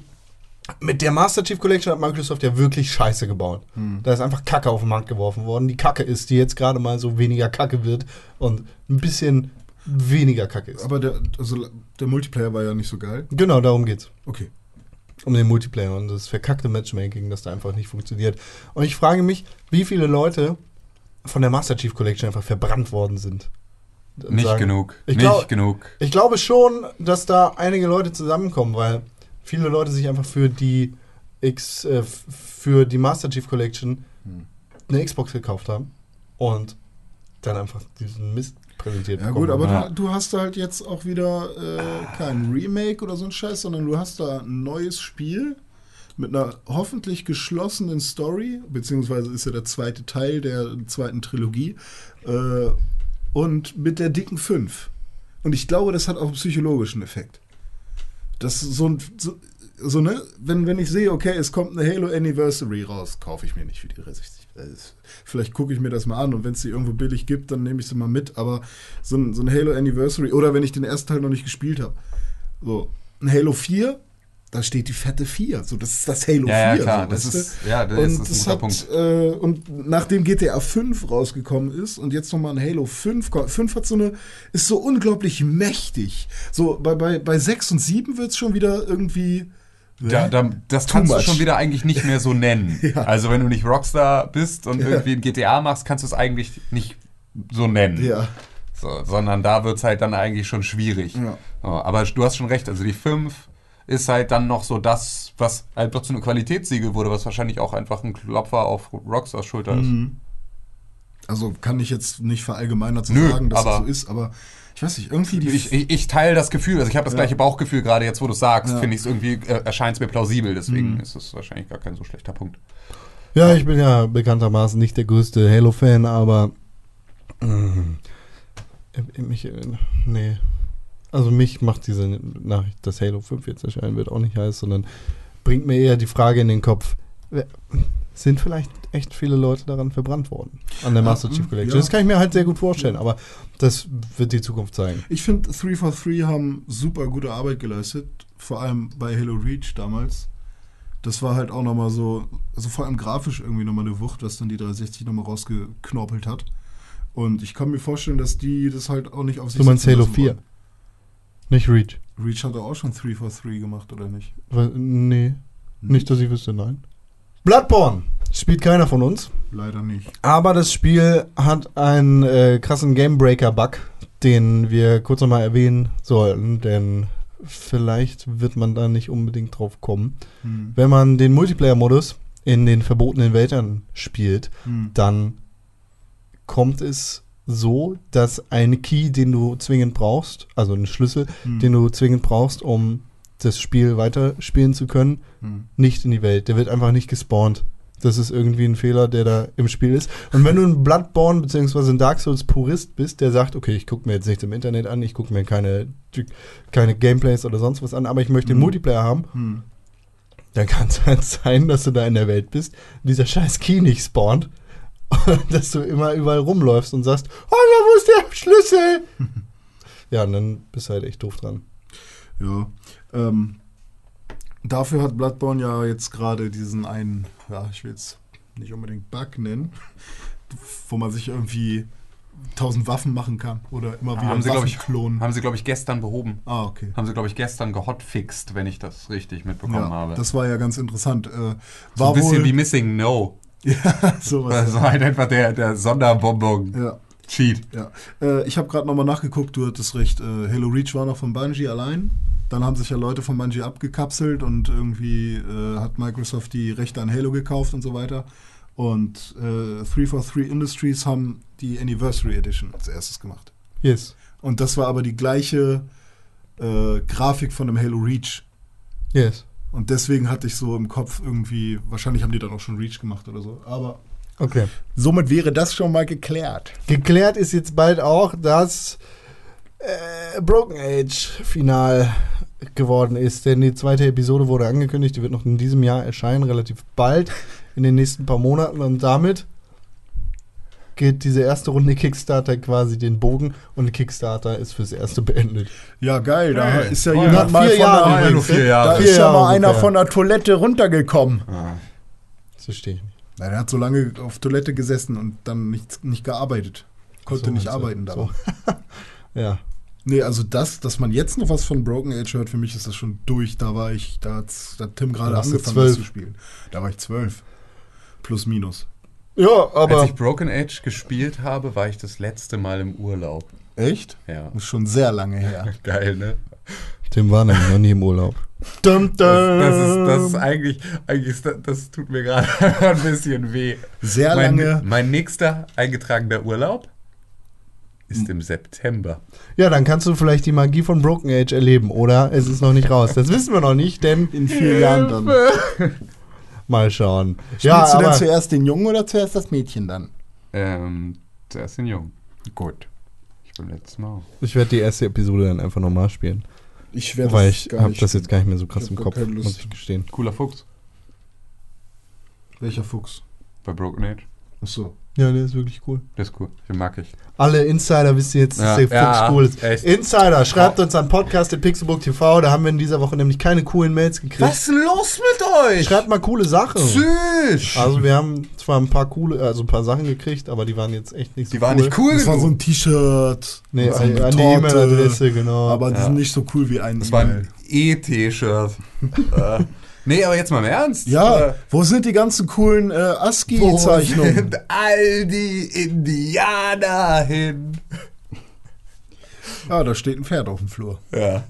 B: Mit der Master Chief Collection hat Microsoft ja wirklich Scheiße gebaut. Da ist einfach Kacke auf den Markt geworfen worden. Die Kacke ist, die jetzt gerade mal so weniger Kacke wird und ein bisschen weniger Kacke ist.
C: Aber der, also der Multiplayer war ja nicht so geil.
B: genau, darum geht's.
C: Okay.
B: um den Multiplayer und das verkackte Matchmaking, das da einfach nicht funktioniert. Und ich frage mich, wie viele Leute von der Master Chief Collection einfach verbrannt worden sind. Und
D: Nicht
B: sagen-
D: genug.
B: Ich glaub-
D: nicht genug.
B: Ich glaube schon, dass da einige Leute zusammenkommen, weil viele Leute sich einfach für die X, äh, f- für die Master Chief Collection
C: Hm.
B: eine Xbox gekauft haben und dann einfach diesen Mist präsentiert
C: Ja gut, aber
D: Ja.
C: du, du hast da halt jetzt auch wieder äh, kein Remake oder so ein Scheiß, sondern du hast da ein neues Spiel mit einer hoffentlich geschlossenen Story, beziehungsweise ist ja der zweite Teil der zweiten Trilogie äh, und mit der dicken 5. Und ich glaube, das hat auch einen psychologischen Effekt. Das ist so ein so, so ne, wenn, wenn ich sehe, okay, es kommt eine Halo Anniversary raus, kaufe ich mir nicht für die 360. Das ist- Vielleicht gucke ich mir das mal an und wenn es die irgendwo billig gibt, dann nehme ich sie mal mit. Aber so ein, so ein Halo Anniversary oder wenn ich den ersten Teil noch nicht gespielt habe. So, ein Halo 4, da steht die fette 4. So, das ist das Halo
D: Ja, ja,
C: 4.
D: klar,
C: so,
D: das
C: weißt du?
D: ist- ja, das ist ein
C: und
D: guter
C: hat,
D: Punkt.
C: Äh, und nachdem GTA 5 rausgekommen ist und jetzt nochmal ein Halo 5 kommt, 5 hat so eine, ist so unglaublich mächtig. So, bei, bei, bei 6 und 7 wird es schon wieder irgendwie.
D: Da, da, das
C: Too
D: kannst du
C: much.
D: schon wieder eigentlich nicht mehr so nennen. Also wenn du nicht Rockstar bist und irgendwie ein GTA machst, kannst du es eigentlich nicht so nennen.
C: Ja.
D: So, sondern da wird es halt dann eigentlich schon schwierig.
C: Ja.
D: So, aber du hast schon recht, also die 5 ist halt dann noch so das, was einfach zu einem Qualitätssiegel wurde, was wahrscheinlich auch einfach ein Klopfer auf Rockstars Schulter ist.
C: Mhm. Also kann ich jetzt nicht verallgemeinert so
D: Nö,
C: sagen, dass das
D: aber-
C: so ist, aber ich weiß nicht, irgendwie die.
D: Ich, ich, ich teile das Gefühl, also ich habe das gleiche Bauchgefühl gerade jetzt, wo du es sagst,
C: Ja. Mhm.
D: finde ich es irgendwie, äh, erscheint es mir plausibel, deswegen ist es wahrscheinlich gar kein so schlechter Punkt.
B: Ja, ich bin ja bekanntermaßen nicht der größte Halo-Fan, aber. mm, äh, mich. äh, Nee. Also, mich macht diese Nachricht, dass Halo 5 jetzt erscheinen wird, auch nicht heiß, sondern bringt mir eher die Frage in den Kopf: wer- Sind vielleicht echt viele Leute daran verbrannt worden? An der
C: Ja,
B: Master Chief
C: mm,
B: Collection.
C: ja.
B: Das kann ich mir halt sehr gut vorstellen, aber das wird die Zukunft zeigen.
C: Ich finde, 343 haben super gute Arbeit geleistet, vor allem bei Halo Reach damals. Das war halt auch nochmal so, also vor allem grafisch irgendwie nochmal eine Wucht, was dann die 360 nochmal rausgeknorpelt hat. Und ich kann mir vorstellen, dass die das halt auch nicht auf sich
B: Du meinst
C: sitzen
B: Halo
C: lassen
B: 4,
C: wollen.
B: nicht Reach.
C: Reach hat doch auch schon 343 gemacht, oder nicht? Hm,
B: Weil- Nee, nicht, dass ich wüsste, nein. Bloodborne! Spielt keiner von uns.
C: Leider nicht.
B: Aber das Spiel hat einen äh, krassen Gamebreaker-Bug, den wir kurz nochmal erwähnen sollten, denn vielleicht wird man da nicht unbedingt drauf kommen.
C: Hm.
B: Wenn man den Multiplayer-Modus in den verbotenen Wäldern spielt,
C: Hm.
B: dann kommt es so, dass ein Key, den du zwingend brauchst, also einen Schlüssel,
C: Hm.
B: den du zwingend brauchst, um das Spiel weiterspielen zu können,
C: Hm.
B: nicht in die Welt. Der wird einfach nicht gespawnt. Das ist irgendwie ein Fehler, der da im Spiel ist. Und wenn du ein Bloodborne bzw. ein Dark Souls Purist bist, der sagt, okay, ich gucke mir jetzt nichts im Internet an, ich gucke mir keine, keine Gameplays oder sonst was an, aber ich möchte den
C: Mhm.
B: Multiplayer haben,
C: Hm.
B: dann kann es halt sein, dass du da in der Welt bist, dieser scheiß Key nicht spawnt, und dass du immer überall rumläufst und sagst, oh, wo ist der Schlüssel? ja, und dann bist du halt echt doof dran.
C: Ja. Ähm, dafür hat Bloodborne ja jetzt gerade diesen einen, ja, ich will jetzt nicht unbedingt Bug nennen, wo man sich irgendwie tausend Waffen machen kann oder immer wieder
D: Haben sie, glaub
C: Waffen
D: ich,
C: klonen.
D: Haben sie, glaube ich, gestern behoben.
C: Ah, okay.
D: Haben sie, glaube ich, gestern gehotfixt, wenn ich das richtig mitbekommen
C: Ja,
D: habe.
C: das war ja ganz interessant. Äh,
D: so ein
C: war
D: bisschen
C: wohl
D: wie Missing No.
C: ja,
D: Das
C: sowas.
D: war halt einfach der, der Sonderbonbon.
C: Ja,
D: Cheat.
C: ja. Äh, ich habe gerade nochmal nachgeguckt, du hattest recht. Äh, Halo Reach war noch von Bungie allein. Dann haben sich ja Leute von Bungie abgekapselt und irgendwie äh, hat Microsoft die Rechte an Halo gekauft und so weiter. Und äh, 343 Industries haben die Anniversary Edition als erstes gemacht.
B: Yes.
C: Und das war aber die gleiche äh, Grafik von dem Halo Reach.
B: Yes.
C: Und deswegen hatte ich so im Kopf irgendwie, wahrscheinlich haben die dann auch schon Reach gemacht oder so. Aber
B: Okay.
C: somit wäre das schon mal geklärt.
B: Geklärt ist jetzt bald auch, dass äh, Broken Age final geworden ist, denn die zweite Episode wurde angekündigt, die wird noch in diesem Jahr erscheinen, relativ bald, in den nächsten paar Monaten und damit geht diese erste Runde Kickstarter quasi den Bogen und Kickstarter ist fürs erste beendet.
C: Ja, geil, da
D: Geil.
C: ist ja
D: Voll.
B: Nach
C: jemand mal
B: Oh vier
C: von
B: Jahren
C: der,
B: übrigens,
D: vier
B: ne?
D: Jahre.
C: da
B: Vier
C: ist ja
B: Jahre
C: mal einer
B: ungefähr.
C: von der Toilette runtergekommen.
B: Das verstehe ich nicht.
C: Nein, er hat so lange auf Toilette gesessen und dann nicht, nicht gearbeitet. Konnte
B: So,
C: nicht
B: also,
C: arbeiten da.
B: so. Ja.
C: Nee, also das, dass man jetzt noch was von Broken Age hört, für mich ist das schon durch. Da war ich, da hat da hat Tim gerade
B: Da warst du
C: angefangen das
B: zwölf.
C: zu spielen. Da war ich zwölf. Plus minus.
B: Ja,
D: Als
B: aber.
D: ich Broken Age gespielt habe, war ich das letzte Mal im Urlaub.
C: Echt?
D: Ja.
C: Ist schon sehr lange her.
D: Geil, ne?
B: Tim war nämlich noch nie im Urlaub. Dum, dum.
D: Das, das, ist, das ist eigentlich, eigentlich ist das, das tut mir gerade ein bisschen weh.
C: Sehr
D: mein,
C: lange.
D: mein nächster eingetragener Urlaub ist im September.
B: ja, dann kannst du vielleicht die Magie von Broken Age erleben, oder? Es ist noch nicht raus. Das wissen wir noch nicht, denn
C: In vier Jahren dann.
B: mal schauen. Ja,
C: Ja, Spielst du denn
B: aber
C: zuerst den Jungen oder zuerst das Mädchen dann?
D: Ähm, zuerst den Jungen. Gut. Ich bin letztes Mal. auch.
B: ich werde die erste Episode dann einfach nochmal spielen,
C: Ich
B: weil ich habe das jetzt gar nicht mehr so krass
C: Ich
B: im
C: hab gar
B: Kopf,
C: keine Lust.
B: muss ich gestehen.
D: Cooler Fuchs
C: Welcher Fuchs?
D: bei Broken Age.
C: Achso.
B: Ja, der ist wirklich cool.
D: Der ist cool. Den mag ich.
B: Alle Insider wissen jetzt, dass
D: Ja,
B: der Fuchs
D: ja,
B: cool ist.
D: echt.
B: Insider, schreibt uns an Podcast TV. Da haben wir in dieser Woche nämlich keine coolen Mails gekriegt.
D: ist los mit euch?
B: Schreibt mal coole Sachen.
D: Psych!
B: Also wir haben zwar ein paar coole, also ein paar Sachen gekriegt, aber die waren jetzt echt nicht so
D: Die waren nicht cool
C: Das war so
D: genug.
C: ein T-Shirt.
B: Nee,
C: so
B: an,
C: eine
B: an die
C: Torte,
B: E-Mail-Adresse, genau.
C: Aber die
D: Ja.
C: sind nicht so cool wie ein
D: Das war
C: E-Mail.
D: ein E-T-Shirt. äh, nee, aber jetzt mal im Ernst.
C: Ja,
D: Äh,
C: wo sind die ganzen coolen äh,
D: wo
C: ASCII-Zeichnungen?
D: sind all die Indianer hin?
C: Ja, Ah, da steht ein Pferd auf dem Flur.
D: Ja.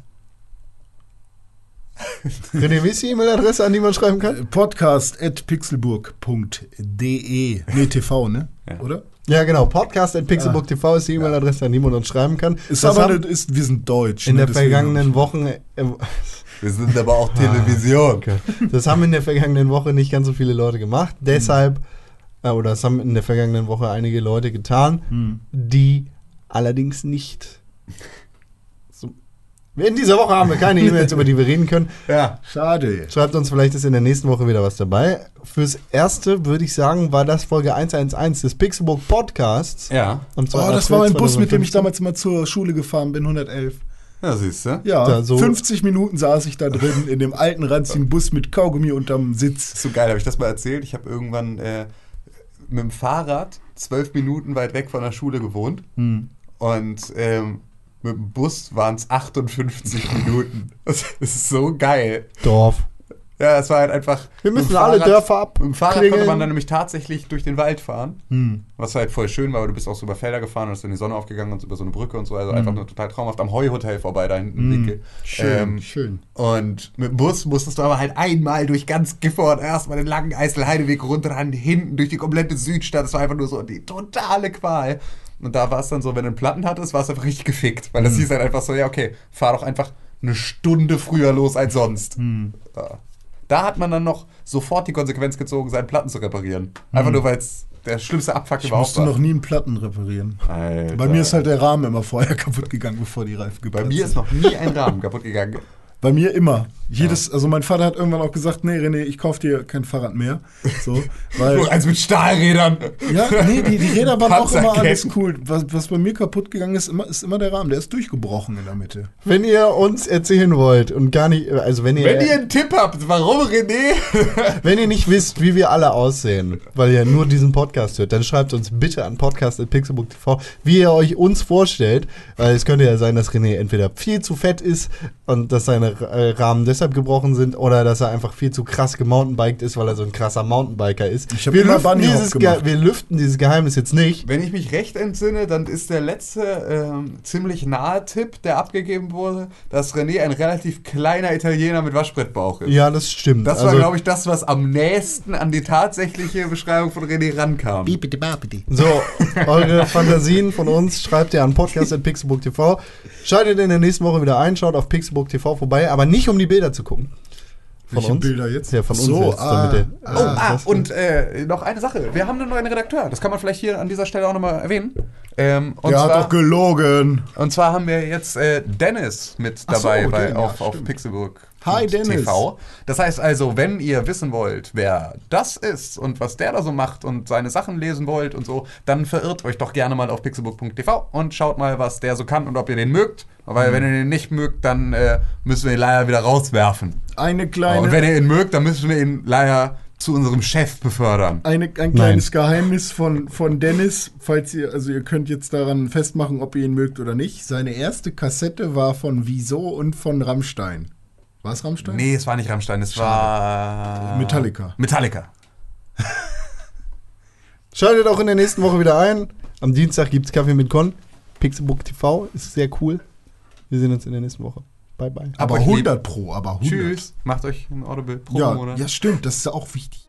B: René, wie ist die E-Mail-Adresse, an die man schreiben kann?
C: Podcast at pixelburg.de. Nee, TV, ne?
D: Ja.
C: Oder?
B: Ja, genau. Podcast at
D: Ah.
B: pixelbook.tv ist die E-Mail-Adresse, an die man uns schreiben kann.
C: Ist
B: Das
C: aber
B: haben
C: nicht- ist, wir sind deutsch.
B: in der
C: ne? Deswegen-
B: vergangenen Woche, äh, Ah,
D: Wir sind aber auch Television.
B: das haben in der vergangenen Woche nicht ganz so viele Leute gemacht.
D: Hm.
B: Deshalb, äh, oder das haben in der vergangenen Woche einige Leute getan,
C: Hm.
B: die allerdings nicht. So. In dieser Woche haben wir keine E-Mails, über die wir reden können.
D: Ja.
C: Schade.
B: Schreibt uns, vielleicht ist in der nächsten Woche wieder was dabei. Fürs Erste würde ich sagen, war das Folge 111 des Pixelbook Podcasts.
D: Ja.
B: Und
C: Oh, das war mein Bus, mit dem ich damals mal zur Schule gefahren bin, 111.
D: Ja, siehst du.
C: Ja,
B: Da so-
C: 50 Minuten saß ich da drin in dem alten, ranzigen Bus mit Kaugummi unterm Sitz.
D: Ist so geil, habe ich das mal erzählt? Ich habe irgendwann äh, mit dem Fahrrad zwölf Minuten weit weg von der Schule gewohnt
C: Hm.
D: und ähm, mit dem Bus waren es 58 Minuten. Das ist so geil.
B: Dorf.
D: Ja, es war halt einfach.
B: Wir
D: mit dem
B: müssen alle
D: Fahrrad-
B: Dörfer ab.
D: Mit dem Fahrrad konnte man dann nämlich tatsächlich durch den Wald fahren,
C: Hm.
D: was halt voll schön war, weil du bist auch so über Felder gefahren und ist in die Sonne aufgegangen und über so eine Brücke und so.
B: Hm.
D: Also einfach nur total traumhaft am Heuhotel vorbei, da hinten
C: Hm.
D: Winkel.
C: Schön,
D: Ähm,
C: schön.
D: Und mit dem Bus musstest du aber halt einmal durch ganz Gifhorn erstmal den langen Eiselheideweg runter, dann hinten durch die komplette Südstadt. Das war einfach nur so die totale Qual. Und da war es dann so, wenn du einen Platten hattest, war es einfach richtig gefickt.
C: Mhm.
D: Weil das hieß halt einfach so, ja, okay, fahr doch einfach eine Stunde früher los als sonst.
C: Mhm.
D: Ja. Da hat man dann noch sofort die Konsequenz gezogen, seinen Platten zu reparieren. Einfach nur, weil es der schlimmste Abfuck
C: Mhm. Ich
D: überhaupt
C: musste
D: war.
C: noch nie einen Platten reparieren.
D: Alter.
C: Bei mir ist halt der Rahmen immer vorher kaputt gegangen, bevor die Reifen
D: Bei
C: geplatzt
D: mir ist
C: sind.
D: noch nie ein Rahmen kaputt gegangen.
C: Bei mir immer. Jedes, also mein Vater hat irgendwann auch gesagt, nee, René, ich kauf dir kein Fahrrad mehr. So, weil,
D: Nur eins mit Stahlrädern.
C: ja, nee, die, die Räder waren auch immer alles
D: Panzerketten.
C: cool. Was, was bei mir kaputt gegangen ist, immer, ist immer der Rahmen. Der ist durchgebrochen in der Mitte.
B: Wenn ihr uns erzählen wollt und gar nicht, also wenn ihr,
D: Wenn ihr einen Tipp habt, warum René
B: wenn ihr nicht wisst, wie wir alle aussehen, weil ihr nur diesen Podcast hört, dann schreibt uns bitte an podcast.pixelbook.tv, wie ihr euch uns vorstellt, weil es könnte ja sein, dass René entweder viel zu fett ist und dass seine äh, Rahmen deshalb gebrochen sind oder dass er einfach viel zu krass gemountainbiked ist, weil er so ein krasser Mountainbiker ist.
C: Ich hab
B: wir,
C: immer
B: lüften
C: Bunnyhop
B: dieses Ge-
C: gemacht.
B: wir lüften dieses Geheimnis jetzt nicht.
D: Wenn ich mich recht entsinne, dann ist der letzte ähm, ziemlich nahe Tipp, der abgegeben wurde, dass René ein relativ kleiner Italiener mit Waschbrettbauch ist.
B: Ja, das stimmt.
D: Das war,
B: Also-
D: glaube ich, das, was am nächsten an die tatsächliche Beschreibung von René rankam.
B: So, eure Fantasien von uns schreibt ihr an podcast.pixelbook.tv. Schaltet in der nächsten Woche wieder ein, schaut auf pixelbook.tv vorbei, aber nicht um die Bilder zu gucken. Von
C: Welche
B: uns?
C: Bilder jetzt?
B: Ja, von uns
C: So,
B: jetzt.
C: ah,
B: damit ihr-
D: Oh, ah,
B: das-
D: und äh, noch eine Sache. Wir haben einen neuen Redakteur. Das kann man vielleicht hier an dieser Stelle auch nochmal erwähnen. Ähm, und,
C: der
D: zwar,
C: hat doch gelogen.
D: und zwar haben wir jetzt äh, Dennis mit
C: Ach so,
D: dabei bei,
C: den, ja,
D: auf, auf
C: stimmt.
D: Pixelburg.
C: Hi,
D: und
C: Dennis.
D: TV. Das heißt also, wenn ihr wissen wollt, wer das ist und was der da so macht und seine Sachen lesen wollt und so, dann verirrt euch doch gerne mal auf pixelbook.tv und schaut mal, was der so kann und ob ihr den mögt. Weil
C: Mhm.
D: wenn ihr den nicht mögt, dann äh, müssen wir ihn leider wieder rauswerfen.
C: Eine
D: Und Oh, wenn
C: kleine,
D: ihr ihn mögt, dann müssen wir ihn leider zu unserem Chef befördern.
C: eine, ein kleines Geheimnis von, von Dennis, falls ihr, also ihr könnt jetzt daran festmachen, ob ihr ihn mögt oder nicht. Seine erste Kassette war von Wieso und von Rammstein. War es Rammstein?
D: Nee, es war nicht Rammstein, es war
C: Metallica.
D: Metallica.
I: Schaltet auch in der nächsten Woche wieder ein. Am Dienstag gibt's Kaffee mit Con. Pixelbook TV ist sehr cool. Wir sehen uns in der nächsten Woche. Bye, bye.
C: Aber
D: euch lieb.
C: 100 Pro, aber 100.
D: Tschüss, macht euch einen Audible Pro
C: Ja,
D: oder?
C: ja, stimmt, das ist ja auch wichtig.